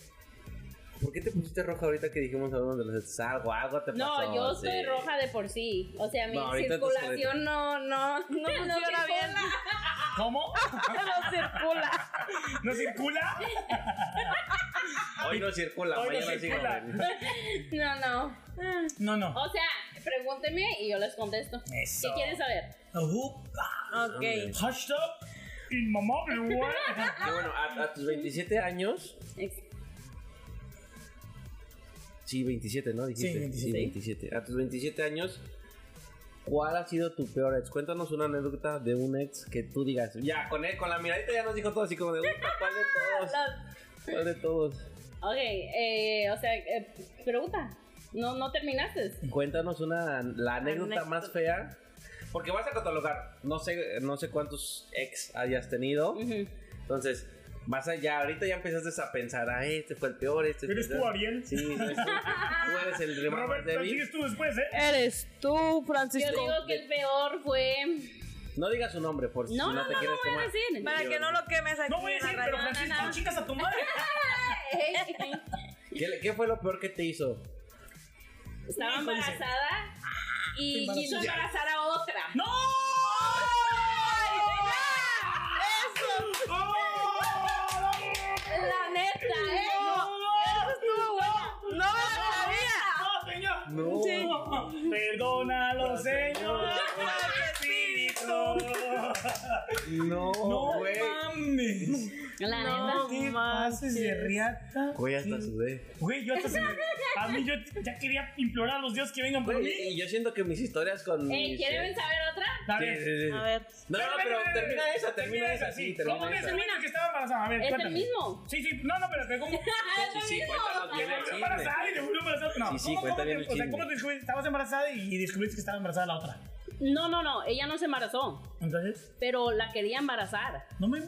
[SPEAKER 3] ¿Por qué te pusiste roja ahorita que dijimos hablando de los algo, algo te
[SPEAKER 4] No,
[SPEAKER 3] pasó?
[SPEAKER 4] yo
[SPEAKER 3] sí.
[SPEAKER 4] estoy roja de por sí. O sea, mi
[SPEAKER 3] No, ahorita tú solita.
[SPEAKER 4] circulación no, [laughs] no, no,
[SPEAKER 5] funciona
[SPEAKER 4] circula.
[SPEAKER 5] bien.
[SPEAKER 2] ¿Cómo?
[SPEAKER 5] No
[SPEAKER 4] [laughs]
[SPEAKER 5] circula.
[SPEAKER 2] ¿No circula?
[SPEAKER 3] Hoy no circula,
[SPEAKER 2] Hoy no
[SPEAKER 3] mañana sí,
[SPEAKER 2] circula.
[SPEAKER 3] güey.
[SPEAKER 4] No, no.
[SPEAKER 2] No, no.
[SPEAKER 4] O sea, pregúnteme y yo les contesto.
[SPEAKER 2] Eso.
[SPEAKER 4] ¿Qué quieren saber?
[SPEAKER 2] Upa.
[SPEAKER 5] Ok.
[SPEAKER 2] Hashtag inmamable, güey.
[SPEAKER 3] Que bueno, a, a tus 27 años. Sí, 27, ¿no? Dijiste.
[SPEAKER 2] Sí, 27.
[SPEAKER 3] 27. A tus 27 años. ¿Cuál ha sido tu peor ex? Cuéntanos una anécdota de un ex que tú digas. Ya, con él, con la miradita ya nos dijo todo así como de. "Uta, ¿Cuál
[SPEAKER 4] [laughs]
[SPEAKER 3] de todos? ¿Cuál de todos?
[SPEAKER 4] Ok, eh, o sea, eh, pregunta. No, no terminaste.
[SPEAKER 3] Cuéntanos una la anécdota más fea. Porque vas a catalogar, no sé, no sé cuántos ex hayas tenido.
[SPEAKER 4] Ujú.
[SPEAKER 3] Entonces, vas allá, ahorita ya empezaste a pensar, ah, este fue el peor, este
[SPEAKER 2] ¿Eres
[SPEAKER 3] fue el
[SPEAKER 2] tú,
[SPEAKER 3] peor".
[SPEAKER 2] Ariel?
[SPEAKER 3] Sí, no es tú. Tú
[SPEAKER 2] [laughs]
[SPEAKER 3] eres el de más
[SPEAKER 2] Robert,
[SPEAKER 3] débil.
[SPEAKER 2] sigues tú después, ¿eh?
[SPEAKER 5] Eres tú,
[SPEAKER 4] Yo
[SPEAKER 5] Francisco.
[SPEAKER 4] digo que el peor fue.
[SPEAKER 3] No digas su nombre, por si
[SPEAKER 4] No,
[SPEAKER 3] no,
[SPEAKER 4] no,
[SPEAKER 3] te
[SPEAKER 4] no, no
[SPEAKER 3] quieres
[SPEAKER 4] voy a
[SPEAKER 3] quemar.
[SPEAKER 4] decir.
[SPEAKER 5] Para que no lo quemes aquí
[SPEAKER 2] No voy a
[SPEAKER 5] en la
[SPEAKER 2] decir,
[SPEAKER 5] radio.
[SPEAKER 2] pero Francisco,
[SPEAKER 4] no, no.
[SPEAKER 2] chicas a tu madre.
[SPEAKER 3] ¿Qué, qué fue lo peor que te hizo?
[SPEAKER 4] [laughs] Estaba
[SPEAKER 2] Híjole.
[SPEAKER 3] Ah,
[SPEAKER 4] embarazada y
[SPEAKER 2] Te
[SPEAKER 4] quiso
[SPEAKER 2] embarazó.
[SPEAKER 4] embarazar a otra.
[SPEAKER 2] ¡No!
[SPEAKER 5] ¡Eso!
[SPEAKER 2] ¡Oh!
[SPEAKER 4] La neta, ¿eh?
[SPEAKER 5] ¡Eso estuvo bueno! ¡No me la sabía!
[SPEAKER 2] ¡No, señor!
[SPEAKER 3] No.
[SPEAKER 5] Sí.
[SPEAKER 2] Perdónalo, Señor. Espíritu.
[SPEAKER 3] No,
[SPEAKER 2] No
[SPEAKER 3] güey.
[SPEAKER 2] mames.
[SPEAKER 4] La
[SPEAKER 5] No.
[SPEAKER 4] neta.
[SPEAKER 2] ¿Qué
[SPEAKER 5] manches.
[SPEAKER 2] pases de riata?
[SPEAKER 3] Güey, hasta sudé.
[SPEAKER 2] Güey, yo hasta se me- A mí yo ya quería implorar a los dioses que vengan por mí.
[SPEAKER 3] Güey, y yo siento que mis historias con.
[SPEAKER 4] Eh,
[SPEAKER 3] mis,
[SPEAKER 4] ¿Quieren
[SPEAKER 3] eh,
[SPEAKER 4] saber otra?
[SPEAKER 2] A
[SPEAKER 3] sí,
[SPEAKER 2] ver.
[SPEAKER 3] sí, sí.
[SPEAKER 5] A ver.
[SPEAKER 3] No, no, pero
[SPEAKER 2] Espérame,
[SPEAKER 3] termina
[SPEAKER 2] espérame,
[SPEAKER 3] esa, termina esa, sí, termina
[SPEAKER 2] ¿Cómo que
[SPEAKER 3] esa.
[SPEAKER 2] termina? Que estaba embarazada. A ver,
[SPEAKER 4] Es el
[SPEAKER 2] cuéntame.
[SPEAKER 4] mismo.
[SPEAKER 2] Sí, sí. No, no, pero que
[SPEAKER 4] [laughs]
[SPEAKER 2] ¿cómo?
[SPEAKER 4] Ah,
[SPEAKER 3] Sí, sí, cuéntanos bien el
[SPEAKER 2] Estaba
[SPEAKER 3] chisme.
[SPEAKER 2] embarazada y le volvió a embarazar. No,
[SPEAKER 3] Sí, sí,
[SPEAKER 2] ¿cómo-
[SPEAKER 3] cuenta
[SPEAKER 2] cómo
[SPEAKER 3] bien
[SPEAKER 2] te-
[SPEAKER 3] el
[SPEAKER 2] o sea,
[SPEAKER 3] chisme.
[SPEAKER 2] ¿cómo te descubriste? Estabas embarazada y, y descubriste que estaba embarazada la otra.
[SPEAKER 4] No, no, no. Ella no se embarazó,
[SPEAKER 2] Entonces,
[SPEAKER 4] pero la quería embarazar.
[SPEAKER 2] no me...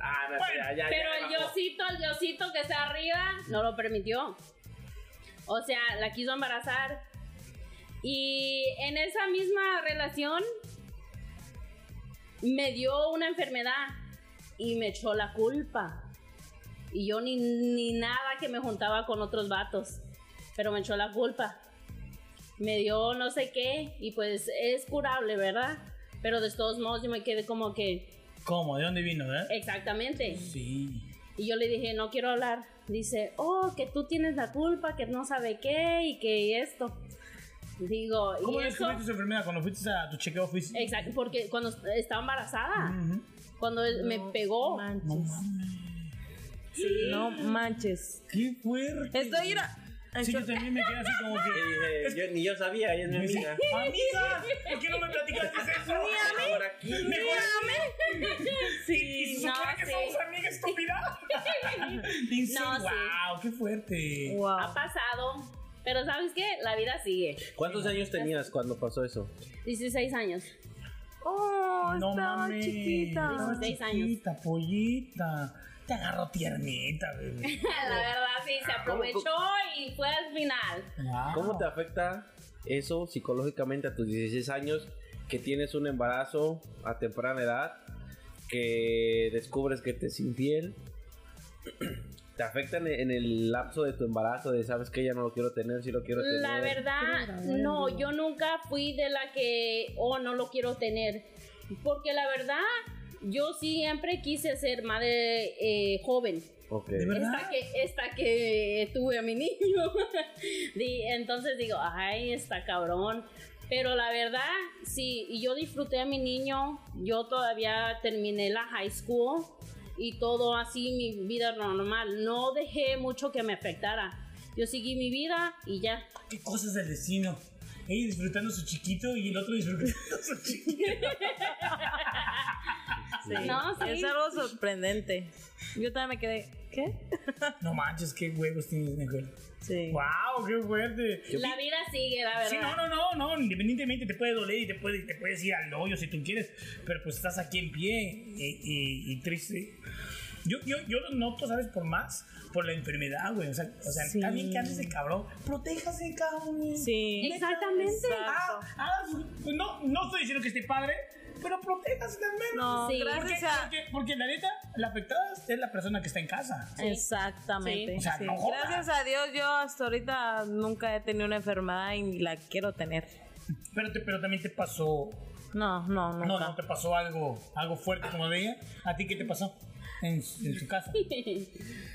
[SPEAKER 3] Ah, no,
[SPEAKER 2] Bueno,
[SPEAKER 3] ya, ya, ya,
[SPEAKER 4] Pero
[SPEAKER 3] ya
[SPEAKER 4] el
[SPEAKER 3] bajó.
[SPEAKER 4] diosito, el diosito que está arriba, no lo permitió. O sea, la quiso embarazar. Y en esa misma relación me dio una enfermedad y me echó la culpa. Y yo ni, ni nada que me juntaba con otros vatos, pero me echó la culpa. Me dio no sé qué y pues es curable, ¿verdad? Pero de todos modos yo me quedé como que,
[SPEAKER 2] ¿Cómo? ¿De dónde vino, eh?
[SPEAKER 4] exactamente.
[SPEAKER 2] Sí.
[SPEAKER 4] Y yo le dije, no quiero hablar. Dice, oh, que tú tienes la culpa, que no sabe qué y que esto. Digo,
[SPEAKER 2] ¿Cómo
[SPEAKER 4] ¿y eso?
[SPEAKER 2] descubriste su enfermedad? Cuando fuiste a tu chequeo fuiste...
[SPEAKER 4] Exacto, porque cuando estaba embarazada,
[SPEAKER 2] Ujú.
[SPEAKER 4] cuando él me pegó,
[SPEAKER 2] Mm. No
[SPEAKER 5] Manches.
[SPEAKER 2] mames.
[SPEAKER 5] No manches.
[SPEAKER 2] ¡Qué fuerte!
[SPEAKER 5] Estoy ira.
[SPEAKER 2] Sí, yo también me quedé así como que...
[SPEAKER 3] Y dije, yo- ni yo sabía, ella es mi
[SPEAKER 2] Me dice,
[SPEAKER 3] amiga.
[SPEAKER 2] ¡Amiga! ¿Por qué no me platicaste eso?
[SPEAKER 3] Está por aquí.
[SPEAKER 2] Mejor ¿Y
[SPEAKER 4] sí,
[SPEAKER 2] se
[SPEAKER 4] no,
[SPEAKER 2] supone que
[SPEAKER 4] sí.
[SPEAKER 2] somos amigas estúpida? Dice,
[SPEAKER 4] [laughs] No, sí.
[SPEAKER 2] wow, qué fuerte.
[SPEAKER 4] ha
[SPEAKER 5] Wow.
[SPEAKER 4] pasado. Pero ¿sabes qué? La vida sigue.
[SPEAKER 3] ¿Cuántos años tenías cuando pasó eso?
[SPEAKER 4] 16 años.
[SPEAKER 5] Oh,
[SPEAKER 2] no
[SPEAKER 5] estaba
[SPEAKER 2] mames.
[SPEAKER 5] chiquita.
[SPEAKER 2] Estaba
[SPEAKER 4] 16 años.
[SPEAKER 2] Chiquita, pollita. Te agarró tiernita, bebé.
[SPEAKER 4] [laughs] La verdad, sí, se
[SPEAKER 2] Ah,
[SPEAKER 4] aprovechó y fue al final.
[SPEAKER 2] Wow.
[SPEAKER 3] ¿Cómo te afecta eso psicológicamente a tus 16 años que tienes un embarazo a temprana edad, que descubres que te es infiel? [clears throat] ¿Te afecta en en el lapso de tu embarazo de sabes que ya no lo quiero tener, si lo quiero tener?
[SPEAKER 4] La verdad, no, yo nunca fui de la que, oh, no lo quiero tener. Porque la verdad, yo siempre quise ser madre eh, joven.
[SPEAKER 3] Ok.
[SPEAKER 2] ¿De verdad?
[SPEAKER 4] Esta que, esta que tuve a mi niño. [laughs] Di- Entonces digo, ay, está cabrón. Pero la verdad, sí, y yo disfruté a mi niño. Yo todavía terminé la high school y todo así, mi vida normal. No dejé mucho que me afectara. Yo seguí mi vida y ya.
[SPEAKER 2] ¿Qué cosas del destino? Ella disfrutando su chiquito y el otro disfrutando su chiquito.
[SPEAKER 4] No, sí.
[SPEAKER 5] Es algo sorprendente. Yo también me quedé, ¿qué?
[SPEAKER 2] No manches, qué huevos tienes, Nicole.
[SPEAKER 5] Sí.
[SPEAKER 2] ¡Wow! ¡Qué fuerte!
[SPEAKER 4] La vida sigue, la verdad.
[SPEAKER 2] Sí, no, no, no, no, independientemente te puede doler y te, puede, te puedes ir al hoyo si tú quieres, pero pues estás aquí en pie y, y- y triste. Yo, yo, yo lo noto, ¿sabes? Por más, por la enfermedad, güey. O sea, o sea
[SPEAKER 5] Sí.
[SPEAKER 2] está bien que andes de cabrón, protéjase, cabrón.
[SPEAKER 5] Sí.
[SPEAKER 4] Exactamente.
[SPEAKER 2] Ah, ah, pues no, no estoy diciendo que esté padre, pero protéjase también.
[SPEAKER 5] No,
[SPEAKER 4] Sí.
[SPEAKER 2] Porque,
[SPEAKER 5] gracias a...
[SPEAKER 2] porque, porque la neta, la afectada es la persona que está en casa.
[SPEAKER 4] Sí.
[SPEAKER 5] Exactamente.
[SPEAKER 4] Sí.
[SPEAKER 2] O sea,
[SPEAKER 5] sí.
[SPEAKER 2] no jodas.
[SPEAKER 5] Gracias a Dios, yo hasta ahorita nunca he tenido una enfermedad y ni la quiero tener.
[SPEAKER 2] Pero, te- pero también te pasó.
[SPEAKER 5] No, no, nunca.
[SPEAKER 2] No, no te pasó algo, algo fuerte como de ella. ¿A ti qué te pasó? En, en tu casa.
[SPEAKER 4] [laughs]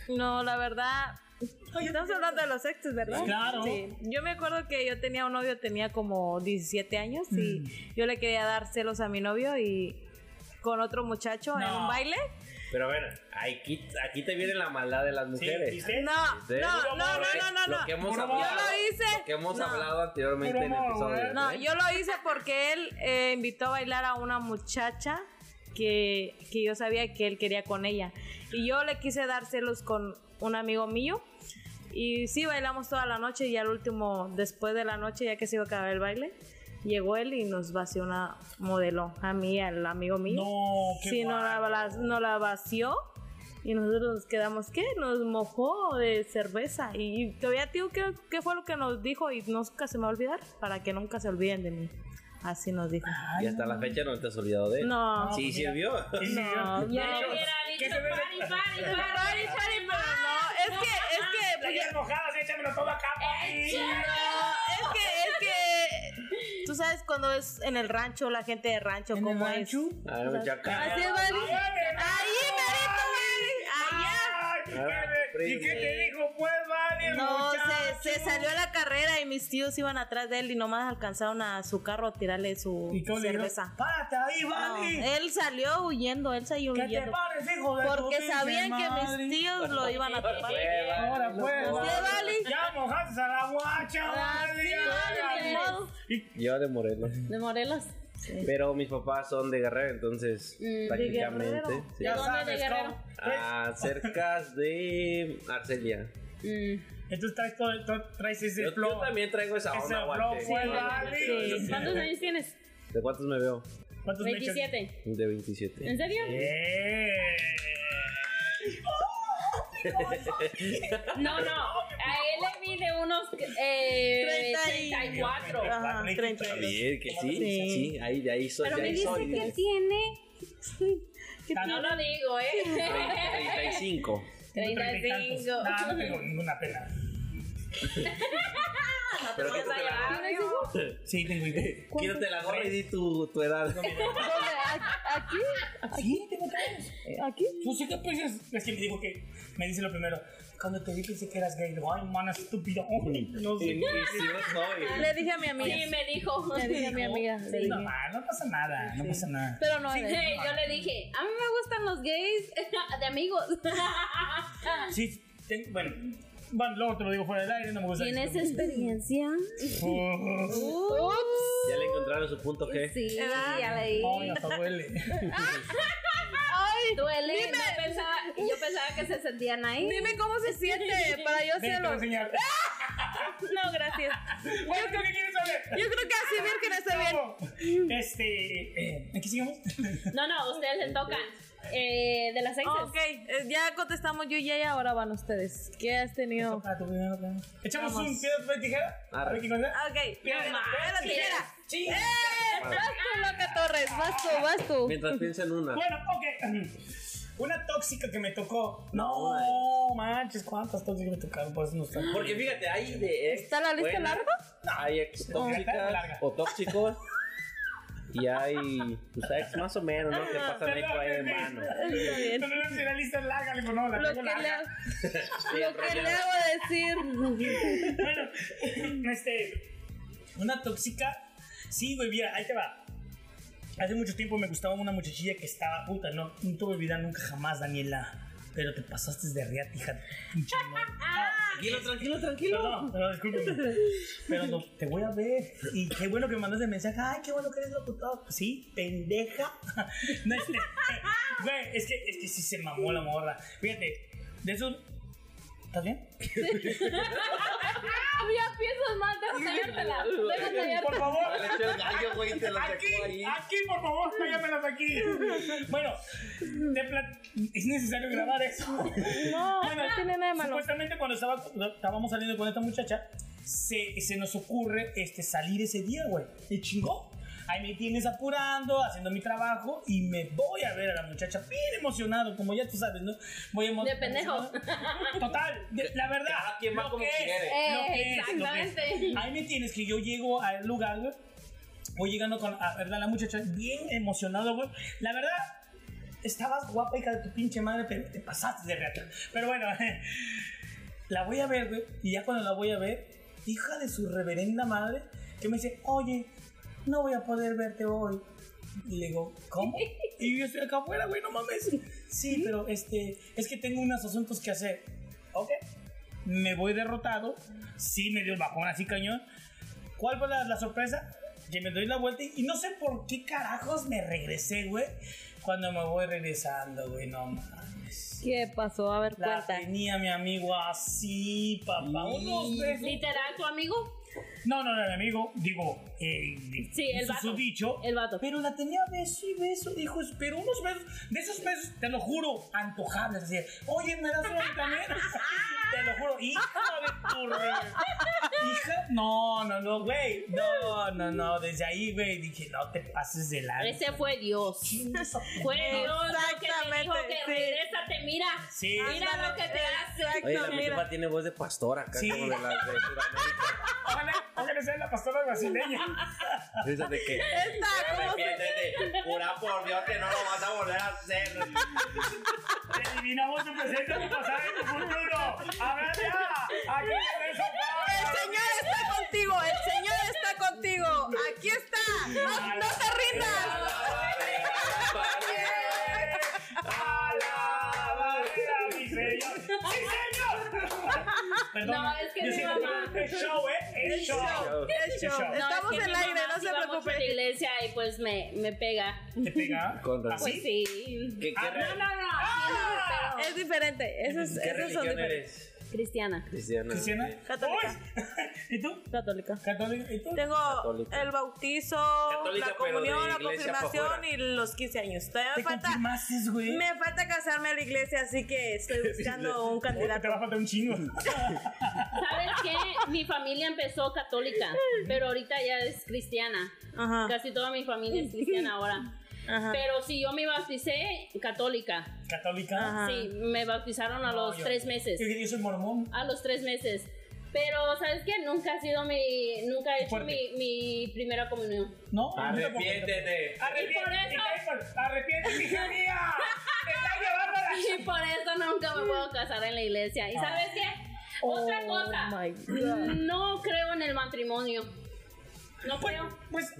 [SPEAKER 5] No, la verdad. Estamos hablando de los sexos, ¿verdad?
[SPEAKER 2] Claro.
[SPEAKER 5] Sí. Yo me acuerdo que yo tenía un novio, tenía como 17 años y
[SPEAKER 2] Mm.
[SPEAKER 5] yo le quería dar celos a mi novio y con otro muchacho en
[SPEAKER 2] No.
[SPEAKER 5] un baile.
[SPEAKER 3] Pero bueno, aquí, aquí te viene la maldad de las mujeres.
[SPEAKER 2] ¿viste?
[SPEAKER 5] No,
[SPEAKER 3] ¿Sí?
[SPEAKER 5] no, no, no,
[SPEAKER 3] Lo que-
[SPEAKER 5] no, no,
[SPEAKER 3] Lo que hemos
[SPEAKER 2] Puro
[SPEAKER 3] hablado,
[SPEAKER 2] amor.
[SPEAKER 5] Yo lo hice.
[SPEAKER 3] lo que hemos
[SPEAKER 5] No.
[SPEAKER 3] hablado anteriormente
[SPEAKER 2] Puro
[SPEAKER 3] en
[SPEAKER 2] amor,
[SPEAKER 3] episodios.
[SPEAKER 2] ¿eh?
[SPEAKER 5] No,
[SPEAKER 3] ¿eh?
[SPEAKER 5] yo lo hice porque él eh, invitó a bailar a una muchacha que, que yo sabía que él quería con ella. Y yo le quise dar celos con un amigo mío. Y sí, bailamos toda la noche y al último, después de la noche, ya que se iba a acabar el baile, llegó él y nos vació una modelo a mí, al amigo mío.
[SPEAKER 2] No, qué
[SPEAKER 5] Sí, no la, la- no la vació. Y nosotros nos quedamos, ¿qué? Nos mojó de cerveza. Y todavía, tío, ¿qué, qué fue lo que nos dijo? Y nunca se me va a olvidar, para que nunca se olviden de mí. Así nos dijo.
[SPEAKER 3] Y hasta la fecha no te has olvidado de él.
[SPEAKER 5] No.
[SPEAKER 3] Sí,
[SPEAKER 2] mira.
[SPEAKER 3] sirvió. [laughs]
[SPEAKER 5] No,
[SPEAKER 4] Ya
[SPEAKER 5] no.
[SPEAKER 4] le hubiera
[SPEAKER 2] ¿Qué
[SPEAKER 4] dicho
[SPEAKER 2] se ve? [laughs]
[SPEAKER 4] party, party, party,
[SPEAKER 5] Pero no,
[SPEAKER 4] party,
[SPEAKER 5] es que, es [laughs] que, pues,
[SPEAKER 2] Playas mojadas, échamelo todo acá. ¡Ay!
[SPEAKER 4] Eh,
[SPEAKER 5] no, es que, es que, tú sabes cuando es en el rancho, la gente de rancho,
[SPEAKER 2] ¿En el
[SPEAKER 5] ¿cómo es?
[SPEAKER 2] rancho?
[SPEAKER 3] Ah, no, chaca.
[SPEAKER 5] Así es, Mari. Ahí, Marito, Mari. Allá.
[SPEAKER 2] Ay, ¿y qué- ¿Y qué te dijo? Pues vale,
[SPEAKER 5] No,
[SPEAKER 2] muchacho.
[SPEAKER 5] se, se salió a la carrera y mis tíos iban atrás de él y nomás alcanzaron a su carro a tirarle su
[SPEAKER 2] ¿Y cómo le dijo?
[SPEAKER 5] cerveza.
[SPEAKER 2] Párate ahí,
[SPEAKER 5] No, eh.
[SPEAKER 2] vale.
[SPEAKER 5] él salió huyendo, él salió
[SPEAKER 2] Que te
[SPEAKER 5] huyendo.
[SPEAKER 2] pares, hijo de tu
[SPEAKER 5] Porque
[SPEAKER 2] pinche
[SPEAKER 5] sabían que
[SPEAKER 2] madre.
[SPEAKER 5] mis tíos lo iban
[SPEAKER 4] [laughs]
[SPEAKER 5] a tapar.
[SPEAKER 2] Ahora pues,
[SPEAKER 5] ¿Qué, vale?
[SPEAKER 2] Ya mojaste a la guacha,
[SPEAKER 5] Ah,
[SPEAKER 2] vale.
[SPEAKER 5] sí,
[SPEAKER 2] ya,
[SPEAKER 5] ni
[SPEAKER 2] ya.
[SPEAKER 5] modo.
[SPEAKER 3] Yo de Morelos.
[SPEAKER 4] De Morelos.
[SPEAKER 3] Pero mis papás son de Guerrero, entonces
[SPEAKER 4] Mm, de
[SPEAKER 3] prácticamente.
[SPEAKER 5] Guerrero.
[SPEAKER 3] sí.
[SPEAKER 2] Ya
[SPEAKER 4] ¿Dónde de
[SPEAKER 2] sabes,
[SPEAKER 4] Guerrero?
[SPEAKER 2] ¿cómo? Pues,
[SPEAKER 3] Ah, cerca de Arcelia.
[SPEAKER 4] Mm.
[SPEAKER 2] Entonces traes, todo- todo- traes ese
[SPEAKER 3] Yo, yo
[SPEAKER 2] flow.
[SPEAKER 3] también traigo esa
[SPEAKER 2] Ese
[SPEAKER 3] onda,
[SPEAKER 2] flow,
[SPEAKER 3] guante.
[SPEAKER 2] pues,
[SPEAKER 3] Sí.
[SPEAKER 2] vale.
[SPEAKER 3] Sí.
[SPEAKER 4] ¿Cuántos años tienes?
[SPEAKER 3] ¿De cuántos me veo?
[SPEAKER 2] ¿Cuántos me echas?
[SPEAKER 4] 27.
[SPEAKER 3] De 27.
[SPEAKER 4] ¿En serio?
[SPEAKER 2] ¡Eh!
[SPEAKER 4] No, no. A él le mide unos eh,
[SPEAKER 5] Treinta y-
[SPEAKER 4] 34.
[SPEAKER 5] Ajá, 30.
[SPEAKER 3] Está bien, que sí,
[SPEAKER 5] Sí.
[SPEAKER 3] sí, ahí de ahí soy,
[SPEAKER 4] Pero
[SPEAKER 3] de
[SPEAKER 4] me
[SPEAKER 3] ahí
[SPEAKER 4] dice
[SPEAKER 3] soy.
[SPEAKER 4] que tiene. No lo digo,
[SPEAKER 3] Ah,
[SPEAKER 4] ¿eh?
[SPEAKER 3] 35.
[SPEAKER 2] Tengo treinta y
[SPEAKER 4] 35.
[SPEAKER 2] tantos. No, no tengo ninguna pena.
[SPEAKER 3] Pero
[SPEAKER 4] Vas a
[SPEAKER 3] quítate la
[SPEAKER 4] llevar,
[SPEAKER 3] gorra.
[SPEAKER 4] ¿ves eso?
[SPEAKER 2] Sí, tengo idea.
[SPEAKER 3] Quítate la gorra y di tu, tu edad. [laughs]
[SPEAKER 2] Sí, tengo tres. ¿Aquí? No sé qué piensas. Es Pues que me dijo que. Me dice lo primero. Cuando te vi pensé que eras gay. Digo, Ay, mana,
[SPEAKER 3] [laughs]
[SPEAKER 2] estúpido. No sé.
[SPEAKER 3] Y- y sí lo soy.
[SPEAKER 5] Le dije a mi amiga.
[SPEAKER 4] Sí, me dijo.
[SPEAKER 5] Le dije a mi amiga. le
[SPEAKER 2] Sí,
[SPEAKER 5] dije.
[SPEAKER 2] no, ma, no pasa nada. No pasa nada.
[SPEAKER 5] Pero no,
[SPEAKER 4] Sí,
[SPEAKER 5] eh,
[SPEAKER 4] yo le dije, a mí me gustan los gays [laughs] de amigos.
[SPEAKER 2] Sí, ten- bueno. Bueno, luego te lo digo fuera del aire. No me gusta.
[SPEAKER 4] ¿Tienes experiencia?
[SPEAKER 2] [laughs] Uy,
[SPEAKER 4] Ups.
[SPEAKER 3] Ya le encontraron su punto G.
[SPEAKER 4] Sí, ya leí.
[SPEAKER 2] hasta duele.
[SPEAKER 4] Duele. Yo, pensaba, yo pensaba que se sentían ahí.
[SPEAKER 5] dime cómo se siente para yo
[SPEAKER 2] Ven, te voy a
[SPEAKER 5] hacerlo.
[SPEAKER 2] enseñar.
[SPEAKER 5] [laughs] No, gracias.
[SPEAKER 2] Bueno, ¿qué quieres saber?
[SPEAKER 5] Yo creo que así Virgen está bien.
[SPEAKER 2] Bien. Este. Eh, ¿Aquí sigamos?
[SPEAKER 4] No, no, a ustedes les toca. Eh, de las seis.
[SPEAKER 5] Ok, eh, ya contestamos yo y ella, ahora van ustedes. ¿Qué has tenido?
[SPEAKER 2] Toca tu primero, primero. Echamos
[SPEAKER 5] Vamos.
[SPEAKER 2] un piedra, papel, tijera. A ver
[SPEAKER 3] Arre.
[SPEAKER 2] qué cosa.
[SPEAKER 5] Ok,
[SPEAKER 2] Piedra,
[SPEAKER 5] Ah, no,
[SPEAKER 2] papel,
[SPEAKER 5] la tijera. Eh.
[SPEAKER 2] Sí.
[SPEAKER 5] Vas tú, loca Torres, vas tú, vas tú.
[SPEAKER 3] Mientras piensa en una.
[SPEAKER 2] Bueno, ok. Una tóxica que me tocó. No, manches, cuántas tóxicas me tocaron. Por eso no está.
[SPEAKER 3] Porque fíjate, hay de ex
[SPEAKER 5] ¿Está la lista
[SPEAKER 3] buena,
[SPEAKER 5] larga?
[SPEAKER 3] Hay ex
[SPEAKER 2] No, está
[SPEAKER 3] tóxicas
[SPEAKER 2] larga.
[SPEAKER 3] o tóxicos. Y hay, pues, ex más o menos, ¿no? Que pasan
[SPEAKER 2] Perdón,
[SPEAKER 3] eco ahí en
[SPEAKER 2] Pepe.
[SPEAKER 3] vano.
[SPEAKER 5] Está bien.
[SPEAKER 2] No, no, no, si la lista es larga, le digo, pues, no, la
[SPEAKER 5] Lo que,
[SPEAKER 2] tengo
[SPEAKER 5] le,
[SPEAKER 2] larga.
[SPEAKER 5] lo que le hago a decir.
[SPEAKER 2] Bueno, [laughs] este. Una tóxica. Sí, güey, mira, ahí te va. Hace mucho tiempo me gustaba una muchachilla que estaba puta, no, no te voy a olvidar nunca jamás, Daniela. Pero te pasaste de riata, hija de pinche madre.
[SPEAKER 3] Tranquilo, tranquilo, tranquilo.
[SPEAKER 2] Perdón, perdón, discúlpeme. Pero no, te voy a ver. Y qué bueno que me mandaste mensaje. Ay, qué bueno que eres locutor. Sí, pendeja. [laughs] No, este, güey, es que, es que sí se mamó la morra. Fíjate, de esos. ¿Estás bien?
[SPEAKER 4] Ya piensas más, déjame tallártela. Déjame
[SPEAKER 2] Por
[SPEAKER 4] tallártela.
[SPEAKER 2] favor.
[SPEAKER 3] Le echó el gallo, güey, te lo
[SPEAKER 2] Aquí,
[SPEAKER 3] sacó ahí.
[SPEAKER 2] aquí, por favor, cállamelas aquí. Bueno, de pla- es necesario grabar eso.
[SPEAKER 5] No,
[SPEAKER 2] Bueno,
[SPEAKER 5] no tiene nada
[SPEAKER 4] [laughs]
[SPEAKER 5] de malo.
[SPEAKER 2] Supuestamente cuando estaba, estábamos saliendo con esta muchacha, se, se nos ocurre este, salir ese día, güey. Y chingó. Ahí me tienes apurando, haciendo mi trabajo y me voy a ver a la muchacha bien emocionado, como ya tú sabes, ¿no? Voy emo-
[SPEAKER 4] De pendejo.
[SPEAKER 2] emocionado. Total, de- la verdad.
[SPEAKER 3] Cada quien va
[SPEAKER 2] lo
[SPEAKER 3] como
[SPEAKER 2] que es,
[SPEAKER 3] quiere.
[SPEAKER 2] lo
[SPEAKER 4] Eh,
[SPEAKER 2] que es, lo que es.
[SPEAKER 4] exactamente.
[SPEAKER 2] Ahí me tienes que yo llego al lugar, güey. Voy llegando con a ver a la muchacha bien emocionado, güey. La verdad, estabas guapa, hija de tu pinche madre, pero te pasaste de reata. Pero bueno, [laughs] la voy a ver, güey. Y ya cuando la voy a ver, hija de su reverenda madre, que me dice, oye, no voy a poder verte hoy. Y le digo, ¿cómo? Y yo estoy acá afuera, güey, no mames. Sí, pero este, es que tengo unos asuntos que hacer. Ok. Me voy derrotado. Sí, me dio el bajón así cañón. ¿Cuál fue la, la sorpresa? Que me doy la vuelta y, y no sé por qué carajos me regresé, güey. Cuando me voy regresando, güey, no mames.
[SPEAKER 5] ¿Qué pasó? A ver,
[SPEAKER 2] La
[SPEAKER 5] cuenta.
[SPEAKER 2] tenía mi amigo así, papá.
[SPEAKER 3] Y-
[SPEAKER 2] Unos besos.
[SPEAKER 4] Literal, tu amigo.
[SPEAKER 2] No, no, no, mi amigo, digo, eh,
[SPEAKER 4] Sí, el
[SPEAKER 2] su- su
[SPEAKER 4] vato.
[SPEAKER 2] dicho.
[SPEAKER 4] El vato.
[SPEAKER 2] Pero la tenía beso y beso, dijo, pero unos besos, de esos besos, te lo juro, antojables. Así, de, oye, ¿me das una vitamina? [laughs] te lo juro, hija de tu re- Hija, no, no, no, güey, no, no, no, desde ahí, güey, dije, no te pases de la...
[SPEAKER 4] Ese fue Dios. Fue Dios lo que te dijo
[SPEAKER 5] Exactamente,
[SPEAKER 4] que
[SPEAKER 5] sí.
[SPEAKER 4] regrésate, mira.
[SPEAKER 2] Sí.
[SPEAKER 4] Mira lo que te hace.
[SPEAKER 3] Oye, la
[SPEAKER 5] Exacto, mira.
[SPEAKER 3] Michopa tiene voz de pastora acá,
[SPEAKER 2] Sí.
[SPEAKER 3] como de las de Sudamérica.
[SPEAKER 2] Ojalá, ojalá sea la pastora brasileña.
[SPEAKER 3] Esa de que.
[SPEAKER 5] Está como-
[SPEAKER 3] Arrepiéntete, jura por Dios que no lo vas a volver a hacer.
[SPEAKER 2] Eliminamos tu presente, tu pasado y tu futuro. ¡Habrá ya! ¡Aquí está
[SPEAKER 4] [laughs]
[SPEAKER 5] El Señor está contigo, el Señor está contigo. Aquí está. No, no te rindas.
[SPEAKER 2] Perdón,
[SPEAKER 4] No, es que mi mamá-
[SPEAKER 2] Es show, ¿eh? Es show.
[SPEAKER 5] Es show.
[SPEAKER 2] No, es
[SPEAKER 5] Estamos
[SPEAKER 4] es que
[SPEAKER 5] en el
[SPEAKER 4] mi
[SPEAKER 5] aire,
[SPEAKER 4] mamá
[SPEAKER 5] no se
[SPEAKER 4] iba mucho a la
[SPEAKER 5] preocupe.
[SPEAKER 4] iglesia y pues me, me pega.
[SPEAKER 2] ¿Te pega?
[SPEAKER 3] Con razón.
[SPEAKER 4] Pues
[SPEAKER 2] ¿Así?
[SPEAKER 4] sí.
[SPEAKER 3] ¿Qué, qué,
[SPEAKER 2] Ah,
[SPEAKER 4] No, no, [laughs] no.
[SPEAKER 2] Ah.
[SPEAKER 5] Es diferente. Eso es,
[SPEAKER 3] ¿qué
[SPEAKER 5] esos son
[SPEAKER 3] religión
[SPEAKER 5] diferentes.
[SPEAKER 3] eres?
[SPEAKER 4] Cristiana.
[SPEAKER 3] Cristiana.
[SPEAKER 2] ¿Cristiana?
[SPEAKER 5] Católica.
[SPEAKER 2] Uy. ¿Y tú?
[SPEAKER 5] Católica.
[SPEAKER 2] ¿Católica? ¿Y tú?
[SPEAKER 5] Tengo
[SPEAKER 3] Católica.
[SPEAKER 5] el bautizo,
[SPEAKER 3] Católica,
[SPEAKER 5] la
[SPEAKER 3] pero de
[SPEAKER 5] comunión, la
[SPEAKER 3] iglesia pa'
[SPEAKER 5] confirmación
[SPEAKER 3] fuera.
[SPEAKER 5] y los 15 años. Todavía
[SPEAKER 2] ¿Te
[SPEAKER 5] me falta,
[SPEAKER 2] confirmaste, güey?
[SPEAKER 5] me falta casarme a la iglesia, así que
[SPEAKER 2] [laughs]
[SPEAKER 5] estoy buscando un
[SPEAKER 2] Uy, Te
[SPEAKER 5] candidato.
[SPEAKER 2] va a faltar un chingo. [laughs]
[SPEAKER 4] ¿Sabes qué? Mi familia empezó católica, pero ahorita ya es cristiana.
[SPEAKER 5] Ajá,
[SPEAKER 4] Casi toda mi familia es cristiana ahora.
[SPEAKER 5] ajá.
[SPEAKER 4] Pero si yo me bauticé católica.
[SPEAKER 2] ¿Católica?
[SPEAKER 5] Ajá.
[SPEAKER 4] Sí, me bautizaron a
[SPEAKER 2] No,
[SPEAKER 4] los
[SPEAKER 2] yo-
[SPEAKER 4] tres meses.
[SPEAKER 2] Yo, yo soy mormón.
[SPEAKER 4] A los tres meses. Pero, ¿sabes qué? Nunca ha sido mi. Nunca he hecho
[SPEAKER 2] Fuerte.
[SPEAKER 4] mi, mi primera comunión. [laughs]
[SPEAKER 2] No,
[SPEAKER 3] Arrepiéntete.
[SPEAKER 2] Arrepiéntete.
[SPEAKER 4] Y por
[SPEAKER 2] Arrepiéntete, hija mía.
[SPEAKER 4] [laughs]
[SPEAKER 2] Te está llevando la
[SPEAKER 4] Y por eso nunca me puedo casar en la iglesia.
[SPEAKER 2] Ah.
[SPEAKER 4] ¿Y sabes qué? Otra cosa. No creo en el matrimonio. No creo.
[SPEAKER 2] Pues,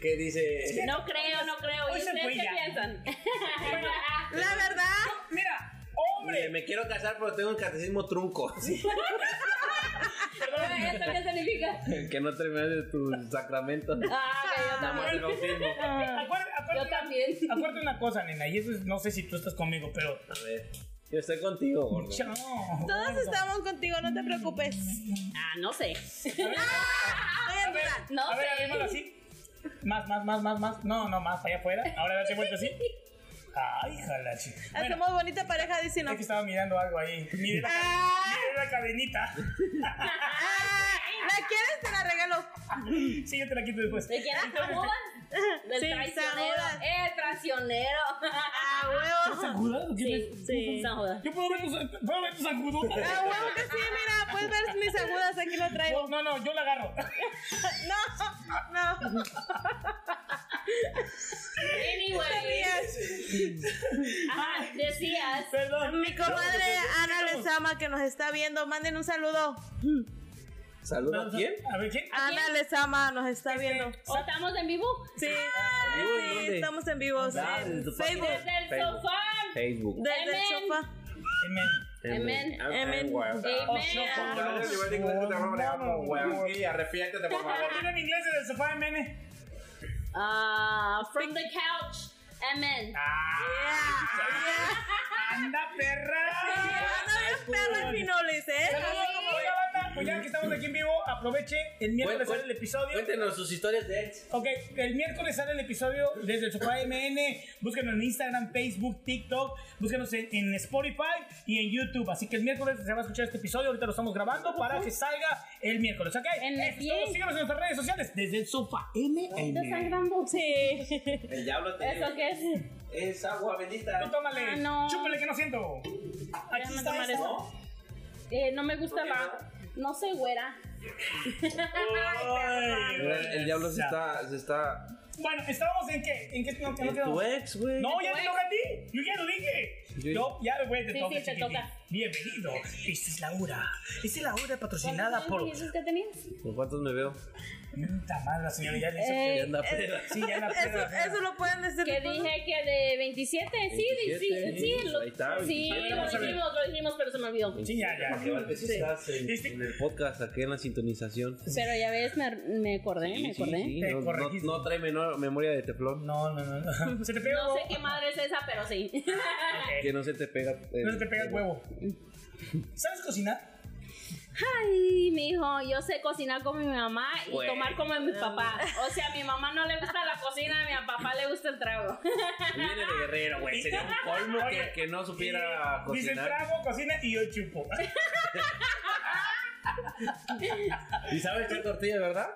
[SPEAKER 3] ¿Qué dice?
[SPEAKER 4] No creo, no creo. ¿Y
[SPEAKER 2] Hoy se
[SPEAKER 4] ustedes
[SPEAKER 2] fue
[SPEAKER 4] qué
[SPEAKER 2] ya.
[SPEAKER 4] piensan?
[SPEAKER 5] La verdad,
[SPEAKER 2] mira,
[SPEAKER 3] Hombre,
[SPEAKER 2] hombre.
[SPEAKER 3] me quiero casar, pero tengo un catecismo trunco. [laughs]
[SPEAKER 4] ¿Eso qué significa?
[SPEAKER 3] que no terminaste tu
[SPEAKER 2] [laughs]
[SPEAKER 3] sacramento.
[SPEAKER 4] Ah, que yo
[SPEAKER 3] Nada más
[SPEAKER 4] también.
[SPEAKER 3] el bautismo.
[SPEAKER 2] Acuérdate,
[SPEAKER 4] Ah, Yo también.
[SPEAKER 2] Acuérdate una cosa, nena, y eso es- no sé si tú estás conmigo, pero.
[SPEAKER 3] A ver, yo estoy contigo, gordo.
[SPEAKER 2] Chao.
[SPEAKER 5] todos estamos contigo, no te preocupes.
[SPEAKER 4] Ah, no sé.
[SPEAKER 5] Oye, mira,
[SPEAKER 4] Ah, No
[SPEAKER 2] Ah, A ver,
[SPEAKER 4] sé.
[SPEAKER 2] arrímalo así. Más, más, más, más, más. No, no, más, para allá afuera. Ahora date vuelta así. Ay, jala, chica. Bueno,
[SPEAKER 5] hacemos bonita pareja, dice no.
[SPEAKER 2] es que estaba mirando algo ahí. Mire la,
[SPEAKER 5] Ah.
[SPEAKER 2] mire la cadenita.
[SPEAKER 5] Ah, ¿La quieres? Te la regalo.
[SPEAKER 2] Sí, yo te la quito después.
[SPEAKER 4] ¿De quién se mudan? Del
[SPEAKER 5] Sí,
[SPEAKER 4] traicionero.
[SPEAKER 5] San Judas.
[SPEAKER 4] ¡Eh, traicionero!
[SPEAKER 5] A Ah, huevo.
[SPEAKER 2] ¿Sangudo? ¿Qué
[SPEAKER 4] Sí,
[SPEAKER 2] es?
[SPEAKER 4] sí. San Judas.
[SPEAKER 2] Yo puedo ver tus, puedo ver tus zancudos?
[SPEAKER 5] A huevo que sí, mira, puedes ver mis agudas, [laughs] aquí lo traigo.
[SPEAKER 2] No, no, yo la agarro.
[SPEAKER 5] No, no.
[SPEAKER 4] Anyway. Ajá, decías.
[SPEAKER 2] Perdón.
[SPEAKER 5] Mi comadre Ana Lezama que nos está viendo, manden un saludo.
[SPEAKER 3] ¿Saluda a quién?
[SPEAKER 2] A ver, ¿quién?
[SPEAKER 5] Ana Lezama nos está viendo.
[SPEAKER 4] ¿O estamos en vivo?
[SPEAKER 5] Sí,
[SPEAKER 3] ¿Vivo en
[SPEAKER 5] sí,
[SPEAKER 3] dónde?
[SPEAKER 5] estamos en vivo
[SPEAKER 3] Ah,
[SPEAKER 5] en
[SPEAKER 3] desde tu
[SPEAKER 5] Facebook,
[SPEAKER 4] Desde el
[SPEAKER 3] Facebook.
[SPEAKER 4] sofá.
[SPEAKER 3] Facebook.
[SPEAKER 5] desde el
[SPEAKER 4] Amén.
[SPEAKER 5] sofá.
[SPEAKER 2] Amen.
[SPEAKER 4] Amén.
[SPEAKER 3] Am-
[SPEAKER 5] Amén.
[SPEAKER 3] am- huevo.
[SPEAKER 2] Oh,
[SPEAKER 4] Amen.
[SPEAKER 3] Cuando hables igual de inglés que te vamos a hablar como este huevo. Y arrepiéntete, por
[SPEAKER 2] ¿Cómo
[SPEAKER 3] favor.
[SPEAKER 2] tiene en inglés en el sofá, Amen?
[SPEAKER 4] Ah, from the couch. Amen.
[SPEAKER 2] Ah, ¡Anda, perra!
[SPEAKER 5] Anda bien perro el Finolis, ¿eh?
[SPEAKER 2] Oiga, banda, pues ya que estamos aquí en vivo, aproveche. El miércoles
[SPEAKER 3] Cuen-
[SPEAKER 2] sale el episodio.
[SPEAKER 3] Cuéntenos sus historias de ex.
[SPEAKER 2] Ok, el miércoles sale el episodio desde el sofá MN. Búsquenos en Instagram, Facebook, TikTok. Búsquenos en, en Spotify y en YouTube. Así que el miércoles se va a escuchar este episodio. Ahorita lo estamos grabando para que salga el miércoles. Ok,
[SPEAKER 4] En
[SPEAKER 2] Eso
[SPEAKER 4] el
[SPEAKER 2] es todo.
[SPEAKER 4] pie.
[SPEAKER 2] síganos en nuestras redes sociales desde el sofá
[SPEAKER 4] ¿Está
[SPEAKER 2] MN.
[SPEAKER 4] sangrando? Sí.
[SPEAKER 3] El diablo te
[SPEAKER 4] ¿Eso qué es?
[SPEAKER 3] Es agua bendita.
[SPEAKER 2] Tú tómale,
[SPEAKER 4] Ah, no.
[SPEAKER 2] chúpale que no siento. Aquí está
[SPEAKER 4] tomar
[SPEAKER 2] esta.
[SPEAKER 4] eso. Eh, no me gusta la. No soy güera.
[SPEAKER 2] Oh.
[SPEAKER 4] [laughs]
[SPEAKER 2] Ay,
[SPEAKER 3] El, el diablo se está, se está.
[SPEAKER 2] Bueno, estábamos en qué? ¿En qué no, que no
[SPEAKER 3] en tu
[SPEAKER 2] quedamos?
[SPEAKER 3] ex, güey.
[SPEAKER 2] No, ya
[SPEAKER 4] Pues-
[SPEAKER 2] te toca a ti. Yo ya lo dije.
[SPEAKER 3] Yo-
[SPEAKER 2] Yo ya lo voy a te
[SPEAKER 4] Sí,
[SPEAKER 2] toca,
[SPEAKER 4] sí, te
[SPEAKER 2] chiquitín.
[SPEAKER 4] toca.
[SPEAKER 2] Bienvenido. Esta es la hora. Esta es la hora patrocinada por.
[SPEAKER 4] ¿Cuántos años que tenías?
[SPEAKER 3] ¿Con cuántos me veo?
[SPEAKER 2] Puta madre, la señora ya le hizo.
[SPEAKER 4] Eh,
[SPEAKER 3] Ya anda peda.
[SPEAKER 2] Sí, ya la
[SPEAKER 5] Eso,
[SPEAKER 2] peda.
[SPEAKER 5] eso lo pueden decir.
[SPEAKER 4] Que
[SPEAKER 5] todos.
[SPEAKER 4] dije que de 27, sí,
[SPEAKER 3] 27,
[SPEAKER 4] sí, sí, lo,
[SPEAKER 3] ahí está,
[SPEAKER 4] sí,
[SPEAKER 3] 27,
[SPEAKER 4] lo
[SPEAKER 2] vamos a ver.
[SPEAKER 4] dijimos, lo dijimos, pero se me olvidó.
[SPEAKER 2] Sí, ya, ya.
[SPEAKER 3] Porque a veces estás en,
[SPEAKER 2] Este-
[SPEAKER 3] en el podcast, aquí en la sintonización.
[SPEAKER 4] Pero ya ves, me, me acordé, me
[SPEAKER 3] Sí,
[SPEAKER 4] acordé.
[SPEAKER 3] sí,
[SPEAKER 2] Te
[SPEAKER 3] no, no,
[SPEAKER 2] corregiste.
[SPEAKER 3] no trae menor- memoria de teflón.
[SPEAKER 2] No, no, no.
[SPEAKER 4] [laughs]
[SPEAKER 2] no. Se te pega el
[SPEAKER 4] No sé
[SPEAKER 2] huevo.
[SPEAKER 4] qué madre es esa, pero sí.
[SPEAKER 3] [laughs] Que no se te pega. el-
[SPEAKER 2] No se te pega el huevo. ¿Sabes cocinar?
[SPEAKER 4] Ay, mi hijo, yo sé cocinar como mi mamá y
[SPEAKER 3] Bueno.
[SPEAKER 4] tomar como mi papá. O sea, a mi mamá no le gusta la cocina, a mi papá le gusta el trago. [laughs]
[SPEAKER 3] Viene de guerrero, güey. Sería un colmo que, que no supiera
[SPEAKER 2] Y- Dice
[SPEAKER 3] cocinar.
[SPEAKER 2] trago, cocina y yo chupo. [laughs]
[SPEAKER 3] ¿Y sabes qué tortilla, verdad?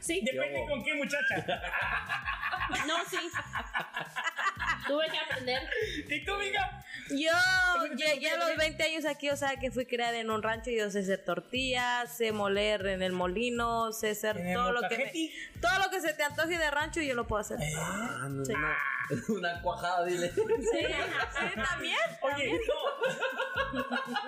[SPEAKER 4] Sí,
[SPEAKER 2] Depende
[SPEAKER 3] Yo-
[SPEAKER 2] con qué muchacha.
[SPEAKER 3] [laughs]
[SPEAKER 4] no, sí. Tuve que aprender.
[SPEAKER 2] ¿Y tú, amiga? [laughs]
[SPEAKER 5] Yo llegué a los 20 años aquí, o sea, que fui criada en un rancho y yo sé hacer tortillas, sé moler en el molino, sé
[SPEAKER 2] En
[SPEAKER 5] hacer
[SPEAKER 2] el
[SPEAKER 5] todo lo que me-
[SPEAKER 2] molcajete.
[SPEAKER 5] todo lo que se te antoje de rancho yo lo puedo hacer.
[SPEAKER 2] Eh.
[SPEAKER 3] Ah, no, una, una cuajada, dile.
[SPEAKER 5] [laughs] Sí, sí, también.
[SPEAKER 3] [laughs]
[SPEAKER 2] Oye, no.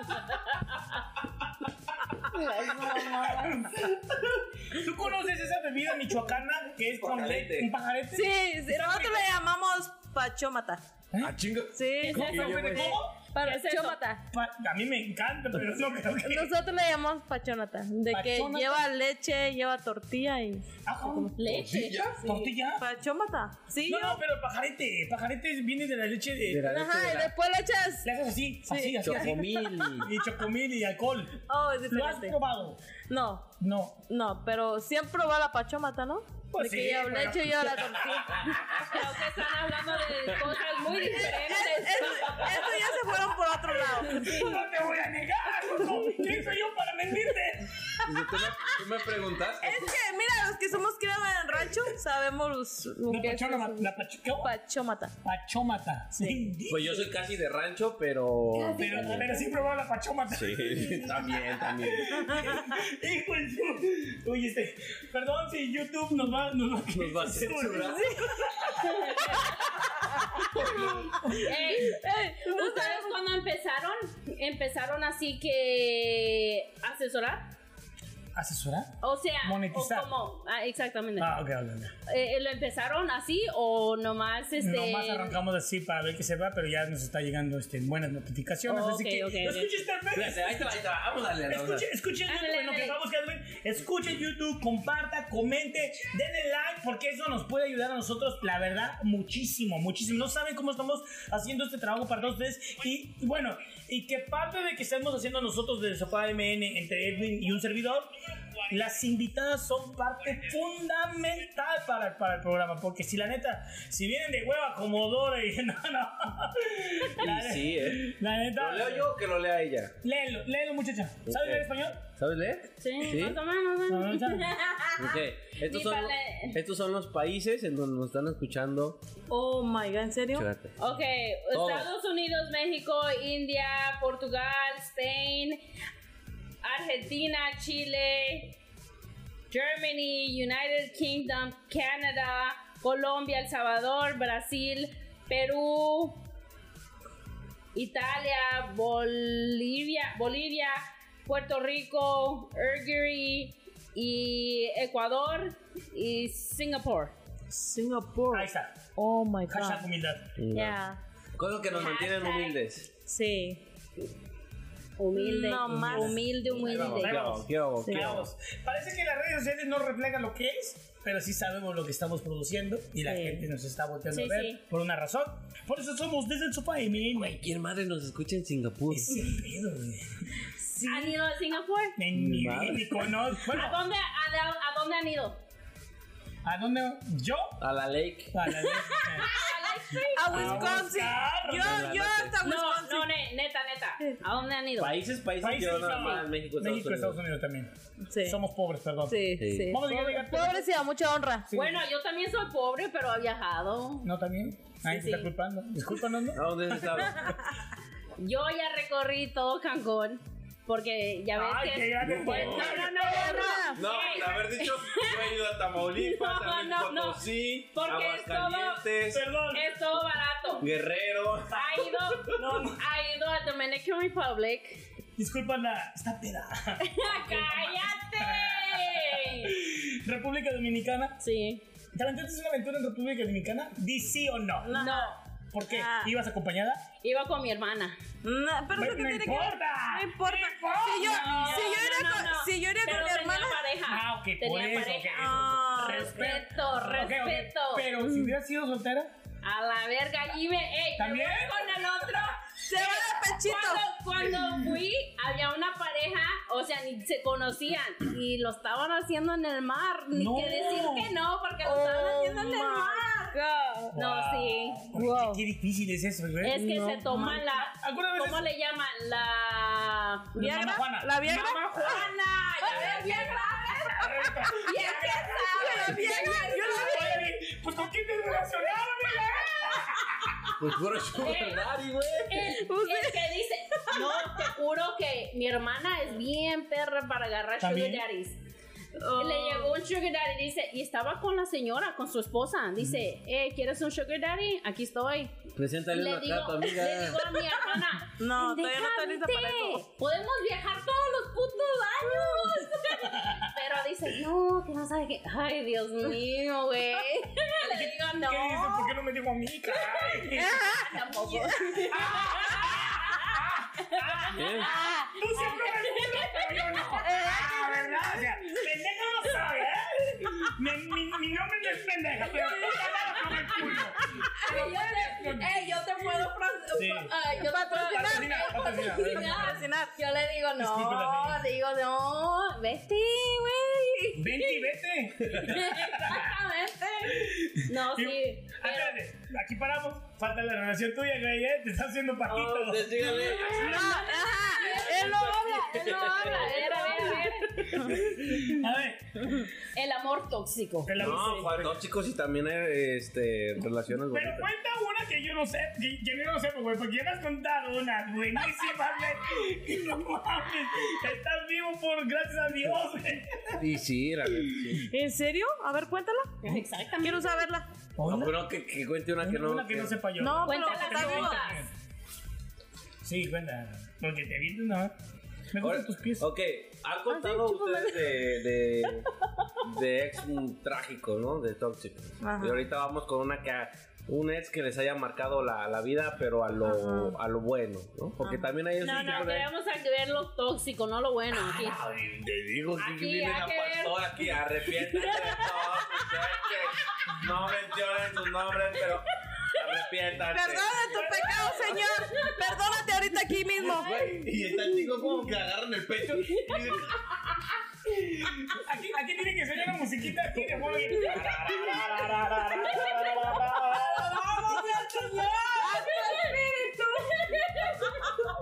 [SPEAKER 2] ¿Tú conoces esa bebida michoacana que es con
[SPEAKER 3] Pajarete.
[SPEAKER 2] le- un pajarete?
[SPEAKER 5] Sí, sí, nosotros le llamamos pachómata.
[SPEAKER 3] Ah, chinga.
[SPEAKER 5] Sí,
[SPEAKER 4] ¿Qué es eso,
[SPEAKER 2] güey? ¿Cómo?
[SPEAKER 4] güey? ¿Qué es eso?
[SPEAKER 5] pachómata.
[SPEAKER 2] Pa- A mí me encanta, pero no creo que.
[SPEAKER 5] Nosotros le llamamos pachómata, de que
[SPEAKER 2] ¿Pachónata?
[SPEAKER 5] lleva leche, lleva tortilla y
[SPEAKER 2] Ah, ¿cómo?
[SPEAKER 4] Leche.
[SPEAKER 2] ¿Tortilla?
[SPEAKER 5] pachómata. Sí.
[SPEAKER 2] No,
[SPEAKER 5] yo-
[SPEAKER 2] no, pero pajarete. Pajarete viene de la leche de.
[SPEAKER 3] De la leche
[SPEAKER 5] Ajá,
[SPEAKER 3] este de
[SPEAKER 5] y
[SPEAKER 3] la-
[SPEAKER 5] después le echas
[SPEAKER 2] Le haces así, así, así, así.
[SPEAKER 3] Chocomil.
[SPEAKER 2] Y chocomil y alcohol.
[SPEAKER 5] Oh, es
[SPEAKER 2] ¿Lo has
[SPEAKER 5] diferente.
[SPEAKER 2] probado?
[SPEAKER 5] No,
[SPEAKER 2] No.
[SPEAKER 5] no, pero siempre va la pachómata, ¿no?
[SPEAKER 2] Pues
[SPEAKER 5] de
[SPEAKER 2] sí,
[SPEAKER 5] que yo
[SPEAKER 2] pero-
[SPEAKER 5] le echo yo
[SPEAKER 4] [laughs]
[SPEAKER 5] la tortilla.
[SPEAKER 4] Ah, Creo que están hablando de cosas muy
[SPEAKER 5] Es-
[SPEAKER 4] diferentes.
[SPEAKER 5] Eso ya se fueron por otro lado.
[SPEAKER 2] [laughs] No te voy a negar, no. ¿Quién soy yo para mentirte?
[SPEAKER 3] Dice, ¿Tú me, tú me preguntaste?
[SPEAKER 5] Es que, mira, los que somos criados en el rancho sabemos lo
[SPEAKER 2] La
[SPEAKER 5] que es
[SPEAKER 2] pachona,
[SPEAKER 5] eso.
[SPEAKER 2] la pacho- ¿qué?
[SPEAKER 5] pachómata.
[SPEAKER 2] pachómata. Sí.
[SPEAKER 3] Pues yo soy casi de rancho, pero.
[SPEAKER 4] Ah,
[SPEAKER 2] Pero, pero sí probaba la pachómata.
[SPEAKER 3] Sí, también, también.
[SPEAKER 2] [laughs] Hijo de su- Oye, este, perdón si YouTube nos va, nos va,
[SPEAKER 3] Nos va a censurar.
[SPEAKER 4] Ey,
[SPEAKER 5] Ey, no
[SPEAKER 4] ¿Ustedes
[SPEAKER 5] sabemos-
[SPEAKER 4] cuando empezaron? Empezaron así que asesorar.
[SPEAKER 2] ¿Asesorar?
[SPEAKER 4] O sea,
[SPEAKER 2] Monetizar.
[SPEAKER 4] o como- ah, exactamente.
[SPEAKER 2] Ah, ok, ok. ok.
[SPEAKER 4] Eh, ¿Lo empezaron así o nomás este?
[SPEAKER 2] Nomás arrancamos así para ver qué se va, pero ya nos está llegando este, buenas notificaciones.
[SPEAKER 4] Oh, Ok,
[SPEAKER 2] así que [laughs]
[SPEAKER 4] ok, ok.
[SPEAKER 2] escuchen este mes.
[SPEAKER 3] Espérate, Ahí está, ahí está. Vamos a darle. vamos a
[SPEAKER 2] Escuchen,
[SPEAKER 3] darle.
[SPEAKER 2] escuchen YouTube,
[SPEAKER 4] Ándale,
[SPEAKER 2] en lo que
[SPEAKER 4] ándale.
[SPEAKER 2] estamos buscando, escuchen YouTube, comparta, comente, denle like, porque eso nos puede ayudar a nosotros, la verdad, muchísimo, muchísimo. No saben cómo estamos haciendo este trabajo para todos ustedes. Y bueno, y que parte de que estemos haciendo nosotros desde Sofá MN entre Edwin y un servidor, las invitadas son parte fundamental para, para el programa, porque si la neta, si vienen de hueva como Dora y [laughs] no, no. La,
[SPEAKER 3] Y sí, eh.
[SPEAKER 2] ne- la neta.
[SPEAKER 3] ¿Lo leo yo o que lo lea ella?
[SPEAKER 2] Léelo, léelo, muchacha. ¿Sabes
[SPEAKER 3] Ok.
[SPEAKER 2] leer español?
[SPEAKER 3] ¿Sabes leer?
[SPEAKER 4] Sí,
[SPEAKER 3] Sí.
[SPEAKER 4] más o menos, ¿no?
[SPEAKER 2] No,
[SPEAKER 4] [laughs]
[SPEAKER 2] no,
[SPEAKER 3] Ok. Estos son,
[SPEAKER 4] Dípale.
[SPEAKER 3] estos son los países en donde nos están escuchando.
[SPEAKER 5] Oh my god, ¿en serio?
[SPEAKER 3] Chécate.
[SPEAKER 4] Ok,
[SPEAKER 3] Todo.
[SPEAKER 4] Estados Unidos, México, India, Portugal, Spain, Argentina, Chile, Germany, United Kingdom, Canada, Colombia, El Salvador, Brasil, Perú, Italia, Bolivia, Bolivia, Puerto Rico, Uruguay y Ecuador y Singapur.
[SPEAKER 5] Singapur.
[SPEAKER 2] Ahí está.
[SPEAKER 5] Oh my
[SPEAKER 2] Hashtag
[SPEAKER 5] god.
[SPEAKER 2] humildad.
[SPEAKER 5] Yeah.
[SPEAKER 3] Cosas que nos mantienen humildes.
[SPEAKER 5] Sí.
[SPEAKER 4] Humilde,
[SPEAKER 5] No más.
[SPEAKER 4] humilde,
[SPEAKER 3] Vamos,
[SPEAKER 4] humilde.
[SPEAKER 2] Ahí
[SPEAKER 3] ¿Qué
[SPEAKER 2] vamos.
[SPEAKER 3] hago? ¿Qué hago? ¿Qué hago?
[SPEAKER 2] Veamos. Parece que las redes sociales no reflejan lo que es, pero sí sabemos lo que estamos produciendo y la
[SPEAKER 5] Sí.
[SPEAKER 2] gente nos está volteando
[SPEAKER 4] Sí,
[SPEAKER 2] a ver
[SPEAKER 4] sí.
[SPEAKER 2] por una razón. Por eso somos desde el sofá y miren, güey.
[SPEAKER 3] ¿Quién madre nos escucha en Singapur?
[SPEAKER 2] Ese pedo, güey.
[SPEAKER 4] ¿Han ido a Singapur?
[SPEAKER 2] Ni- Ni,
[SPEAKER 3] Madre.
[SPEAKER 2] ni conozco. Bueno,
[SPEAKER 4] ¿A dónde, a, da- a dónde han ido?
[SPEAKER 2] ¿a dónde? ¿Yo?
[SPEAKER 3] A la lake.
[SPEAKER 2] A
[SPEAKER 3] [laughs]
[SPEAKER 2] la eh,
[SPEAKER 5] A Wisconsin.
[SPEAKER 2] buscar.
[SPEAKER 5] Yo, yo hasta
[SPEAKER 4] No,
[SPEAKER 5] Wisconsin.
[SPEAKER 4] no, ne- neta, neta. ¿A dónde han ido?
[SPEAKER 3] Países, países,
[SPEAKER 2] Países,
[SPEAKER 3] yo nada
[SPEAKER 2] sí.
[SPEAKER 3] más. México, Estados
[SPEAKER 2] México, Estados Unidos también.
[SPEAKER 5] Sí.
[SPEAKER 2] Somos pobres, perdón.
[SPEAKER 5] Sí,
[SPEAKER 3] Sí.
[SPEAKER 5] sí.
[SPEAKER 2] Vamos a llegar a-
[SPEAKER 5] Pobre sí, a mucha honra.
[SPEAKER 2] Sí.
[SPEAKER 4] Bueno, yo también soy pobre, pero he viajado.
[SPEAKER 2] ¿No también? Ahí
[SPEAKER 4] sí.
[SPEAKER 2] se está culpando. Discúlpanos, ¿no?
[SPEAKER 3] [laughs] ¿A dónde has estado?
[SPEAKER 4] Yo ya recorrí todo Cancún porque ya ves
[SPEAKER 2] Ay,
[SPEAKER 4] que
[SPEAKER 2] qué grande.
[SPEAKER 4] Pues, no, no, no, no, no.
[SPEAKER 3] No,
[SPEAKER 4] Ey,
[SPEAKER 3] de haber dicho yo he ido a Tamaulipas,
[SPEAKER 4] No,
[SPEAKER 3] a Luis
[SPEAKER 4] no, no.
[SPEAKER 3] Potosí,
[SPEAKER 4] Porque es todo-
[SPEAKER 3] Aguascalientes,
[SPEAKER 2] Perdón.
[SPEAKER 4] es todo barato.
[SPEAKER 3] Guerrero.
[SPEAKER 4] Ha ido, ha ido a Dominican Republic.
[SPEAKER 2] Disculpa la. Está peda. [laughs]
[SPEAKER 4] ¡Cállate!
[SPEAKER 2] República Dominicana.
[SPEAKER 4] Sí.
[SPEAKER 2] ¿Te aventaste una aventura en República Dominicana? ¿Di sí o no?
[SPEAKER 4] No.
[SPEAKER 2] ¿Por qué?
[SPEAKER 5] Ah.
[SPEAKER 2] ¿Ibas acompañada?
[SPEAKER 4] Iba con mi hermana.
[SPEAKER 5] No, pero eso que
[SPEAKER 2] no
[SPEAKER 5] tiene que
[SPEAKER 2] importa.
[SPEAKER 5] No importa. Si yo, si yo
[SPEAKER 4] No,
[SPEAKER 5] era
[SPEAKER 4] no,
[SPEAKER 5] con,
[SPEAKER 4] no.
[SPEAKER 5] si yo era
[SPEAKER 4] Pero
[SPEAKER 5] con mi
[SPEAKER 4] tenía
[SPEAKER 5] hermana.
[SPEAKER 4] pareja.
[SPEAKER 2] Ah, ok,
[SPEAKER 4] Tenía
[SPEAKER 2] por eso,
[SPEAKER 4] pareja.
[SPEAKER 2] ok.
[SPEAKER 5] Ah,
[SPEAKER 4] Respeto,
[SPEAKER 2] Ok, ok.
[SPEAKER 4] respeto.
[SPEAKER 2] Pero si hubieras sido soltera,
[SPEAKER 4] A la verga, y me, ey, me voy
[SPEAKER 2] ¿También?
[SPEAKER 4] con el otro.
[SPEAKER 5] se va de pechito.
[SPEAKER 4] Cuando, cuando fui, había una pareja, o sea, ni se conocían y lo estaban haciendo en el mar. Ni
[SPEAKER 2] No.
[SPEAKER 4] que decir que no, porque lo estaban haciendo en el mar. No,
[SPEAKER 2] Wow.
[SPEAKER 4] sí.
[SPEAKER 5] Wow.
[SPEAKER 2] qué difícil es eso, güey.
[SPEAKER 4] Es que
[SPEAKER 5] No,
[SPEAKER 4] se toman la.
[SPEAKER 2] ¿Alguna vez
[SPEAKER 4] ¿Cómo
[SPEAKER 2] es-
[SPEAKER 4] le llaman? La.
[SPEAKER 5] ¿Viagra?
[SPEAKER 2] Mamá Juana.
[SPEAKER 5] ¿La Viagra?
[SPEAKER 4] Mamá Juana. Ya ves, Viagra. [laughs] Y es que
[SPEAKER 5] La
[SPEAKER 4] sabe.
[SPEAKER 5] Viagra, yo la vi.
[SPEAKER 2] Oye, Pues con quién te relacionaron,
[SPEAKER 3] Pues puro Sugar güey.
[SPEAKER 4] El,
[SPEAKER 5] Pues
[SPEAKER 4] el que dice, no, te juro que mi hermana es bien perra para agarrar
[SPEAKER 2] ¿También?
[SPEAKER 4] sugar daddies.
[SPEAKER 5] Oh.
[SPEAKER 4] Le llegó un sugar daddy, dice, y estaba con la señora, con su esposa. Dice, eh, ¿quieres un sugar daddy? Aquí estoy.
[SPEAKER 3] Preséntale
[SPEAKER 4] le,
[SPEAKER 3] una
[SPEAKER 4] digo,
[SPEAKER 3] carta,
[SPEAKER 4] le digo
[SPEAKER 3] amiga.
[SPEAKER 4] a mi hermana,
[SPEAKER 5] No, todavía no estoy lista para
[SPEAKER 4] "Déjate,
[SPEAKER 5] eso.
[SPEAKER 4] Podemos viajar todos los putos
[SPEAKER 5] [laughs]
[SPEAKER 4] años. Pero dice, no, que no sabe qué. Ay, Dios mío,
[SPEAKER 5] [laughs]
[SPEAKER 4] güey. Le digo, no. Ah.
[SPEAKER 2] ¿Qué dices? ¿Por qué no me dijo a mí? Caray.
[SPEAKER 4] Tampoco.
[SPEAKER 3] [laughs] ¿Eh?
[SPEAKER 2] Tú siempre me juzgas, pero yo no. Ah, ¿verdad? O sea, pendejo no soy, ¿eh? Mi, mi- mi nombre no es pendeja, pero tú te agarras con el culo.
[SPEAKER 4] Yo te, eh, yo te puedo fran-
[SPEAKER 2] Sí.
[SPEAKER 4] ah, yo te puedo-
[SPEAKER 2] Patrocina, patrocina.
[SPEAKER 5] Asesinar.
[SPEAKER 4] Yo le digo no,
[SPEAKER 2] Discúlpame.
[SPEAKER 4] digo no, vete, güey. [laughs]
[SPEAKER 2] Vente y vete.
[SPEAKER 4] Exactamente. No, sí.
[SPEAKER 2] Espérate, aquí paramos. Falta la relación tuya, güey, ¿eh? Te está haciendo paquito.
[SPEAKER 3] No, pues, dígale.
[SPEAKER 5] No, ajá. Él no habla.
[SPEAKER 4] Él [laughs] no habla, a ver, a ver, a ver.
[SPEAKER 2] A ver,
[SPEAKER 4] El amor tóxico.
[SPEAKER 2] te la
[SPEAKER 3] No, Juan, no, chicos, y también eh, este, relaciones
[SPEAKER 2] Pero
[SPEAKER 3] bonitas.
[SPEAKER 2] cuenta una que yo no sé, que, que yo no sé, güey, porque ya me has contado una buenísima, güey. Y No mames, estás vivo por gracias a Dios, güey.
[SPEAKER 3] Y sí, la neta, sí.
[SPEAKER 5] ¿En serio? A ver, cuéntala.
[SPEAKER 4] Exactamente.
[SPEAKER 5] Quiero saberla.
[SPEAKER 3] No, pero que, que cuente una que no.
[SPEAKER 2] Una que no sepa yo.
[SPEAKER 5] No, pero
[SPEAKER 4] Cuéntala
[SPEAKER 5] está
[SPEAKER 4] tú.
[SPEAKER 5] viva.
[SPEAKER 2] Sí, cuenta. Porque te viendo una. Me
[SPEAKER 3] Ahora,
[SPEAKER 2] gustan tus pies.
[SPEAKER 3] Ok, han contado ustedes de, de, de ex mm, trágico, ¿no? De tóxico.
[SPEAKER 5] Ajá.
[SPEAKER 3] Y ahorita vamos con una que a- un ex que les haya marcado la, la vida, pero a lo, a lo bueno, ¿no? Porque también hay esos
[SPEAKER 4] No, no,
[SPEAKER 3] tipos de-
[SPEAKER 4] queremos a ver lo tóxico, no lo bueno.
[SPEAKER 2] Ah.
[SPEAKER 4] [laughs] Aquí.
[SPEAKER 3] Ay, te digo que
[SPEAKER 4] Aquí
[SPEAKER 3] viene
[SPEAKER 4] hay
[SPEAKER 3] la
[SPEAKER 4] que ver.
[SPEAKER 3] pastora aquí, arrepiéntate de todo, muchachos. No mencionen sus nombres, pero arrepiéntate.
[SPEAKER 5] Perdona tu pecado, Señor. Perdónate ahorita aquí mismo.
[SPEAKER 3] Güey, Y está el chico como que agarran el pecho y dice,
[SPEAKER 4] [laughs]
[SPEAKER 2] Aquí, aquí tiene que ser una musiquita aquí de juego.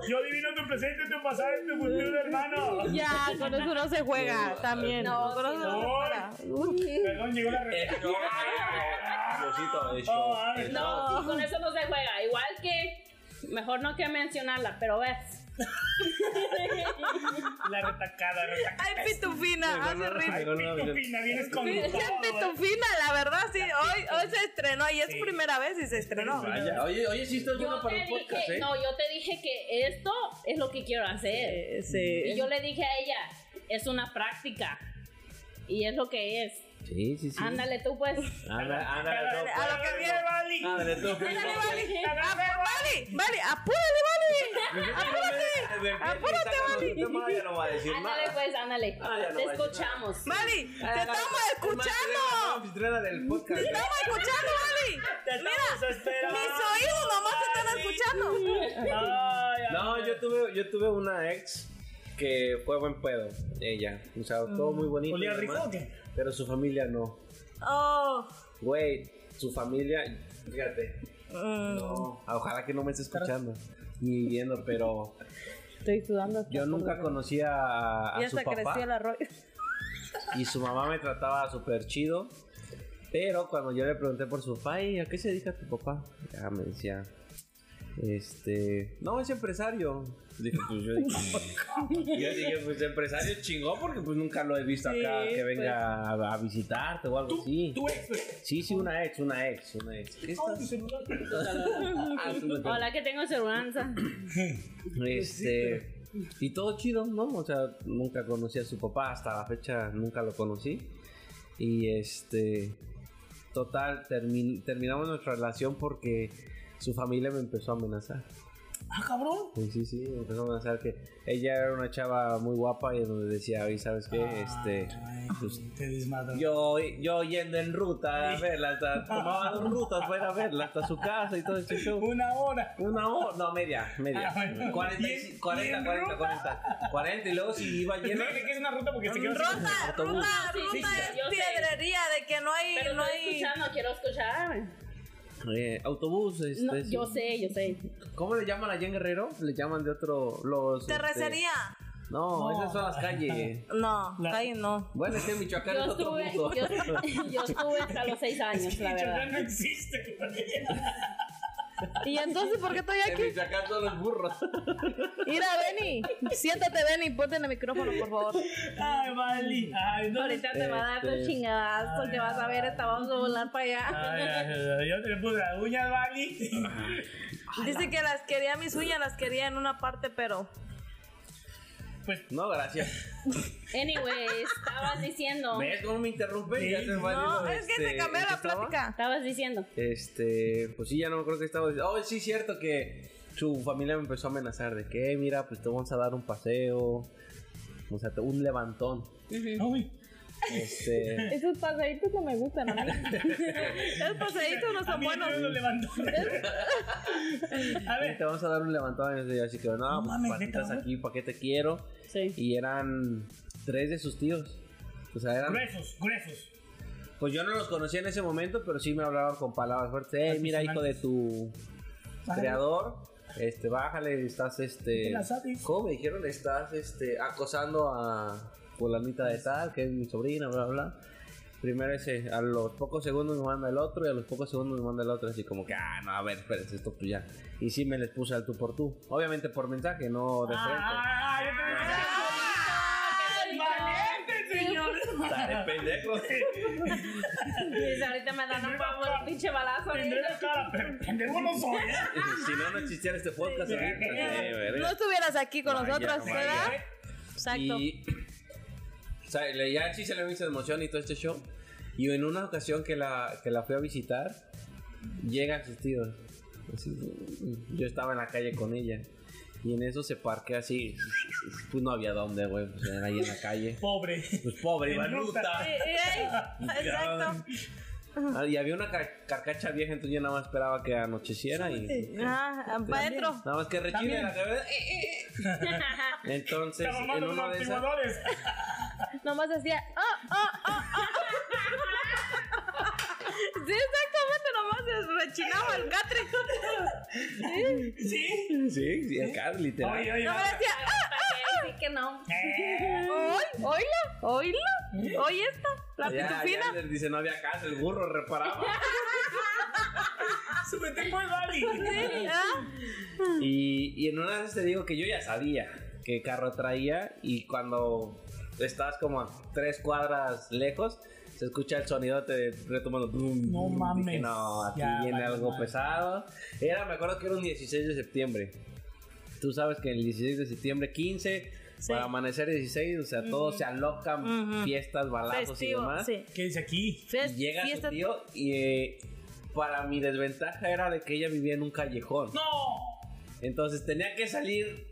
[SPEAKER 2] Yo adivino tu presente, tu pasado y tu futuro, hermano.
[SPEAKER 5] Ya, con eso no se juega
[SPEAKER 3] No,
[SPEAKER 5] también.
[SPEAKER 4] no,
[SPEAKER 5] con eso
[SPEAKER 4] sí,
[SPEAKER 5] no se
[SPEAKER 2] no.
[SPEAKER 5] juega.
[SPEAKER 2] Perdón, llegó la
[SPEAKER 3] El
[SPEAKER 2] respuesta.
[SPEAKER 3] show, Diosito,
[SPEAKER 2] No,
[SPEAKER 3] el show,
[SPEAKER 2] mames,
[SPEAKER 3] el
[SPEAKER 4] No,
[SPEAKER 3] show.
[SPEAKER 4] sí, con eso no se juega. Igual que, mejor no que mencionarla, pero ves.
[SPEAKER 2] La retacada, retacada.
[SPEAKER 5] Ay, pitufina, hace
[SPEAKER 2] Ay,
[SPEAKER 5] reír.
[SPEAKER 3] no, no, no.
[SPEAKER 2] pitufina, vienes con
[SPEAKER 5] Bien pitufina, la verdad, sí. Hoy, hoy se estrenó y es
[SPEAKER 2] Sí.
[SPEAKER 5] su primera vez y se estrenó.
[SPEAKER 3] Vaya, Ah, oye, oye, sí estás bueno
[SPEAKER 4] Yo te
[SPEAKER 3] para un
[SPEAKER 4] dije,
[SPEAKER 3] podcast, ¿eh?
[SPEAKER 4] no, yo te dije que esto es lo que quiero hacer.
[SPEAKER 5] Eh,
[SPEAKER 4] Y
[SPEAKER 5] sí.
[SPEAKER 4] yo le dije a ella, es una práctica. Y es lo que es.
[SPEAKER 3] Sí, sí, sí.
[SPEAKER 4] Ándale tú pues.
[SPEAKER 3] Ándale, ándale,
[SPEAKER 2] Ándale,
[SPEAKER 3] no,
[SPEAKER 5] A lo que viene,
[SPEAKER 2] Vali.
[SPEAKER 3] pues. Ándale, tú.
[SPEAKER 5] Ándale, Vali.
[SPEAKER 4] A
[SPEAKER 5] Ah, Vali, Vali, apúrale, Vali. Apúrate, Vali.
[SPEAKER 3] Vali. Ya no va a decir
[SPEAKER 4] Ándale
[SPEAKER 3] nada.
[SPEAKER 4] pues, ándale.
[SPEAKER 3] Ah, ya no
[SPEAKER 4] te
[SPEAKER 3] va a decir
[SPEAKER 4] escuchamos.
[SPEAKER 5] Vali, te estamos
[SPEAKER 3] La
[SPEAKER 5] escuchando.
[SPEAKER 3] anfitriona del podcast.
[SPEAKER 5] Te
[SPEAKER 3] ¿eh?
[SPEAKER 5] estamos escuchando, Vali.
[SPEAKER 2] Te estamos esperando.
[SPEAKER 5] Mis oídos nomás te están escuchando.
[SPEAKER 2] Ay, ay.
[SPEAKER 3] No, yo tuve, yo tuve una ex que fue buen pedo, ella. O sea, todo muy bonito.
[SPEAKER 2] ¿Olía
[SPEAKER 3] y demás,
[SPEAKER 2] rico o qué?
[SPEAKER 3] Pero su familia no.
[SPEAKER 5] Oh.
[SPEAKER 3] Güey, su familia, fíjate.
[SPEAKER 5] Mm.
[SPEAKER 3] No, ojalá que no me esté escuchando ni viendo, pero
[SPEAKER 5] Estoy sudando.
[SPEAKER 3] yo nunca conocí a, a
[SPEAKER 5] Ya
[SPEAKER 3] su
[SPEAKER 5] Mm. hasta
[SPEAKER 3] papá
[SPEAKER 5] creció el arroz.
[SPEAKER 3] y su mamá me trataba súper chido. Pero cuando yo le pregunté por su papá, "Ey, ¿a qué se dedica tu papá? Ya me decía, este, no, es empresario. Dije, pues yo dije, yo dije, pues empresario chingó porque pues nunca lo he visto acá
[SPEAKER 5] Sí,
[SPEAKER 3] que venga a, a visitarte o algo así.
[SPEAKER 2] Tú ex.
[SPEAKER 3] Sí, sí, una ex, una ex, una ex. ¿Qué
[SPEAKER 2] Oh, mi
[SPEAKER 3] estás?
[SPEAKER 2] celular.
[SPEAKER 3] Ah, sí, me acuerdo.
[SPEAKER 4] Hola que tengo seguranza.
[SPEAKER 3] Este. Y todo chido, ¿no? O sea, nunca conocí a su papá, hasta la fecha nunca lo conocí. Y este. Total, termin- terminamos nuestra relación porque su familia me empezó a amenazar.
[SPEAKER 2] Ah, cabrón.
[SPEAKER 3] Sí, sí, sí, me empezó a amenazar que ella era una chava muy guapa y donde decía, oye, ¿sabes qué?
[SPEAKER 2] Ah.
[SPEAKER 3] Este.
[SPEAKER 2] Ay,
[SPEAKER 3] pues,
[SPEAKER 2] te desmadras.
[SPEAKER 3] yo, yo yendo en ruta a verla, hasta tomaba dos rutas para ir a verla hasta su casa y todo ese show.
[SPEAKER 2] Una hora.
[SPEAKER 3] Una hora, no, media, media.
[SPEAKER 2] Ah, bueno.
[SPEAKER 3] 40,
[SPEAKER 2] ¿Y en-
[SPEAKER 3] 40, 40,
[SPEAKER 2] y en
[SPEAKER 3] 40,
[SPEAKER 2] ruta?
[SPEAKER 3] 40, y luego si iba lleno.
[SPEAKER 2] Tiene que es una ruta porque se quedó sin-
[SPEAKER 5] Ruta,
[SPEAKER 3] Autobús.
[SPEAKER 5] ruta,
[SPEAKER 4] Sí, sí,
[SPEAKER 5] ruta
[SPEAKER 4] sí, yo
[SPEAKER 5] es
[SPEAKER 4] sé.
[SPEAKER 5] piedrería de que no hay,
[SPEAKER 4] Pero
[SPEAKER 5] no
[SPEAKER 4] no estoy
[SPEAKER 5] hay.
[SPEAKER 4] escuchando, quiero escuchar.
[SPEAKER 3] Eh, autobús, este,
[SPEAKER 4] No,
[SPEAKER 3] sí.
[SPEAKER 4] yo sé, yo sé.
[SPEAKER 3] ¿Cómo le llaman allá en Guerrero? Le llaman de otro, los... este,
[SPEAKER 5] Terracería.
[SPEAKER 3] No,
[SPEAKER 2] No.
[SPEAKER 3] esas son las
[SPEAKER 5] [laughs]
[SPEAKER 3] calles.
[SPEAKER 5] No,
[SPEAKER 2] La-
[SPEAKER 5] ahí no.
[SPEAKER 3] Bueno, es que en Michoacán
[SPEAKER 4] Yo
[SPEAKER 3] es otro
[SPEAKER 4] estuve,
[SPEAKER 3] mundo.
[SPEAKER 4] yo, yo [laughs] estuve hasta los seis años, la
[SPEAKER 2] Michoacán
[SPEAKER 4] verdad.
[SPEAKER 2] no existe.
[SPEAKER 5] ¿Y entonces por qué estoy
[SPEAKER 3] En Michoacán son los burros.
[SPEAKER 5] Mira, Benny. Siéntate, Benny. Ponte en el micrófono, por favor.
[SPEAKER 2] Ay, Vali. Ay, no.
[SPEAKER 5] Ahorita te va a dar los
[SPEAKER 3] Este.
[SPEAKER 5] chingadazo que vas a ver. Esta vamos a volar para allá.
[SPEAKER 2] Ay, ay, ay, yo te le puse la uña, Vali.
[SPEAKER 5] Dice que las quería, mis uñas las quería en una parte, pero.
[SPEAKER 3] No, gracias.
[SPEAKER 4] Anyway, estabas diciendo,
[SPEAKER 3] ¿Ves cómo me interrumpe? Ya se va
[SPEAKER 5] No,
[SPEAKER 3] yendo,
[SPEAKER 5] es que
[SPEAKER 3] este,
[SPEAKER 5] se cambió
[SPEAKER 3] ¿en qué
[SPEAKER 5] la
[SPEAKER 3] estaba?
[SPEAKER 5] plática.
[SPEAKER 4] estabas diciendo.
[SPEAKER 3] Este, pues sí, ya no me acuerdo que estaba diciendo. Oh, sí, cierto que su familia me empezó a amenazar de que, "Eh, mira, pues te vamos a dar un paseo, o sea, te- un levantón.
[SPEAKER 2] Uy.
[SPEAKER 3] Este,
[SPEAKER 4] Esos pasaditos no me gustan a mí.
[SPEAKER 5] Los paseitos no
[SPEAKER 2] A
[SPEAKER 5] son
[SPEAKER 2] mí el
[SPEAKER 5] buenos.
[SPEAKER 2] dedo lo
[SPEAKER 5] [laughs]
[SPEAKER 2] levantó. [laughs] A
[SPEAKER 3] "Eh,
[SPEAKER 2] ver.
[SPEAKER 3] te vamos a dar un levantón. Y yo así que, no, pues
[SPEAKER 2] mames,
[SPEAKER 3] ¿para qué
[SPEAKER 2] ¿neta,
[SPEAKER 3] estás
[SPEAKER 2] güey?
[SPEAKER 3] aquí? ¿Para qué te quiero?
[SPEAKER 4] Sí.
[SPEAKER 3] Y eran tres de sus tíos. O sea, eran,
[SPEAKER 2] Gruesos, gruesos.
[SPEAKER 3] pues yo no los conocía en ese momento, pero sí me hablaban con palabras fuertes. "Eh, mira, hijo de tu
[SPEAKER 2] Bájale.
[SPEAKER 3] creador, este, bájale, estás este.
[SPEAKER 2] Te la sabes.
[SPEAKER 3] ¿Cómo me dijeron? Estás este, acosando a fulanita de tal, que es mi sobrina, bla, bla. Primero ese, a los pocos segundos me manda el otro y a los pocos segundos me manda el otro. Así como que, ah, no, a ver, espérate, esto pues ya. Y sí me les puse al tú por tú. Obviamente por mensaje, no de frente.
[SPEAKER 2] Ah, yo te decía,
[SPEAKER 4] Ay,
[SPEAKER 2] ¡Valiente, señor!
[SPEAKER 3] Estaré pendejo. [laughs]
[SPEAKER 4] Dice, ahorita me dan un pavo el pinche balazo.
[SPEAKER 2] Tendré la cara, pero pendejo no soy. ¿eh?
[SPEAKER 3] si no, no existiera este podcast ahorita. eh, verga.
[SPEAKER 5] No estuvieras aquí con
[SPEAKER 3] Vaya,
[SPEAKER 5] nosotros,
[SPEAKER 3] vaya.
[SPEAKER 5] ¿verdad? Exacto.
[SPEAKER 3] Y o sea, le- ya sí se le hizo emoción y todo este show. Y en una ocasión que la, que la fui a visitar, llegan sus tíos. Así, Yo estaba en la calle con ella. Y en eso se parquea así. Pues no había dónde, güey. Pues era ahí en la calle.
[SPEAKER 2] Pobre.
[SPEAKER 3] Pues pobre, iba en
[SPEAKER 2] ruta.
[SPEAKER 3] ruta.
[SPEAKER 5] Eh, eh, Exacto.
[SPEAKER 3] Ah, Y había una car- carcacha vieja, entonces yo nada más esperaba que anocheciera y. pues,
[SPEAKER 5] Ah, para adentro.
[SPEAKER 3] Nada más que rechina
[SPEAKER 2] También.
[SPEAKER 3] la cabeza.
[SPEAKER 5] [laughs]
[SPEAKER 3] Entonces,
[SPEAKER 2] Estaba
[SPEAKER 3] en
[SPEAKER 2] mamando
[SPEAKER 3] una
[SPEAKER 2] unos
[SPEAKER 3] de esas. [laughs]
[SPEAKER 2] amortiguadores.
[SPEAKER 5] Nomás hacía. "Ah, ah, ah, ah". Sí, exactamente, nomás se rechinaba el catre.
[SPEAKER 2] Sí.
[SPEAKER 3] Sí, sí, acá, literal.
[SPEAKER 2] Oye, oye.
[SPEAKER 5] Nomás decía, ¡ah!
[SPEAKER 4] Así que no.
[SPEAKER 2] Eh,
[SPEAKER 5] ¡Oy! ¡Oíla! ¡Oíla! ¡Oí esta! ¡La
[SPEAKER 3] Ya,
[SPEAKER 5] pitufina!
[SPEAKER 3] ya, él dice, no había casa, el burro reparaba.
[SPEAKER 2] Súbete pues, Bali.
[SPEAKER 3] Y, y en una vez te digo que yo ya sabía qué carro traía y cuando estabas como a tres cuadras lejos, se escucha el sonido te retomando.
[SPEAKER 2] No mames.
[SPEAKER 3] no, aquí
[SPEAKER 2] Ya,
[SPEAKER 3] viene
[SPEAKER 2] vale,
[SPEAKER 3] algo
[SPEAKER 2] madre.
[SPEAKER 3] pesado. Era, me acuerdo que era un 16 de septiembre. Tú sabes que el 16 de septiembre, 15,
[SPEAKER 5] Sí.
[SPEAKER 3] para amanecer 16, o sea, todos se alocan,
[SPEAKER 5] Ujú.
[SPEAKER 3] fiestas, balazos
[SPEAKER 5] ah, Festivo,
[SPEAKER 3] y demás.
[SPEAKER 5] sí.
[SPEAKER 2] ¿Qué dice aquí?
[SPEAKER 5] Fes-
[SPEAKER 3] Y llega
[SPEAKER 5] fiesta-
[SPEAKER 3] su tío y eh, para mi desventaja era de que ella vivía en un callejón.
[SPEAKER 2] ¡No!
[SPEAKER 3] Entonces tenía que salir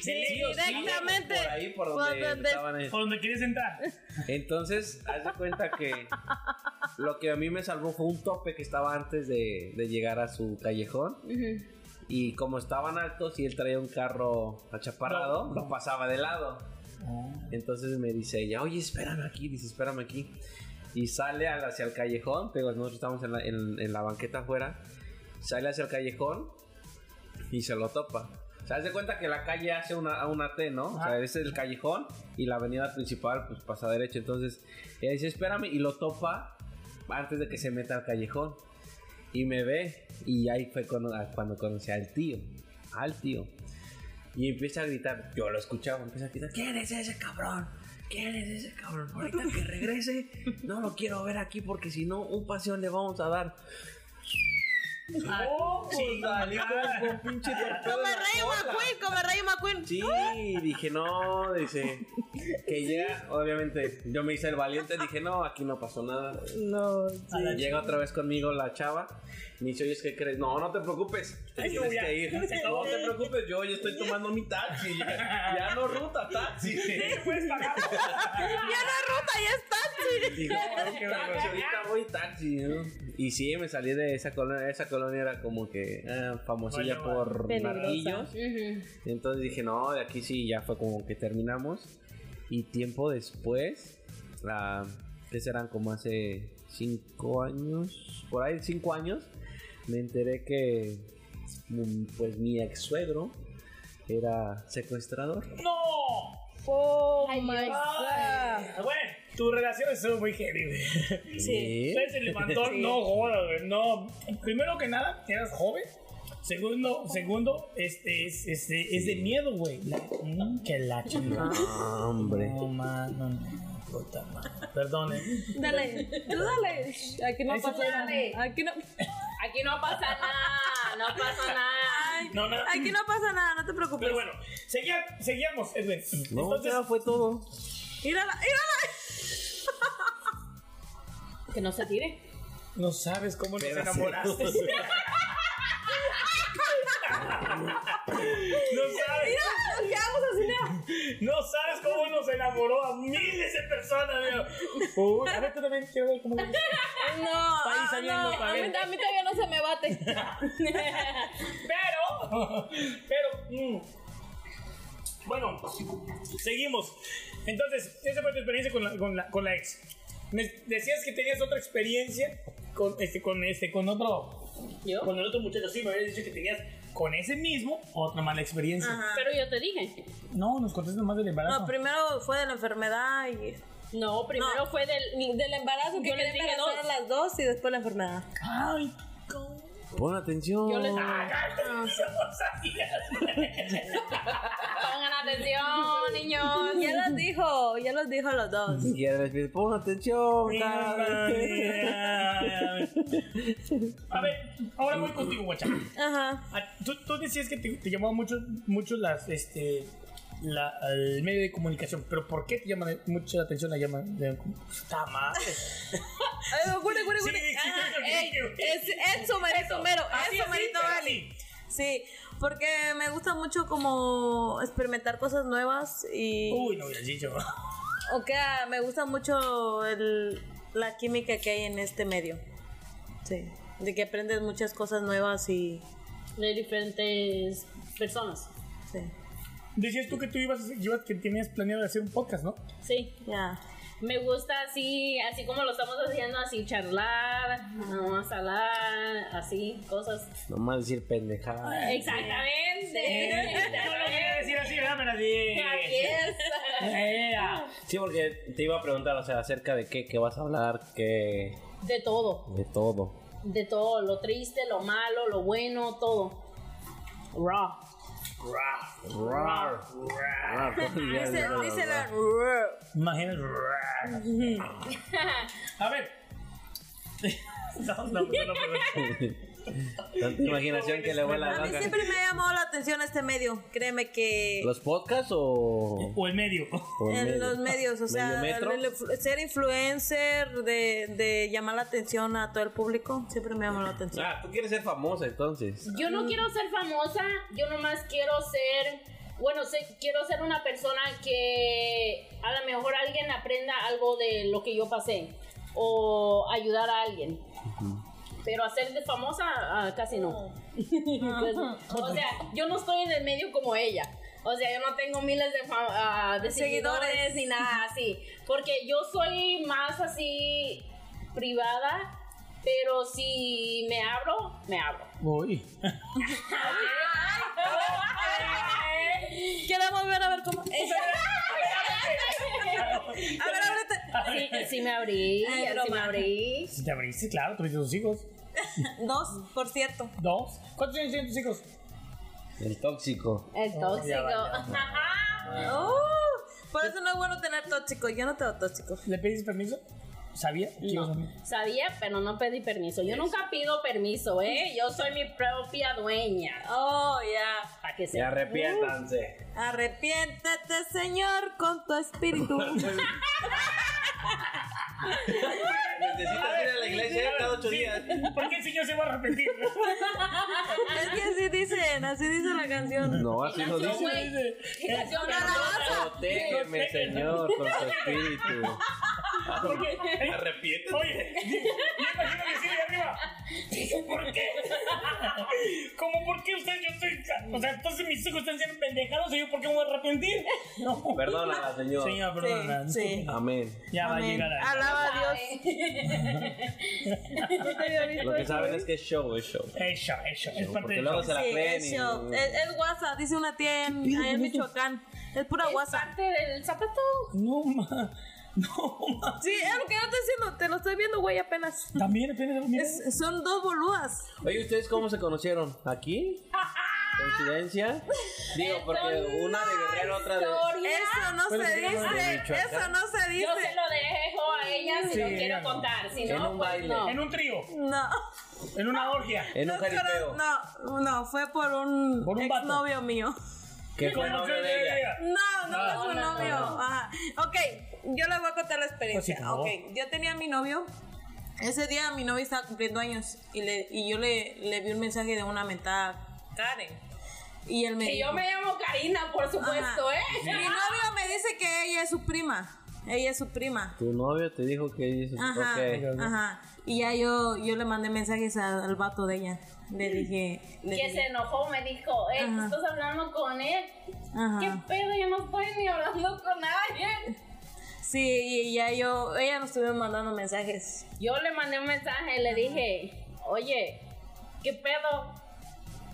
[SPEAKER 2] Sí,
[SPEAKER 3] o
[SPEAKER 5] directamente.
[SPEAKER 3] por ahí por
[SPEAKER 5] Por
[SPEAKER 3] donde
[SPEAKER 5] donde-
[SPEAKER 3] estaban. eh.
[SPEAKER 2] ¿Por dónde quieres entrar?
[SPEAKER 3] Entonces, haz de cuenta que lo que a mí me salvó fue un tope que estaba antes de, de llegar a su callejón. Y como estaban altos y él traía un carro achaparrado, lo pasaba de lado. Entonces me dice ella, oye, espérame aquí, dice, espérame aquí. Y sale al- hacia el callejón, pero nosotros estamos en la, en- en la banqueta afuera. Sale hacia el callejón y se lo topa. O sea, haz de cuenta que la calle hace una, una T, ¿no? O sea,
[SPEAKER 2] Ajá.
[SPEAKER 3] ese es el callejón y la avenida principal, pues pasa derecho. Entonces, ella dice, espérame, y lo topa antes de que se meta al callejón. Y me ve, y ahí fue cuando, ah, cuando conocí al tío, al tío. Y empieza a gritar, yo lo escuchaba, empieza a gritar, ¿quién es ese cabrón? ¿Quién es ese cabrón? Ahorita que regrese, no lo quiero ver aquí porque si no, un paseo le vamos a dar.
[SPEAKER 2] ¡Oh,
[SPEAKER 3] Sí, salió con- con pinche torpedo en
[SPEAKER 5] Come
[SPEAKER 3] la
[SPEAKER 5] Rayo
[SPEAKER 3] cola.
[SPEAKER 5] McQueen, come Rayo McQueen.
[SPEAKER 3] Sí, dije, no, dice, que llega, obviamente, yo me hice el valiente, dije, no, aquí no pasó nada.
[SPEAKER 5] No,
[SPEAKER 2] A la
[SPEAKER 3] Llega otra vez conmigo la chava. Me dice, oye, ¿qué crees? No, no te preocupes. Te
[SPEAKER 2] Ay, yo
[SPEAKER 3] tienes
[SPEAKER 2] ya.
[SPEAKER 3] que ir. No te preocupes, yo ya estoy tomando mi taxi. Ya, ya no ruta, taxi.
[SPEAKER 2] puedes pagar.
[SPEAKER 5] Ya no ruta, ya está.
[SPEAKER 3] Digo,
[SPEAKER 2] Qué
[SPEAKER 3] taxi,
[SPEAKER 2] vergüenza.
[SPEAKER 3] "Ah, ahorita voy taxi. ¿no? Y sí, me salí de esa colonia. Esa colonia era como que ah, famosilla
[SPEAKER 2] Bueno,
[SPEAKER 3] por
[SPEAKER 5] Peligrosa.
[SPEAKER 3] martillos. Entonces dije, no, de aquí sí, ya fue como que terminamos. Y tiempo después, ah, que serán como hace cinco años, por ahí cinco años, me enteré que mm, pues mi ex suegro era secuestrador.
[SPEAKER 2] [laughs] ¡No!
[SPEAKER 5] Oh
[SPEAKER 4] Ay,
[SPEAKER 5] my
[SPEAKER 4] Dios.
[SPEAKER 2] Ah.
[SPEAKER 5] God.
[SPEAKER 2] Bueno, tus relaciones son muy heavy, güey.
[SPEAKER 5] Sí.
[SPEAKER 2] Ustedes se levantó, no jodas, güey, no. Primero que nada, eras joven. Segundo, segundo, este es, este, es de miedo, güey. La- mm, Que la chingada.
[SPEAKER 3] Ah, Hombre.
[SPEAKER 2] No, man, no, no, puta madre. Perdón, eh.
[SPEAKER 5] Dale, tú dale. Aquí no
[SPEAKER 2] Eso
[SPEAKER 5] pasa
[SPEAKER 2] fue-
[SPEAKER 5] nada. Aquí no,
[SPEAKER 4] Aquí no pasa nada, no pasa nada.
[SPEAKER 2] No, no.
[SPEAKER 5] aquí no pues. pasa nada, no te preocupes.
[SPEAKER 2] Pero bueno, seguía, seguíamos, Edwin.
[SPEAKER 3] No,
[SPEAKER 2] Entonces,
[SPEAKER 3] ya fue todo.
[SPEAKER 5] Mírala, mírala.
[SPEAKER 4] Que no se tire.
[SPEAKER 2] no sabes cómo nos
[SPEAKER 3] Pero sí.
[SPEAKER 2] enamoraste. [laughs] no sabes.
[SPEAKER 5] Mira, nos quedamos así, mira.
[SPEAKER 2] No sabes cómo nos enamoró a miles de personas, amigo. Uy, a ver, tú también quiero ver cómo lo ves.
[SPEAKER 5] No,
[SPEAKER 2] Para ir
[SPEAKER 5] ah,
[SPEAKER 2] saliendo,
[SPEAKER 5] no,
[SPEAKER 2] para
[SPEAKER 5] a mí,
[SPEAKER 2] ver.
[SPEAKER 5] a mí todavía no se me bate.
[SPEAKER 2] Pero, pero, mm, bueno, seguimos. Entonces, esa fue tu experiencia con la, con la, con la ex. Me decías que tenías otra experiencia con este, con este, con otro,
[SPEAKER 4] [laughs] ¿Yo?
[SPEAKER 2] con el otro muchacho. Sí, me habías dicho que tenías con ese mismo otra mala experiencia.
[SPEAKER 4] Pero yo te dije.
[SPEAKER 2] No, nos contaste más del embarazo.
[SPEAKER 5] No, primero fue de la enfermedad y
[SPEAKER 4] No, primero
[SPEAKER 5] No.
[SPEAKER 4] fue del, ni-
[SPEAKER 5] del embarazo que
[SPEAKER 4] Yo les
[SPEAKER 5] quería
[SPEAKER 4] dije
[SPEAKER 5] embarazar
[SPEAKER 4] dos.
[SPEAKER 5] a las dos y después la enfermedad.
[SPEAKER 2] Ay,
[SPEAKER 3] Pon atención.
[SPEAKER 4] Yo les-
[SPEAKER 2] no sabías.
[SPEAKER 4] Ah, Pongan atención, niños.
[SPEAKER 5] Ya los dijo, ya los dijo a los dos.
[SPEAKER 3] Y ella les pide, Pon atención. cara".
[SPEAKER 5] [laughs]
[SPEAKER 2] A ver, ahora voy contigo, guacha.
[SPEAKER 5] Ajá.
[SPEAKER 2] Ah, Tú, tú decías que te, te llamaba mucho, mucho las, este, la, el medio de comunicación, pero ¿por qué te llama mucho la atención la llama de Está mal.
[SPEAKER 5] Ay, jure, jure, jure.
[SPEAKER 2] Sí, sí,
[SPEAKER 5] Ajá,
[SPEAKER 2] sí, sí,
[SPEAKER 5] ey,
[SPEAKER 2] sí.
[SPEAKER 5] es, eso, merito, mero,
[SPEAKER 2] Así,
[SPEAKER 5] eso,
[SPEAKER 2] así,
[SPEAKER 5] merito,
[SPEAKER 2] pero
[SPEAKER 5] vale. Sí, porque me gusta mucho como experimentar cosas nuevas y...
[SPEAKER 2] Uy, no hubieras dicho.
[SPEAKER 5] O que ah, me gusta mucho el- la química que hay en este medio. Sí. De que aprendes muchas cosas nuevas y.
[SPEAKER 4] [laughs] De diferentes personas.
[SPEAKER 5] Sí.
[SPEAKER 2] Decías tú que tú ibas, a hacer- ibas- que tenías planeado hacer un podcast, ¿no?
[SPEAKER 4] Sí.
[SPEAKER 5] Ya.
[SPEAKER 4] Me gusta así, así como lo estamos haciendo, así charlar, ah, vamos a hablar, así, cosas.
[SPEAKER 3] [laughs] Nomás decir pendejada.
[SPEAKER 4] Exactamente.
[SPEAKER 2] No lo quería decir así, ¿verdad? Pero
[SPEAKER 4] Aquí
[SPEAKER 2] así.
[SPEAKER 4] es.
[SPEAKER 2] Era.
[SPEAKER 3] Sí, porque te iba a preguntar, o sea, acerca de qué, qué vas a hablar, qué.
[SPEAKER 4] De todo.
[SPEAKER 3] De todo.
[SPEAKER 4] de todo, lo triste, lo malo, lo bueno, todo. Raw.
[SPEAKER 5] [laughs]
[SPEAKER 3] Rar, rar. Ya,
[SPEAKER 5] Ah, Dice,
[SPEAKER 3] ya,
[SPEAKER 5] dice la-
[SPEAKER 3] rar.
[SPEAKER 2] Imagínate. [laughs] A ver. Estamos la persona perfecta.
[SPEAKER 3] [laughs] Tanta imaginación que le vuela
[SPEAKER 5] A
[SPEAKER 3] la
[SPEAKER 5] mí
[SPEAKER 3] loca.
[SPEAKER 5] siempre me ha llamado la atención este medio. Créeme que
[SPEAKER 3] ¿Los podcasts o.?
[SPEAKER 2] O el medio.
[SPEAKER 3] o
[SPEAKER 5] en
[SPEAKER 3] medio?
[SPEAKER 5] los medios, o sea,
[SPEAKER 3] ¿Medio metro?
[SPEAKER 5] el- el- ser influencer, de, de llamar la atención a todo el público, siempre me llamó
[SPEAKER 3] [laughs]
[SPEAKER 5] la atención.
[SPEAKER 3] Ah, tú quieres ser famosa entonces.
[SPEAKER 4] Yo no quiero ser famosa, yo nomás quiero ser, bueno, sé- quiero ser una persona que a lo mejor alguien aprenda algo de lo que yo pasé o ayudar a alguien. Pero hacer de famosa ah, casi no.
[SPEAKER 5] [laughs]
[SPEAKER 4] Pues, o sea, yo no estoy en el medio como ella. O sea, yo no tengo miles de, fa- ah, de
[SPEAKER 5] Seguidores.
[SPEAKER 4] seguidores ni nada así. Porque yo soy más así privada, pero si me abro, me abro.
[SPEAKER 2] Uy.
[SPEAKER 5] Queremos ver a ver cómo. A ver, ábrete.
[SPEAKER 4] Sí, sí me abrí,
[SPEAKER 5] Ay,
[SPEAKER 4] sí me
[SPEAKER 5] broma.
[SPEAKER 4] abrí.
[SPEAKER 2] [laughs] Si te abriste, claro, tuviste dos hijos.
[SPEAKER 5] Dos, por cierto.
[SPEAKER 2] Dos. ¿Cuántos años tienen tus hijos?
[SPEAKER 3] El tóxico.
[SPEAKER 4] El tóxico.
[SPEAKER 2] ya
[SPEAKER 3] Ah.
[SPEAKER 5] Uh, por eso no es bueno tener tóxico. Yo no tengo tóxico.
[SPEAKER 2] ¿Le pediste permiso? ¿Sabía? que ibas a venir?
[SPEAKER 4] Sabía, pero no pedí permiso. Yo nunca pido permiso, ¿eh? Yo soy mi propia dueña.
[SPEAKER 5] Oh, ya.
[SPEAKER 4] Para que
[SPEAKER 3] Y
[SPEAKER 4] se...
[SPEAKER 3] arrepiéntanse.
[SPEAKER 5] Arrepiéntete, Señor, con tu espíritu.
[SPEAKER 3] [laughs] Necesitas ir a la iglesia cada ocho días.
[SPEAKER 2] ¿Por qué el señor se va a arrepentir? [laughs]
[SPEAKER 5] es que así dicen, así dice la canción.
[SPEAKER 3] No, así lo
[SPEAKER 4] Yo,
[SPEAKER 3] dice.
[SPEAKER 4] güey, ¿qué canción
[SPEAKER 3] Protégeme, Señor, con tu espíritu. Arrepiéntete.
[SPEAKER 2] Oye, yo imagino que sí de arriba. Digo, ¿por qué? ¿Cómo por qué usted? Yo estoy. O sea, entonces mis hijos están siendo pendejados y yo, ¿por qué me voy a arrepentir? No.
[SPEAKER 3] Perdónala, Señor.
[SPEAKER 2] Señor, perdona.
[SPEAKER 5] Sí, sí.
[SPEAKER 2] disculpa.
[SPEAKER 3] Amén.
[SPEAKER 2] Ya va a
[SPEAKER 5] Amén.
[SPEAKER 2] llegar a.
[SPEAKER 5] Alaba a Dios.
[SPEAKER 3] Lo que saben es que es show, es show.
[SPEAKER 2] Eso, eso. Es parte
[SPEAKER 3] Porque
[SPEAKER 2] del
[SPEAKER 3] luego
[SPEAKER 2] show.
[SPEAKER 3] se la
[SPEAKER 5] Sí,
[SPEAKER 3] creen.
[SPEAKER 5] es, show.
[SPEAKER 3] y-
[SPEAKER 5] es, es guasa, dice una tía en, allá en Michoacán. Es pura
[SPEAKER 4] es
[SPEAKER 5] guasa.
[SPEAKER 4] parte del zapato?
[SPEAKER 2] No, ma. No, ma.
[SPEAKER 5] Sí, es lo que yo estoy diciendo, te lo estoy viendo, güey, apenas.
[SPEAKER 2] También apenas mira.
[SPEAKER 5] Es- son dos bolúas.
[SPEAKER 3] Oye, ¿ustedes cómo se conocieron? ¿Aquí? ¿Coincidencia? Digo, porque una de Guerrero, otra de...
[SPEAKER 4] Historia.
[SPEAKER 5] Eso no
[SPEAKER 2] Pues,
[SPEAKER 5] se
[SPEAKER 2] digamos,
[SPEAKER 3] de
[SPEAKER 5] dice,
[SPEAKER 3] Michoacán.
[SPEAKER 5] eso no se
[SPEAKER 4] Yo se
[SPEAKER 5] dice.
[SPEAKER 4] lo dejo a ella si
[SPEAKER 2] Sí,
[SPEAKER 4] lo quiero
[SPEAKER 2] no.
[SPEAKER 4] contar. Si
[SPEAKER 3] En
[SPEAKER 4] no,
[SPEAKER 3] un
[SPEAKER 4] pues
[SPEAKER 3] baile.
[SPEAKER 4] no.
[SPEAKER 2] En un trío.
[SPEAKER 5] No.
[SPEAKER 2] En una orgia.
[SPEAKER 3] En un
[SPEAKER 5] No, creo-
[SPEAKER 3] jaripeo.
[SPEAKER 5] No, no, fue por un,
[SPEAKER 2] Por un vato.
[SPEAKER 5] exnovio mío.
[SPEAKER 3] Que fue el
[SPEAKER 2] Bueno,
[SPEAKER 3] nombre
[SPEAKER 2] ¿qué
[SPEAKER 3] de ella.
[SPEAKER 2] diría?
[SPEAKER 5] No, no
[SPEAKER 2] Ah,
[SPEAKER 5] fue por un
[SPEAKER 4] no, no,
[SPEAKER 5] novio.
[SPEAKER 3] no.
[SPEAKER 5] Ajá. Ok, yo les voy a contar la experiencia.
[SPEAKER 2] Pues sí, por favor.
[SPEAKER 5] ok, yo tenía a mi novio. Ese día mi novio estaba cumpliendo años y, le, y yo le, le vi un mensaje de una mentada Karen. Y él me
[SPEAKER 4] Que yo
[SPEAKER 5] dijo-
[SPEAKER 4] me llamo Karina, por supuesto,
[SPEAKER 5] Ajá. Mi
[SPEAKER 4] ¿eh?
[SPEAKER 5] novio me dice que ella es su prima. Ella es su prima.
[SPEAKER 3] Tu novio te dijo que dices,
[SPEAKER 5] Ajá,
[SPEAKER 3] ok.
[SPEAKER 5] ajá. Y ya yo, yo le mandé mensajes a- al vato de ella. Le dije. le
[SPEAKER 4] Que
[SPEAKER 5] dije-
[SPEAKER 4] se enojó, me dijo, eh, ¿tú
[SPEAKER 5] Ajá.
[SPEAKER 4] estás hablando con él?
[SPEAKER 5] Ajá.
[SPEAKER 4] ¿Qué pedo? Yo no estoy ni hablando con nadie.
[SPEAKER 5] Sí, y ya yo, ella nos estuvieron mandando mensajes.
[SPEAKER 4] Yo le mandé un mensaje y le dije, oye, ¿qué pedo?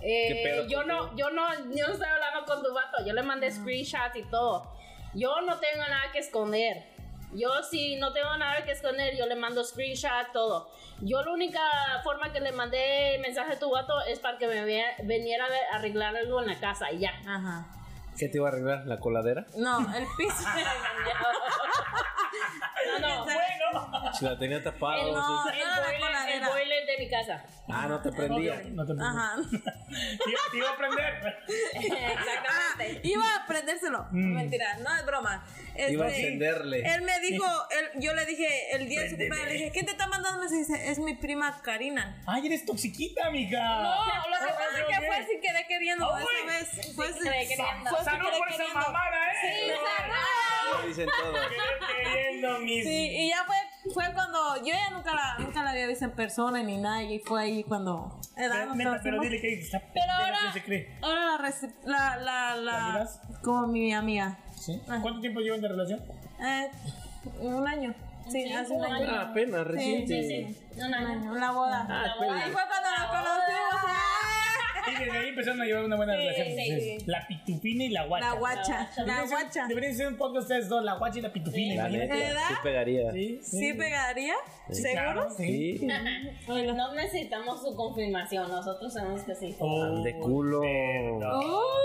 [SPEAKER 4] Eh,
[SPEAKER 3] ¿Qué pedo,
[SPEAKER 4] yo
[SPEAKER 3] por
[SPEAKER 4] no, yo no, yo no estoy hablando con tu vato, yo le mandé screenshots y todo. Yo no tengo nada que esconder. Yo si no tengo nada que esconder, yo le mando screenshots, todo. Yo la única forma que le mandé mensaje a tu vato es para que me vea- viniera a arreglar algo en la casa y ya.
[SPEAKER 5] Ajá.
[SPEAKER 3] ¿Qué te iba a arreglar? ¿La coladera?
[SPEAKER 5] No, el piso. [laughs]
[SPEAKER 4] No, no, el
[SPEAKER 2] Bueno.
[SPEAKER 3] Si la tenía tapada.
[SPEAKER 4] El
[SPEAKER 3] o
[SPEAKER 5] no.
[SPEAKER 3] sí.
[SPEAKER 5] era Ah, la
[SPEAKER 4] boiler, el
[SPEAKER 5] coladera.
[SPEAKER 4] boiler de mi casa.
[SPEAKER 3] Ah, no te prendía.
[SPEAKER 2] No te preocupes.
[SPEAKER 5] Ajá.
[SPEAKER 2] Te- Te iba a aprender.
[SPEAKER 5] [laughs] Ah,
[SPEAKER 4] Exactamente.
[SPEAKER 5] iba a prendérselo. Mentira, no es broma. Este,
[SPEAKER 3] Iba a encenderle.
[SPEAKER 5] Él me dijo, él- yo le dije el día de su cumpleaños, le dije, ¿quién te está mandando mensajes? Dice, Es mi prima Karina. Ah,
[SPEAKER 2] Ay, eres toxiquita, amiga.
[SPEAKER 5] No, Oh, lo que pasa
[SPEAKER 2] Ay,
[SPEAKER 5] es que
[SPEAKER 2] ok.
[SPEAKER 5] fue sin querer queriendo
[SPEAKER 2] Ah,
[SPEAKER 5] esa
[SPEAKER 2] güey.
[SPEAKER 5] vez. Fue Oh, sin
[SPEAKER 4] querer queriendo.
[SPEAKER 5] fue sin
[SPEAKER 2] Salud
[SPEAKER 5] querer
[SPEAKER 2] por esa
[SPEAKER 5] queriendo.
[SPEAKER 2] mamada, ¿eh?
[SPEAKER 5] Sí,
[SPEAKER 3] Lo dicen todos.
[SPEAKER 2] Querer queriendo, mis-
[SPEAKER 5] Sí, y ya fue, fue cuando yo ya nunca la, nunca la había visto en persona ni nada, y fue ahí cuando... eh, era,
[SPEAKER 2] Pero,
[SPEAKER 5] nos
[SPEAKER 2] neta, pero
[SPEAKER 5] conocimos.
[SPEAKER 2] dile que está
[SPEAKER 5] Pero
[SPEAKER 2] pendeja,
[SPEAKER 5] ahora,
[SPEAKER 2] ¿quién se cree?
[SPEAKER 5] ahora la, reci- la, la,
[SPEAKER 2] ¿La
[SPEAKER 5] la,
[SPEAKER 2] miras?
[SPEAKER 5] como mi amiga.
[SPEAKER 2] ¿Sí?
[SPEAKER 5] Ajá.
[SPEAKER 2] Ah. ¿Cuánto tiempo llevan de relación?
[SPEAKER 5] Eh, un año. Sí,
[SPEAKER 4] Sí,
[SPEAKER 5] hace un
[SPEAKER 4] un
[SPEAKER 5] año.
[SPEAKER 3] Ah, apenas,
[SPEAKER 5] Sí,
[SPEAKER 3] reciente.
[SPEAKER 5] sí,
[SPEAKER 4] Sí, no,
[SPEAKER 5] Un
[SPEAKER 4] no, no.
[SPEAKER 5] año, La boda.
[SPEAKER 3] Ah,
[SPEAKER 5] Ahí fue cuando nos conocimos.
[SPEAKER 2] Y desde ahí empezaron a llevar una buena
[SPEAKER 5] Sí,
[SPEAKER 2] relación.
[SPEAKER 5] sí,
[SPEAKER 2] Entonces,
[SPEAKER 5] sí.
[SPEAKER 2] La pitupina y la guacha.
[SPEAKER 5] La guacha. La
[SPEAKER 2] Deberían ser-
[SPEAKER 5] guacha.
[SPEAKER 2] Deberían ser un podcast ustedes dos, la guacha y la pitupina.
[SPEAKER 3] La neta,
[SPEAKER 2] imagínate.
[SPEAKER 5] ¿Verdad?
[SPEAKER 3] sí pegaría.
[SPEAKER 2] Sí,
[SPEAKER 5] ¿Sí pegaría?
[SPEAKER 2] Sí,
[SPEAKER 5] ¿Seguro?
[SPEAKER 2] claro, sí.
[SPEAKER 3] Sí.
[SPEAKER 4] No necesitamos su confirmación, nosotros sabemos que sí.
[SPEAKER 2] Oh,
[SPEAKER 3] Al de culo.
[SPEAKER 5] Oh,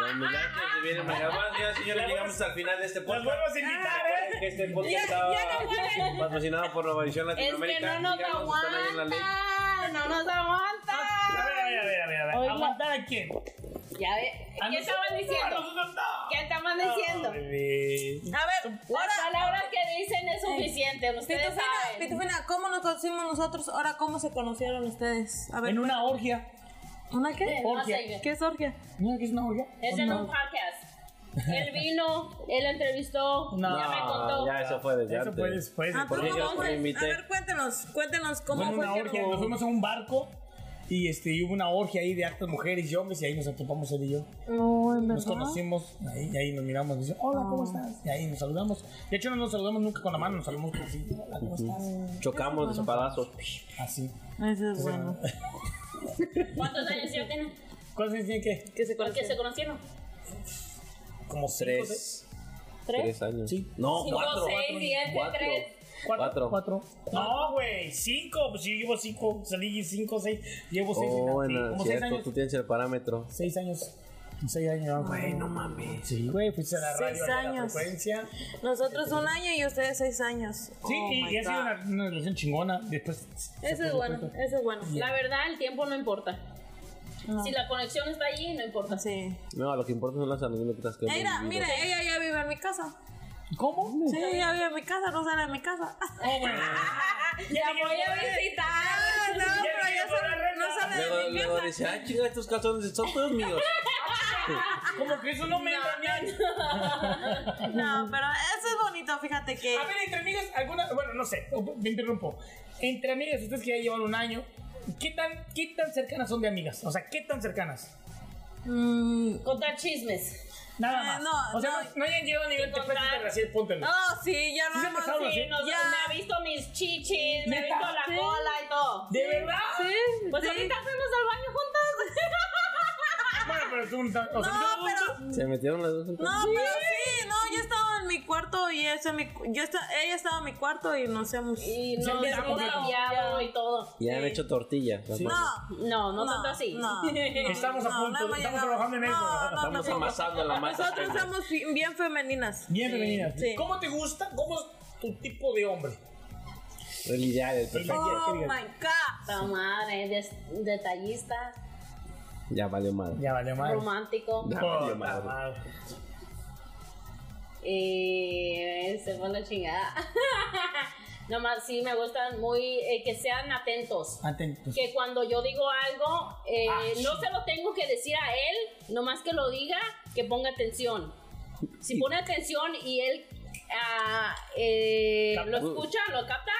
[SPEAKER 3] Los milagros se vienen, mira, bueno, señoras y señores, llegamos al final de este
[SPEAKER 2] Los
[SPEAKER 3] podcast.
[SPEAKER 2] vuelvo a invitar, ¿eh?
[SPEAKER 3] Este podcast estaba patrocinado por Nueva Visión
[SPEAKER 4] Es que
[SPEAKER 3] Latinoamérica.
[SPEAKER 4] no nos
[SPEAKER 3] Díganos, ¿están ahí en la ley?
[SPEAKER 4] aguanta, no
[SPEAKER 2] A
[SPEAKER 4] nos
[SPEAKER 2] ver, a
[SPEAKER 4] aguanta.
[SPEAKER 2] ver, a ver, a ver, a ver.
[SPEAKER 4] Oiga.
[SPEAKER 2] ¿Aguantar a quién?
[SPEAKER 4] Ya ve,
[SPEAKER 2] ¿A nosotros?
[SPEAKER 4] ¿qué estaban
[SPEAKER 2] A
[SPEAKER 4] diciendo?
[SPEAKER 2] nosotros no.
[SPEAKER 4] ¿Qué estaban diciendo?
[SPEAKER 2] No, bebé.
[SPEAKER 5] A ver,
[SPEAKER 4] Las
[SPEAKER 5] ahora,
[SPEAKER 4] palabras que dicen es suficiente, ustedes
[SPEAKER 5] Pitufina,
[SPEAKER 4] saben.
[SPEAKER 5] Pitufina, ¿cómo nos conocimos nosotros? Ahora, ¿cómo se conocieron ustedes? A ver,
[SPEAKER 2] En una orgia.
[SPEAKER 5] ¿una qué?
[SPEAKER 4] No
[SPEAKER 2] Orgia.
[SPEAKER 4] sé,
[SPEAKER 5] ¿Qué es orgia?
[SPEAKER 2] ¿No que es una orgia?
[SPEAKER 4] Es en un podcast. Él vino, él entrevistó,
[SPEAKER 2] No,
[SPEAKER 4] ya me contó.
[SPEAKER 3] No, Pues ya eso fue desde
[SPEAKER 2] Eso
[SPEAKER 3] antes.
[SPEAKER 2] puedes, puedes.
[SPEAKER 5] Ah,
[SPEAKER 3] ¿por
[SPEAKER 5] pero
[SPEAKER 3] qué yo
[SPEAKER 5] ¿cómo
[SPEAKER 3] no
[SPEAKER 5] fue?
[SPEAKER 3] me invité?
[SPEAKER 5] A ver, cuéntenos, cuéntenos
[SPEAKER 2] Fue
[SPEAKER 5] cómo
[SPEAKER 2] en
[SPEAKER 5] fue
[SPEAKER 2] una
[SPEAKER 5] que
[SPEAKER 2] orgia. Nos fuimos a un barco y este, y hubo una orgia ahí de hartas mujeres y hombres y ahí nos atopamos él y yo.
[SPEAKER 5] No, en
[SPEAKER 2] Nos
[SPEAKER 5] verdad.
[SPEAKER 2] conocimos ahí, y ahí nos miramos. Dice, hola, ¿cómo
[SPEAKER 5] Ah.
[SPEAKER 2] estás? Y ahí nos saludamos. De hecho, no nos saludamos nunca con la mano, nos saludamos así. Hola, ¿cómo estás?
[SPEAKER 3] Chocamos de espadazos.
[SPEAKER 2] Así.
[SPEAKER 5] Eso
[SPEAKER 2] [laughs]
[SPEAKER 5] es bueno.
[SPEAKER 4] ¿Cuántos años ya tienen?
[SPEAKER 2] ¿Cuántos años tiene que?
[SPEAKER 5] Que se
[SPEAKER 4] Porque se
[SPEAKER 5] conocieron.
[SPEAKER 4] conocieron.
[SPEAKER 2] Como tres.
[SPEAKER 3] Tres.
[SPEAKER 4] ¿Tres?
[SPEAKER 3] Tres años.
[SPEAKER 2] Sí.
[SPEAKER 3] No,
[SPEAKER 4] Cinco,
[SPEAKER 3] cuatro.
[SPEAKER 4] seis,
[SPEAKER 3] cuatro,
[SPEAKER 4] siete,
[SPEAKER 3] cuatro.
[SPEAKER 4] tres.
[SPEAKER 3] Cuatro.
[SPEAKER 2] Cuatro. No, güey, cinco. Pues yo llevo cinco, salí cinco, seis. Llevo seis. en
[SPEAKER 3] Oh, en
[SPEAKER 2] la-
[SPEAKER 3] la-
[SPEAKER 2] como seis
[SPEAKER 3] cierto,
[SPEAKER 2] años.
[SPEAKER 3] tú tienes el parámetro.
[SPEAKER 2] Seis años. Seis años. Güey, no mames. Sí, güey, fuiste a la
[SPEAKER 5] Seis
[SPEAKER 2] radio, a la
[SPEAKER 5] años.
[SPEAKER 2] frecuencia.
[SPEAKER 5] Nosotros un año y ustedes seis años.
[SPEAKER 2] Sí,
[SPEAKER 5] Oh
[SPEAKER 2] y,
[SPEAKER 5] my
[SPEAKER 2] y ha sido
[SPEAKER 5] God.
[SPEAKER 2] una, una relación chingona. Después.
[SPEAKER 5] Eso es bueno, eso es bueno.
[SPEAKER 4] La verdad, el tiempo no importa.
[SPEAKER 5] No.
[SPEAKER 4] Si la conexión está allí, no importa.
[SPEAKER 5] Sí.
[SPEAKER 3] No, lo que importa son las anécdotas que hemos
[SPEAKER 5] Mira,
[SPEAKER 3] vivido.
[SPEAKER 5] mira, ella ya vive en mi casa.
[SPEAKER 2] ¿Cómo?
[SPEAKER 5] Sí, ella vive en mi casa, no sale de mi casa.
[SPEAKER 2] No, güey.
[SPEAKER 4] La voy a visitar.
[SPEAKER 5] [laughs] Ah, no, pero
[SPEAKER 2] vive
[SPEAKER 5] ya
[SPEAKER 2] por la
[SPEAKER 5] sale,
[SPEAKER 2] renta.
[SPEAKER 5] no sale
[SPEAKER 3] Luego,
[SPEAKER 5] de mi
[SPEAKER 3] luego
[SPEAKER 5] casa.
[SPEAKER 3] dice, ah, chinga, estos calzones son todos míos.
[SPEAKER 4] [laughs]
[SPEAKER 2] Como que eso no me entra
[SPEAKER 5] No, pero eso es bonito, fíjate que.
[SPEAKER 2] A ver, entre amigas, alguna. Bueno, no sé, me interrumpo. Entre amigas, ustedes que ya llevan un año, ¿qué tan, ¿qué tan cercanas son de amigas? O sea, ¿qué tan cercanas?
[SPEAKER 5] Mm,
[SPEAKER 4] Contar chismes.
[SPEAKER 2] Nada
[SPEAKER 5] Eh,
[SPEAKER 2] más.
[SPEAKER 5] no,
[SPEAKER 2] o sea, no,
[SPEAKER 5] no.
[SPEAKER 2] no hayan llegado a nivel de
[SPEAKER 4] Encontrar-
[SPEAKER 2] Pésate, Graciel, póntelo.
[SPEAKER 5] oh, sí, ya
[SPEAKER 2] ¿Sí se
[SPEAKER 5] no hemos
[SPEAKER 2] pasaron
[SPEAKER 4] Sí,
[SPEAKER 2] así?
[SPEAKER 5] sí,
[SPEAKER 4] nos-
[SPEAKER 5] Ya.
[SPEAKER 4] Me ha visto mis chichis, me ha
[SPEAKER 2] ¿Neta?
[SPEAKER 4] visto la
[SPEAKER 5] Sí.
[SPEAKER 4] cola y todo.
[SPEAKER 2] ¿De verdad?
[SPEAKER 5] Sí,
[SPEAKER 4] Pues
[SPEAKER 5] sí.
[SPEAKER 4] ahorita fuimos al baño juntas.
[SPEAKER 2] Bueno, pero tú no. O sea,
[SPEAKER 5] No,
[SPEAKER 2] tú-
[SPEAKER 5] pero.
[SPEAKER 3] Se metieron las dos juntas.
[SPEAKER 5] No, pero sí, no, yo estaba en mi cuarto y eso en mi, cu- yo esta- ella estaba en mi cuarto y nos hemos.
[SPEAKER 4] [laughs]
[SPEAKER 2] Sí,
[SPEAKER 4] Y nos
[SPEAKER 2] ya
[SPEAKER 4] hemos
[SPEAKER 2] no.
[SPEAKER 4] cambiado y todo.
[SPEAKER 3] Y han hecho tortillas. las
[SPEAKER 2] Sí.
[SPEAKER 3] manos.
[SPEAKER 5] No,
[SPEAKER 4] No, no,
[SPEAKER 5] No,
[SPEAKER 4] tanto así. [laughs]
[SPEAKER 5] no,
[SPEAKER 2] Estamos a
[SPEAKER 5] no,
[SPEAKER 2] punto,
[SPEAKER 5] no hemos
[SPEAKER 2] estamos
[SPEAKER 5] llegado.
[SPEAKER 2] trabajando en eso.
[SPEAKER 5] No, no,
[SPEAKER 3] Estamos
[SPEAKER 5] no.
[SPEAKER 3] amasando la masa.
[SPEAKER 5] Nosotros somos bi- bien femeninas.
[SPEAKER 2] Bien, bienvenida.
[SPEAKER 5] sí.
[SPEAKER 2] ¿Cómo te gusta? ¿Cómo es tu tipo de hombre?
[SPEAKER 3] El ideal, el perfecto.
[SPEAKER 5] Oh my god.
[SPEAKER 4] Ta madre, des- detallista,
[SPEAKER 3] Ya valió madre.
[SPEAKER 2] Ya vale, madre.
[SPEAKER 4] romántico.
[SPEAKER 3] Ya valió madre.
[SPEAKER 4] Eh, se fue la chingada. [laughs] Nomás sí me gustan muy eh, que sean atentos.
[SPEAKER 2] Atentos.
[SPEAKER 4] Que cuando yo digo algo, eh,
[SPEAKER 2] Pues, Ah,
[SPEAKER 4] no se lo tengo que decir a él, nomás que lo diga, que ponga atención. Si pone atención y él ah, eh,
[SPEAKER 2] Capta.
[SPEAKER 4] lo escucha, lo capta,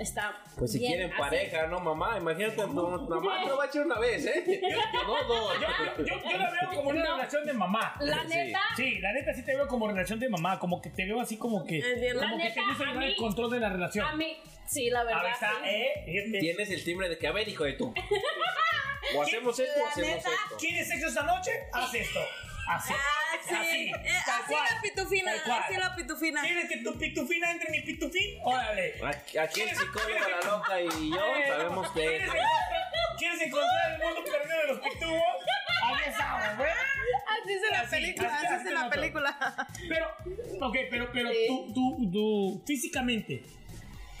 [SPEAKER 4] está.
[SPEAKER 3] Pues si
[SPEAKER 4] bien,
[SPEAKER 3] quieren
[SPEAKER 4] así.
[SPEAKER 3] pareja, ¿no, mamá? Imagínate, tu mamá te lo va a echar una vez, ¿eh? No, dos.
[SPEAKER 5] [laughs]
[SPEAKER 2] Yo, yo la veo como una
[SPEAKER 4] No.
[SPEAKER 2] relación de mamá.
[SPEAKER 4] La
[SPEAKER 3] Sí.
[SPEAKER 4] neta,
[SPEAKER 2] Sí, la neta sí te veo como relación de mamá, como que te veo así como que
[SPEAKER 5] Es bien,
[SPEAKER 2] como
[SPEAKER 4] la
[SPEAKER 2] que
[SPEAKER 4] neta,
[SPEAKER 2] te gusta
[SPEAKER 4] a
[SPEAKER 2] llevar
[SPEAKER 4] mí-
[SPEAKER 2] el control de la relación.
[SPEAKER 4] a mí, sí, la verdad.
[SPEAKER 2] Ahí está,
[SPEAKER 4] sí.
[SPEAKER 2] eh, fíjate.
[SPEAKER 3] Tienes el timbre de que, a ver, hijo de tú. O hacemos esto o hacemos esto.
[SPEAKER 2] ¿Quieres sexo esta noche? Haz esto. Así.
[SPEAKER 5] Ah, sí.
[SPEAKER 2] Así,
[SPEAKER 5] Eh,
[SPEAKER 2] tal
[SPEAKER 5] así
[SPEAKER 2] cual,
[SPEAKER 5] la pitufina,
[SPEAKER 2] tal cual.
[SPEAKER 5] así la pitufina.
[SPEAKER 2] ¿Quieres que tu pitufina entre mi pitufín? Órale. Eh,
[SPEAKER 3] Aquí aquí el psicólogo, la loca y yo sabemos que...
[SPEAKER 2] ¿Quieres encontrar, ¿Quieres encontrar el mundo perdido de los pitubos? Ahí estamos, güey.
[SPEAKER 5] Así es en la
[SPEAKER 2] Así,
[SPEAKER 5] película,
[SPEAKER 2] así,
[SPEAKER 5] así es
[SPEAKER 2] así
[SPEAKER 5] en
[SPEAKER 2] como
[SPEAKER 5] la
[SPEAKER 2] todo.
[SPEAKER 5] película.
[SPEAKER 2] Pero, ok, pero, pero tú, tú, tú, físicamente.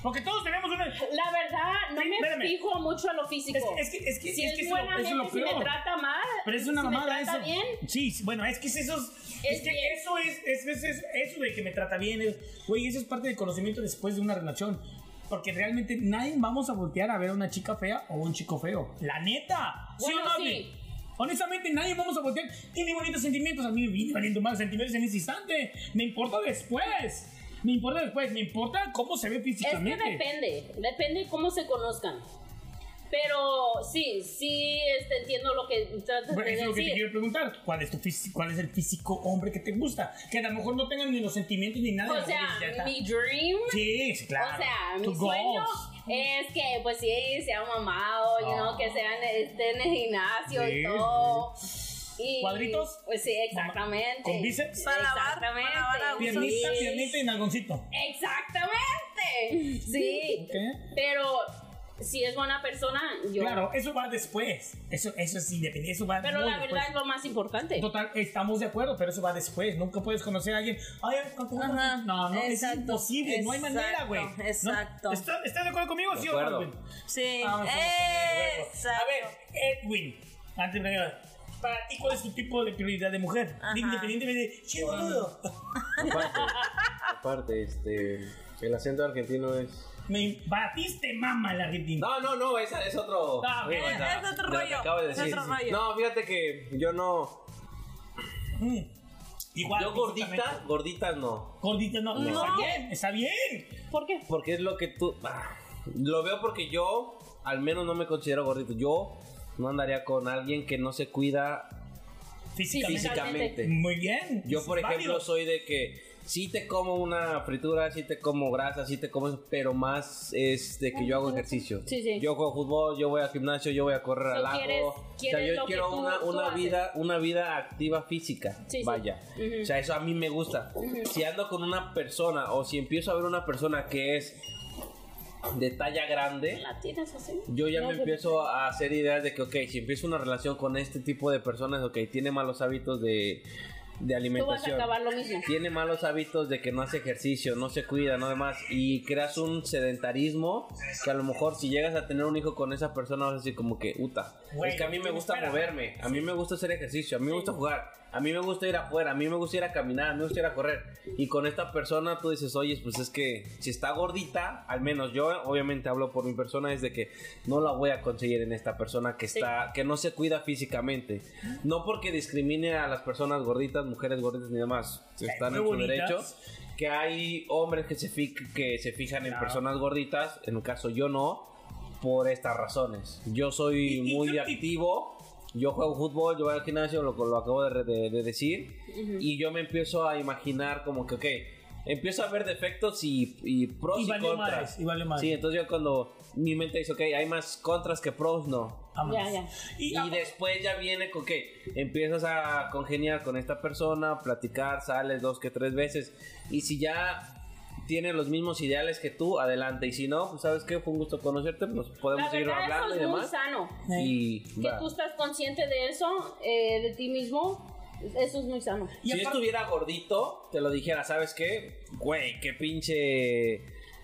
[SPEAKER 2] Porque todos tenemos una. Es,
[SPEAKER 4] La verdad, no
[SPEAKER 2] Sí,
[SPEAKER 4] me
[SPEAKER 2] espérame.
[SPEAKER 4] fijo mucho a lo físico.
[SPEAKER 2] es que, es que,
[SPEAKER 4] si
[SPEAKER 2] es
[SPEAKER 4] es,
[SPEAKER 2] que eso es
[SPEAKER 4] buena
[SPEAKER 2] lo- eso es lo
[SPEAKER 4] gente, si me
[SPEAKER 2] peor.
[SPEAKER 4] trata mal,
[SPEAKER 2] Pero es una
[SPEAKER 4] si
[SPEAKER 2] mamada
[SPEAKER 4] me trata
[SPEAKER 2] eso.
[SPEAKER 4] bien,
[SPEAKER 2] Sí, sí, bueno, es que es esos. Es,
[SPEAKER 4] Es
[SPEAKER 2] que
[SPEAKER 4] bien.
[SPEAKER 2] eso es, es, es- es- eso de que me trata bien. es- Güey, eso es parte del conocimiento después de una relación. Porque realmente nadie vamos a voltear a ver a una chica fea o un chico feo. La neta. ¿Sí o
[SPEAKER 4] Bueno,
[SPEAKER 2] no,
[SPEAKER 4] sí.
[SPEAKER 2] Adri? Honestamente, nadie vamos a voltear. Tiene bonitos sentimientos. A mí me viene valiendo más sentimientos en ese instante. Me importa después. Me importa después. Me importa cómo se ve
[SPEAKER 4] es que
[SPEAKER 2] físicamente.
[SPEAKER 4] depende, depende de cómo se conozcan. Pero sí, sí este, entiendo lo que tratas
[SPEAKER 2] Bueno,
[SPEAKER 4] de
[SPEAKER 2] eso es lo que te
[SPEAKER 4] decir.
[SPEAKER 2] quiero preguntar. ¿Cuál es, tu físico, ¿Cuál es el físico hombre que te gusta? Que a lo mejor no tengan ni los sentimientos ni nada.
[SPEAKER 4] O
[SPEAKER 2] Ya está.
[SPEAKER 4] sea, mi dream,
[SPEAKER 2] Sí, sí, claro.
[SPEAKER 4] o sea, mi
[SPEAKER 2] Tus
[SPEAKER 4] sueño
[SPEAKER 2] goals. Oh.
[SPEAKER 4] Es que, pues sí, se han mamado, you know, que sean, estén en el gimnasio
[SPEAKER 2] Sí,
[SPEAKER 4] y todo. Y-
[SPEAKER 2] ¿Cuadritos?
[SPEAKER 4] Pues sí, exactamente.
[SPEAKER 2] ¿Con bíceps?
[SPEAKER 5] Para lavar,
[SPEAKER 4] Exactamente.
[SPEAKER 5] para lavar a gusto.
[SPEAKER 2] Piernita,
[SPEAKER 4] Sí.
[SPEAKER 2] piernita y nalgoncito.
[SPEAKER 4] Exactamente. Sí.
[SPEAKER 2] ¿Ok?
[SPEAKER 4] Pero si es buena persona, yo.
[SPEAKER 2] Claro, eso va después. Eso, eso es independiente. Eso va
[SPEAKER 4] Pero
[SPEAKER 2] muy
[SPEAKER 4] la verdad
[SPEAKER 2] después.
[SPEAKER 4] es lo más importante.
[SPEAKER 2] Total, estamos de acuerdo, pero eso va después. Nunca puedes conocer a alguien. Ay, con tu-
[SPEAKER 6] Ajá,
[SPEAKER 2] no, no, es
[SPEAKER 6] exacto,
[SPEAKER 2] imposible. no hay manera,
[SPEAKER 6] exacto,
[SPEAKER 2] güey.
[SPEAKER 6] exacto.
[SPEAKER 2] ¿No? ¿Está- ¿Estás de acuerdo conmigo,
[SPEAKER 3] De
[SPEAKER 2] sí
[SPEAKER 3] acuerdo.
[SPEAKER 2] o no? Edwin?
[SPEAKER 6] Sí,
[SPEAKER 2] Ah, Vamos, vamos,
[SPEAKER 6] exacto.
[SPEAKER 2] A ver, Edwin, antes de para ti, ¿cuál es tu tipo de prioridad de mujer?
[SPEAKER 6] Ajá.
[SPEAKER 2] Independientemente de. Che, boludo.
[SPEAKER 3] Aparte, aparte, este, el acento argentino es...
[SPEAKER 2] Me batiste mama la Argentina.
[SPEAKER 3] No, no, no, es, es otro...
[SPEAKER 2] No,
[SPEAKER 3] Oye,
[SPEAKER 2] es-
[SPEAKER 3] o sea,
[SPEAKER 6] es otro
[SPEAKER 3] de lo que
[SPEAKER 6] rollo,
[SPEAKER 3] acabo de
[SPEAKER 6] es
[SPEAKER 3] decir.
[SPEAKER 6] otro rollo.
[SPEAKER 3] No, fíjate que yo no...
[SPEAKER 2] Mm. Igual.
[SPEAKER 3] yo gordita,
[SPEAKER 2] físicamente.
[SPEAKER 3] gordita no.
[SPEAKER 2] Gordita no.
[SPEAKER 3] No.
[SPEAKER 2] Está bien, está bien.
[SPEAKER 4] ¿Por qué?
[SPEAKER 3] Porque es lo que tú... ah, lo veo porque yo al menos no me considero gordito. Yo no andaría con alguien que no se cuida
[SPEAKER 2] Físicamente.
[SPEAKER 3] físicamente.
[SPEAKER 2] Muy bien.
[SPEAKER 3] Yo,
[SPEAKER 2] es
[SPEAKER 3] por ejemplo,
[SPEAKER 2] válido.
[SPEAKER 3] soy de que sí te como una fritura, sí te como grasa, sí te como, pero más es de que yo hago ejercicio.
[SPEAKER 4] Sí, sí.
[SPEAKER 3] Yo juego fútbol, yo voy al gimnasio, yo voy a correr
[SPEAKER 4] So,
[SPEAKER 3] al lago.
[SPEAKER 4] quieres-
[SPEAKER 3] o
[SPEAKER 4] quieres
[SPEAKER 3] sea,
[SPEAKER 4] lo
[SPEAKER 3] yo
[SPEAKER 4] que
[SPEAKER 3] quiero
[SPEAKER 4] tú-
[SPEAKER 3] una,
[SPEAKER 4] tú
[SPEAKER 3] una
[SPEAKER 4] haces.
[SPEAKER 3] vida, una vida activa física.
[SPEAKER 4] Sí, sí.
[SPEAKER 3] vaya. O sea, eso a mí me gusta. Si ando con una persona o si empiezo a ver una persona que es de talla grande,
[SPEAKER 4] ¿La tienes así?
[SPEAKER 3] yo ya
[SPEAKER 4] No,
[SPEAKER 3] me
[SPEAKER 4] pero-
[SPEAKER 3] empiezo a hacer ideas de que, ok, si empiezo una relación con este tipo de personas, ok, tiene malos hábitos de, de
[SPEAKER 4] Tú vas a
[SPEAKER 3] alimentación.
[SPEAKER 4] acabar lo mismo.
[SPEAKER 3] Tiene malos hábitos de que no hace ejercicio, no se cuida, no demás. Y creas un sedentarismo que a lo mejor si llegas a tener un hijo con esa persona vas a decir como que, uta,
[SPEAKER 2] Güey,
[SPEAKER 3] es que a mí me
[SPEAKER 2] pero
[SPEAKER 3] gusta
[SPEAKER 2] espera.
[SPEAKER 3] moverme, a mí me gusta hacer ejercicio, a mí me gusta jugar, a mí me gusta ir afuera, a mí me gusta ir a caminar, a mí me gusta ir a correr. Y con esta persona tú dices, oye, pues es que si está gordita, al menos yo obviamente hablo por mi persona, es de que no la voy a conseguir en esta persona que está, que no se cuida físicamente. No porque discrimine a las personas gorditas, mujeres gorditas ni demás, están
[SPEAKER 2] muy
[SPEAKER 3] en su
[SPEAKER 2] bonitas.
[SPEAKER 3] derecho que hay hombres que se, fi- que se fijan en
[SPEAKER 2] Claro.
[SPEAKER 3] personas gorditas, en el caso yo no, por estas razones. Yo soy
[SPEAKER 2] Y- y
[SPEAKER 3] muy
[SPEAKER 2] yo-
[SPEAKER 3] activo, yo juego fútbol, yo voy al gimnasio, lo, lo acabo de, re- de- de decir, y yo me empiezo a imaginar como que, ok, empiezo a ver defectos y, y pros y,
[SPEAKER 2] Y vale
[SPEAKER 3] contras.
[SPEAKER 2] más. Y vale más.
[SPEAKER 3] Sí, entonces yo cuando mi mente dice, ok, hay más contras que pros, no.
[SPEAKER 2] Vámonos.
[SPEAKER 4] Ya, ya.
[SPEAKER 2] Y, ah,
[SPEAKER 3] Y después ya viene con que empiezas a congeniar con esta persona, platicar, sales dos que tres veces. Y si ya tiene los mismos ideales que tú, adelante. Y si no, pues sabes qué, fue un gusto conocerte, nos podemos
[SPEAKER 4] La
[SPEAKER 3] seguir
[SPEAKER 4] verdad,
[SPEAKER 3] hablando
[SPEAKER 4] eso
[SPEAKER 3] y
[SPEAKER 4] es muy
[SPEAKER 3] demás.
[SPEAKER 4] sano.
[SPEAKER 3] Y
[SPEAKER 4] Que
[SPEAKER 3] va.
[SPEAKER 4] tú estás consciente de eso, eh, de ti mismo, eso es muy sano.
[SPEAKER 2] Y
[SPEAKER 3] si yo
[SPEAKER 2] aparte-
[SPEAKER 3] estuviera gordito, te lo dijera, ¿sabes qué? Güey, qué pinche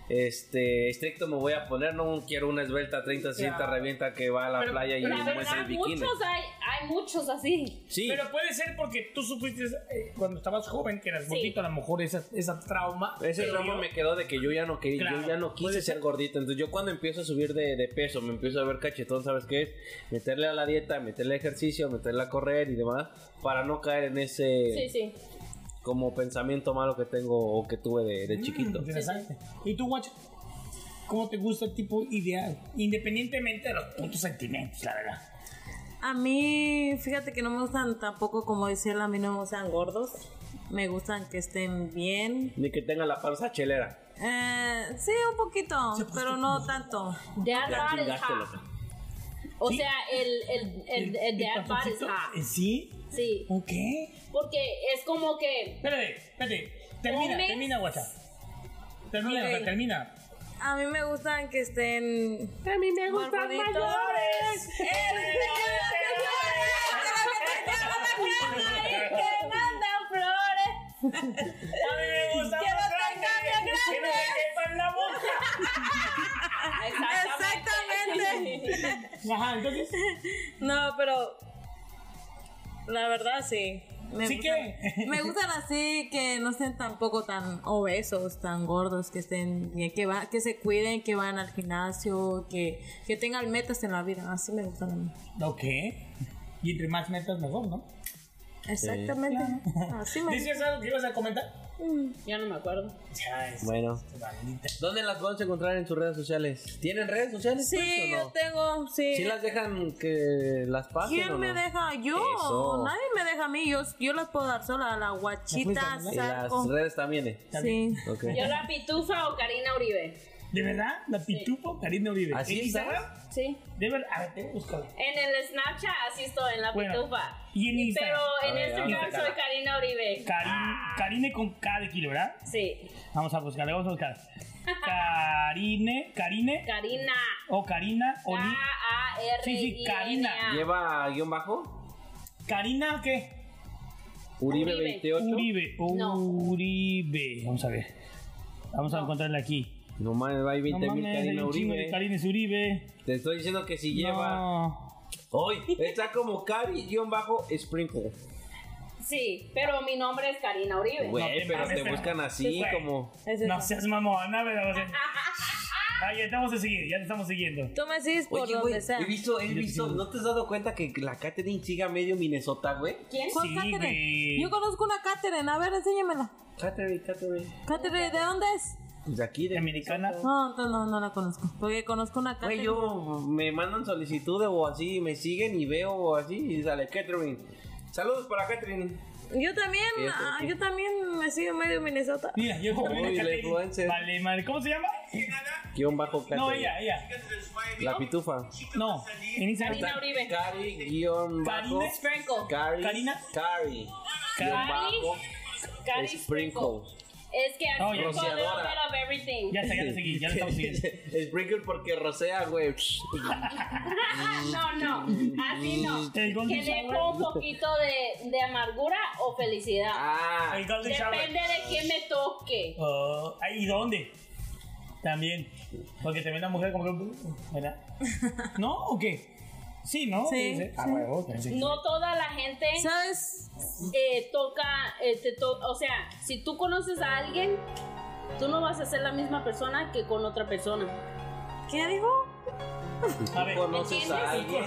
[SPEAKER 3] este estricto me voy a poner, no quiero una esbelta 30 60 revienta que va a la
[SPEAKER 2] Pero-
[SPEAKER 3] playa y
[SPEAKER 4] La
[SPEAKER 3] muestra
[SPEAKER 4] verdad,
[SPEAKER 3] el bikini.
[SPEAKER 4] muchos hay, hay muchos así.
[SPEAKER 3] Sí.
[SPEAKER 2] Pero puede ser porque tú supiste eh, cuando estabas joven que eras gordito, a lo mejor esa, esa trauma.
[SPEAKER 3] Ese
[SPEAKER 2] te
[SPEAKER 3] trauma
[SPEAKER 2] dio.
[SPEAKER 3] me quedó de que yo ya no quería,
[SPEAKER 2] Claro,
[SPEAKER 3] yo ya no quise ser gordito. Entonces yo cuando empiezo a subir de, de peso, me empiezo a ver cachetón, ¿sabes qué? es? Meterle a la dieta, meterle ejercicio, meterle a correr y demás, para no caer en ese
[SPEAKER 4] Sí, sí.
[SPEAKER 3] como pensamiento malo que tengo o que tuve de, de chiquito.
[SPEAKER 2] Mm, Interesante. ¿Y tú, guacho? ¿Cómo te gusta el tipo ideal? Independientemente de los putos sentimientos, la verdad.
[SPEAKER 6] A mí, fíjate que no me gustan tampoco, como dice él, a mí no me gustan gordos. Me gustan que estén bien.
[SPEAKER 3] Ni que tenga la panza chelera.
[SPEAKER 6] Eh, sí, un poquito,
[SPEAKER 2] pues,
[SPEAKER 6] pero no tanto.
[SPEAKER 4] That
[SPEAKER 3] Ya
[SPEAKER 4] part is
[SPEAKER 3] chingaste,
[SPEAKER 4] hot.
[SPEAKER 3] loca.
[SPEAKER 4] O
[SPEAKER 2] Sí.
[SPEAKER 4] sea, el, el, el, el that part is
[SPEAKER 2] patoncito-
[SPEAKER 4] hot.
[SPEAKER 2] ¿Eh, ¿Sí?
[SPEAKER 4] Sí,
[SPEAKER 2] ¿Ok?
[SPEAKER 4] porque es como que
[SPEAKER 2] Espérate, espérate. Termina,
[SPEAKER 4] Un mes.
[SPEAKER 2] termina, guacha. Termina,
[SPEAKER 6] Ok.
[SPEAKER 2] o sea, termina.
[SPEAKER 6] A mí me gustan que estén.
[SPEAKER 4] A mí me
[SPEAKER 6] gustan mayores.
[SPEAKER 4] ¡Que mandan flores!
[SPEAKER 2] A mí me gusta
[SPEAKER 6] Que
[SPEAKER 2] más
[SPEAKER 6] no
[SPEAKER 2] grande,
[SPEAKER 6] tenga más
[SPEAKER 2] que no me quepa en la boca.
[SPEAKER 6] Exactamente.
[SPEAKER 2] Ajá, entonces,
[SPEAKER 6] No, pero. La verdad, sí. Me
[SPEAKER 2] ¿sí
[SPEAKER 6] gustan-
[SPEAKER 2] que?
[SPEAKER 6] Me gustan así que no estén tampoco tan obesos, tan gordos, que estén bien, que, va, que se cuiden, que van al gimnasio, que, que tengan metas en la vida. Así me gustan a mí.
[SPEAKER 2] Ok. Y entre más metas, mejor, ¿no?
[SPEAKER 4] [laughs]
[SPEAKER 6] Exactamente. Así me
[SPEAKER 2] ¿Dices algo que ibas a comentar?
[SPEAKER 4] Ya no me acuerdo.
[SPEAKER 2] Ya, es-
[SPEAKER 3] Bueno.
[SPEAKER 2] maldita.
[SPEAKER 3] ¿Dónde las podemos encontrar en sus redes sociales? ¿Tienen redes sociales?
[SPEAKER 6] Sí,
[SPEAKER 3] pues, o
[SPEAKER 6] yo
[SPEAKER 3] no?
[SPEAKER 6] tengo, sí.
[SPEAKER 3] ¿Sí las dejan que las pasen
[SPEAKER 6] ¿Quién
[SPEAKER 3] o no?
[SPEAKER 6] me deja? Yo.
[SPEAKER 3] Eso.
[SPEAKER 6] Nadie me deja a mí. Yo, yo las puedo dar sola a la
[SPEAKER 2] ¿Las
[SPEAKER 6] guachita
[SPEAKER 2] puedes
[SPEAKER 3] En las
[SPEAKER 6] Zarco.
[SPEAKER 3] redes también. eh?
[SPEAKER 6] Sí.
[SPEAKER 3] Ok.
[SPEAKER 4] Yo la pitufa o Karina Uribe.
[SPEAKER 2] ¿De verdad? La Pitufo Karina Uribe.
[SPEAKER 3] ¿Así
[SPEAKER 2] ¿En
[SPEAKER 3] está?
[SPEAKER 2] Instagram?
[SPEAKER 4] Sí.
[SPEAKER 2] De verdad, a ver, tengo que buscarla.
[SPEAKER 4] En el Snapchat así estoy, en la
[SPEAKER 2] Bueno,
[SPEAKER 4] pitufa.
[SPEAKER 2] y en Instagram.
[SPEAKER 4] Pero en
[SPEAKER 3] A ver,
[SPEAKER 4] Instagram
[SPEAKER 3] vamos a
[SPEAKER 4] soy Karina Uribe.
[SPEAKER 3] Ah.
[SPEAKER 4] Ah,
[SPEAKER 2] Karin- Karine con K de kilo, ¿verdad?
[SPEAKER 4] Sí.
[SPEAKER 2] Vamos a buscarla, vamos a buscar. Karine, Karine,
[SPEAKER 4] Karina.
[SPEAKER 2] o Karina, o Ni-
[SPEAKER 3] Ah.
[SPEAKER 4] K-A-R.
[SPEAKER 2] Sí, sí, Karina.
[SPEAKER 3] ¿Lleva guión bajo?
[SPEAKER 2] Karina, ¿qué?
[SPEAKER 3] Uribe,
[SPEAKER 4] Uribe.
[SPEAKER 3] 28.
[SPEAKER 2] Uribe,
[SPEAKER 4] No.
[SPEAKER 2] Uribe. Vamos a ver. Vamos a encontrarla aquí.
[SPEAKER 3] No mames, hay 20 mil
[SPEAKER 2] mames, hay
[SPEAKER 3] Karina
[SPEAKER 2] un chingo
[SPEAKER 3] Uribe.
[SPEAKER 2] de Karines Uribe.
[SPEAKER 3] Te estoy diciendo que si lleva.
[SPEAKER 2] No.
[SPEAKER 3] Hoy está como Cari guión bajo Sprinkle.
[SPEAKER 4] Sí, pero mi nombre es Karina Uribe.
[SPEAKER 3] Güey,
[SPEAKER 2] te
[SPEAKER 3] pero
[SPEAKER 2] mames,
[SPEAKER 3] te
[SPEAKER 2] pero-
[SPEAKER 3] buscan así
[SPEAKER 2] Güey.
[SPEAKER 3] como.
[SPEAKER 5] Es
[SPEAKER 2] No
[SPEAKER 5] eso.
[SPEAKER 2] seas mamón, a ver, vamos
[SPEAKER 3] [laughs]
[SPEAKER 2] a Ah, ya te vamos a seguir, ya te estamos siguiendo.
[SPEAKER 5] Tú me sigues por
[SPEAKER 3] Oye,
[SPEAKER 5] donde
[SPEAKER 3] güey,
[SPEAKER 5] sea.
[SPEAKER 3] he visto, he visto, ¿no te has dado cuenta que la Katherine sigue a medio Minnesota, güey?
[SPEAKER 4] ¿Quién?
[SPEAKER 6] ¿Cuál
[SPEAKER 2] Sí,
[SPEAKER 6] Catherine?
[SPEAKER 2] güey.
[SPEAKER 6] Yo conozco una Catherine. A ver, enséñamela.
[SPEAKER 3] Katherine, Katherine.
[SPEAKER 6] Catherine, ¿de dónde es?
[SPEAKER 3] Pues de aquí, de
[SPEAKER 2] Americana.
[SPEAKER 6] No, entonces no, no la conozco. Porque conozco una
[SPEAKER 3] Güey,
[SPEAKER 6] Catherine.
[SPEAKER 3] yo me mandan solicitudes o así, me siguen y veo o así, y sale Katherine. Saludos para Katherine.
[SPEAKER 6] Yo también,
[SPEAKER 3] Sí, sí,
[SPEAKER 6] ah,
[SPEAKER 3] sí.
[SPEAKER 6] yo también me sigo medio Minnesota.
[SPEAKER 2] Mira, yo como
[SPEAKER 3] Uy, la influencer.
[SPEAKER 2] Vale, madre, ¿cómo se llama?
[SPEAKER 3] Guión bajo Katherine.
[SPEAKER 2] No, ella, ella.
[SPEAKER 3] La pitufa.
[SPEAKER 2] No, en Instagram.
[SPEAKER 4] Karina Uribe.
[SPEAKER 3] Cari guión bajo.
[SPEAKER 2] Karina
[SPEAKER 4] Sprinkle.
[SPEAKER 3] Cari.
[SPEAKER 2] Karina.
[SPEAKER 3] Cari. Guión bajo.
[SPEAKER 4] Cari
[SPEAKER 3] Sprinkle.
[SPEAKER 4] Es que
[SPEAKER 2] No,
[SPEAKER 4] I
[SPEAKER 2] ya.
[SPEAKER 4] sprinkle a little
[SPEAKER 3] Rociadora.
[SPEAKER 4] bit of everything.
[SPEAKER 2] Ya está, ya te seguí, ya te
[SPEAKER 3] [laughs]
[SPEAKER 2] estamos siguiendo.
[SPEAKER 3] Sprinkle porque rocea, güey.
[SPEAKER 4] [laughs] no, no, así no.
[SPEAKER 2] [laughs] El
[SPEAKER 4] Que
[SPEAKER 2] Golden
[SPEAKER 4] le
[SPEAKER 2] Shower.
[SPEAKER 4] pongo un poquito de, de amargura o felicidad.
[SPEAKER 3] Ah,
[SPEAKER 2] El Golden Shower.
[SPEAKER 4] Depende de quién me toque.
[SPEAKER 2] Oh, ay, ¿Y dónde? También. Porque también la mujer como que... ¿Verdad? ¿No? ¿O qué? Sí, ¿no?
[SPEAKER 6] Sí,
[SPEAKER 2] Ah, huevo. sí.
[SPEAKER 4] No toda la gente
[SPEAKER 6] ¿Sabes?
[SPEAKER 4] eh, toca, eh, te to- o sea, si tú conoces a alguien, tú no vas a ser la misma persona que con otra persona.
[SPEAKER 6] ¿Qué dijo?
[SPEAKER 2] A ver.
[SPEAKER 3] tú conoces a alguien.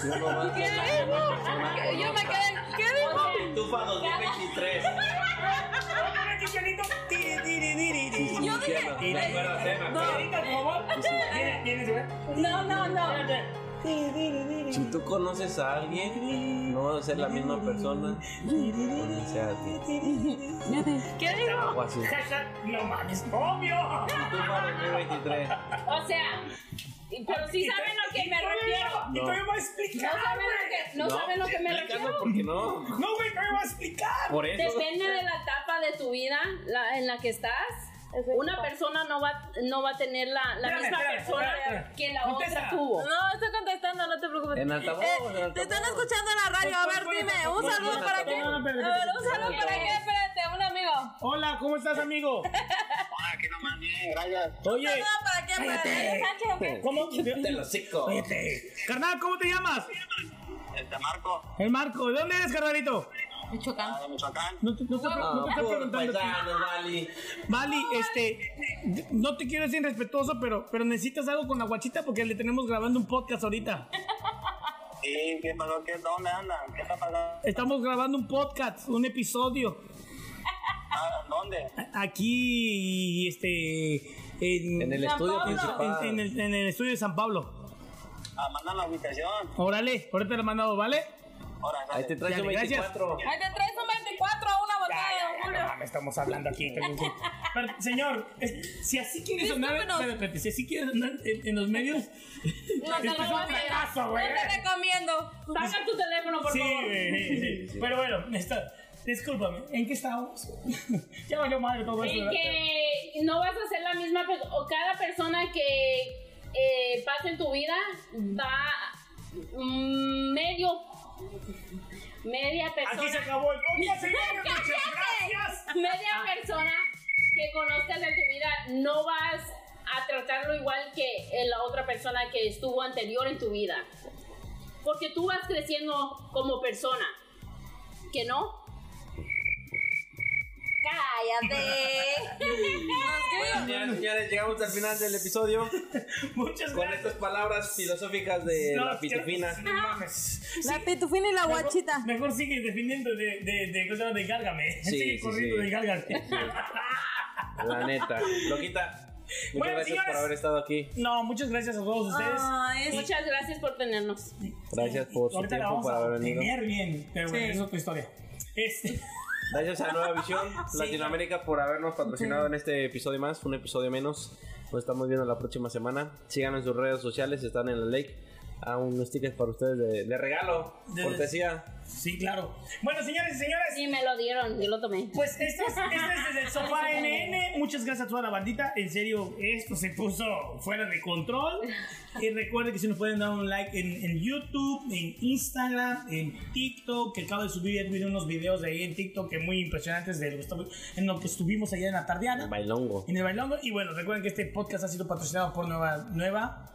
[SPEAKER 3] Tú no vas a ser la misma persona con
[SPEAKER 6] Yo me
[SPEAKER 3] otra.
[SPEAKER 6] quedé. ¿Qué
[SPEAKER 4] O
[SPEAKER 6] dijo?
[SPEAKER 4] sea,
[SPEAKER 3] Pitufa 2023.
[SPEAKER 2] Ahora, Chicharito. Tiri, tiri, tiri, tiri.
[SPEAKER 3] Sí, sí,
[SPEAKER 6] Yo
[SPEAKER 3] sí,
[SPEAKER 6] dije-
[SPEAKER 3] me
[SPEAKER 2] eh,
[SPEAKER 3] acuerdo, sí, me acuerdo.
[SPEAKER 2] Chicharito, por favor. Mira, ¿Tienes, güey?
[SPEAKER 4] no, no, no.
[SPEAKER 3] Si tú conoces a alguien, no vas a ser la misma persona. Conoce a alguien.
[SPEAKER 6] ¿Qué dijo?
[SPEAKER 3] O así.
[SPEAKER 2] Hashtag, no mames, obvio.
[SPEAKER 3] Pitufa 2023.
[SPEAKER 4] O sea, y- pero si saben a qué me refiero.
[SPEAKER 2] Y todavía me va a explicar,
[SPEAKER 4] No saben lo
[SPEAKER 2] güey.
[SPEAKER 4] que, no saben lo que me
[SPEAKER 3] explícalo
[SPEAKER 4] refiero.
[SPEAKER 3] porque no.
[SPEAKER 2] No, güey, todavía me va a explicar.
[SPEAKER 3] Por eso.
[SPEAKER 4] Depende de la etapa de tu vida la- en la que estás. Una persona no va, no va a tener la, la
[SPEAKER 2] Espérame,
[SPEAKER 4] misma
[SPEAKER 2] espérame,
[SPEAKER 4] persona
[SPEAKER 2] espérame.
[SPEAKER 4] que la
[SPEAKER 2] Contesta.
[SPEAKER 4] otra tuvo.
[SPEAKER 6] No, estoy contestando, no te preocupes.
[SPEAKER 3] "Oh". En altavoz,
[SPEAKER 6] Eh,
[SPEAKER 3] en altavoz.
[SPEAKER 6] Te están escuchando en la radio. A ver, dime, un saludo para qué.
[SPEAKER 2] No,
[SPEAKER 6] A
[SPEAKER 2] no,
[SPEAKER 6] ver,
[SPEAKER 2] espérate,
[SPEAKER 6] un
[SPEAKER 2] espérate.
[SPEAKER 6] saludo para qué, espérate, un amigo. Un
[SPEAKER 2] Hola, ¿cómo estás, amigo?
[SPEAKER 7] Ah, que no más bien, gracias.
[SPEAKER 2] Oye,
[SPEAKER 6] saludo para qué, para Daniel Sánchez, ¿o qué?
[SPEAKER 2] ¿cómo?
[SPEAKER 3] Te lo cico.
[SPEAKER 2] Cállate. Carnal, ¿cómo te llamas?
[SPEAKER 7] Este Marco,
[SPEAKER 2] El Marco, ¿de dónde eres, carnalito?
[SPEAKER 7] ah, de Michoacán.
[SPEAKER 2] No te, no te,
[SPEAKER 3] Ah,
[SPEAKER 2] no te
[SPEAKER 4] pues,
[SPEAKER 2] estoy
[SPEAKER 3] por
[SPEAKER 2] preguntando. a ti.
[SPEAKER 3] paisano, Vali.
[SPEAKER 2] Vali, este, no te quiero decir irrespetuoso, pero, pero necesitas algo con la guachita porque le tenemos grabando un podcast ahorita.
[SPEAKER 7] Sí, ¿qué pasó? ¿Qué, ¿Dónde andan? ¿Qué está pasando?
[SPEAKER 2] Estamos grabando un podcast, un episodio.
[SPEAKER 7] Ah, ¿Dónde?
[SPEAKER 2] Aquí, este, en,
[SPEAKER 3] En el
[SPEAKER 6] San
[SPEAKER 3] estudio
[SPEAKER 6] Pablo.
[SPEAKER 3] principal.
[SPEAKER 2] en- en el- en el estudio de San Pablo.
[SPEAKER 7] Ah, mandan la ubicación.
[SPEAKER 2] Órale, ahorita lo he mandado, ¿vale?
[SPEAKER 7] Ahora,
[SPEAKER 3] Ahí te traes un
[SPEAKER 2] Dale, gracias.
[SPEAKER 3] 24.
[SPEAKER 6] Ahí te traes un 24 a una botella de Julio.
[SPEAKER 2] estamos hablando [laughs] aquí. Pero, señor, es- si así quieres sonar,
[SPEAKER 6] Discúlpenos.
[SPEAKER 2] espérate, espérate, si así quieres sonar en, en los medios,
[SPEAKER 6] [laughs] No te
[SPEAKER 2] este
[SPEAKER 6] lo
[SPEAKER 2] es
[SPEAKER 6] voy
[SPEAKER 2] un
[SPEAKER 6] a negar.
[SPEAKER 2] fracaso, güey.
[SPEAKER 6] No te recomiendo.
[SPEAKER 4] Saca tu teléfono, por
[SPEAKER 2] Sí,
[SPEAKER 4] favor.
[SPEAKER 2] güey, sí, sí. Pero bueno, está- discúlpame, ¿en qué estábamos? [laughs] ya valió madre todo eso.
[SPEAKER 4] En
[SPEAKER 2] ¿verdad?
[SPEAKER 4] que no vas a ser la misma persona. O cada persona que eh, pase en tu vida va mm, medio. Media
[SPEAKER 2] Aquí se
[SPEAKER 4] persona.
[SPEAKER 2] acabó el podcast, señores, muchas
[SPEAKER 4] ¡Cállate!
[SPEAKER 2] gracias.
[SPEAKER 4] [laughs] Media persona que conozcas en tu vida no vas a tratarlo igual que en la otra persona que estuvo anterior en tu vida. Porque tú vas creciendo como persona. ¿Que no?
[SPEAKER 6] Cállate.
[SPEAKER 3] Bueno, señores, señores, llegamos al final del episodio
[SPEAKER 2] Muchas
[SPEAKER 3] con
[SPEAKER 2] gracias.
[SPEAKER 3] estas palabras filosóficas de
[SPEAKER 2] No,
[SPEAKER 3] la pitufina.
[SPEAKER 2] quiero- no mames.
[SPEAKER 6] La pitufina y la guachita.
[SPEAKER 2] Mejor sigue defendiendo de, de, de, de, de Gárgame.
[SPEAKER 3] Sí,
[SPEAKER 2] sigue
[SPEAKER 3] sí,
[SPEAKER 2] corriendo
[SPEAKER 3] sí.
[SPEAKER 2] de Gárgame.
[SPEAKER 3] La neta. Loquita, muchas
[SPEAKER 2] Bueno,
[SPEAKER 3] gracias
[SPEAKER 2] señores.
[SPEAKER 3] por haber estado aquí.
[SPEAKER 2] No, muchas gracias a todos
[SPEAKER 6] Ay,
[SPEAKER 2] ustedes.
[SPEAKER 6] Ah, es-
[SPEAKER 4] Muchas gracias por tenernos.
[SPEAKER 3] Gracias por su
[SPEAKER 2] Ahorita la
[SPEAKER 3] tiempo,
[SPEAKER 2] vamos
[SPEAKER 3] por
[SPEAKER 2] a
[SPEAKER 3] haber venido.
[SPEAKER 2] tener bien, pero bueno,
[SPEAKER 6] Sí.
[SPEAKER 2] es otra historia. Este, [laughs]
[SPEAKER 3] Gracias a Nueva Visión Latinoamérica por habernos patrocinado en este episodio más, un episodio menos. Nos estamos viendo la próxima semana. Síganos en sus redes sociales, están en la lake. A unos tickets para ustedes de, de regalo,
[SPEAKER 2] De-
[SPEAKER 3] cortesía.
[SPEAKER 2] Sí, claro. Bueno, señores y señores.
[SPEAKER 4] Sí, me lo dieron, yo lo tomé.
[SPEAKER 2] Pues esto es, esto es desde
[SPEAKER 6] [laughs]
[SPEAKER 2] el sofá NN. Muchas gracias a toda la bandita. En serio, esto se puso fuera de control. Y recuerden que si nos pueden dar un like en, en YouTube, en Instagram, en TikTok, que acabo de subir Edwin unos videos de ahí en TikTok que muy impresionantes de lo que estamos- en lo que estuvimos allá en la tardeada.
[SPEAKER 3] Bailongo.
[SPEAKER 2] En el bailongo. Y bueno, recuerden que este podcast ha sido patrocinado por Nueva Nueva.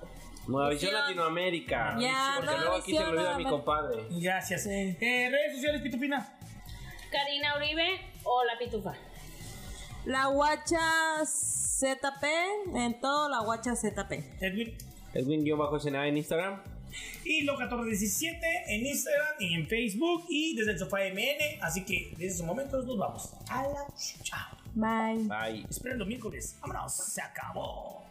[SPEAKER 3] Nueva Visión Latinoamérica.
[SPEAKER 6] Ya,
[SPEAKER 3] Porque
[SPEAKER 6] Nueva
[SPEAKER 3] luego aquí se
[SPEAKER 6] Visión,
[SPEAKER 3] me olvida
[SPEAKER 6] nada
[SPEAKER 3] mi
[SPEAKER 6] más.
[SPEAKER 3] compadre.
[SPEAKER 2] Gracias. Eh, redes sociales, Pitupina.
[SPEAKER 4] Karina Uribe o la pitufa.
[SPEAKER 6] La guacha ZP, en todo la guacha ZP.
[SPEAKER 2] Edwin.
[SPEAKER 3] Edwin-SNA en Instagram.
[SPEAKER 2] y Lo1417 en Instagram y en Facebook y desde el sofá MN. Así que desde esos momentos nos vamos. A la chao.
[SPEAKER 6] Bye.
[SPEAKER 3] Bye.
[SPEAKER 2] Esperen los miércoles. Vámonos. pues. Se acabó.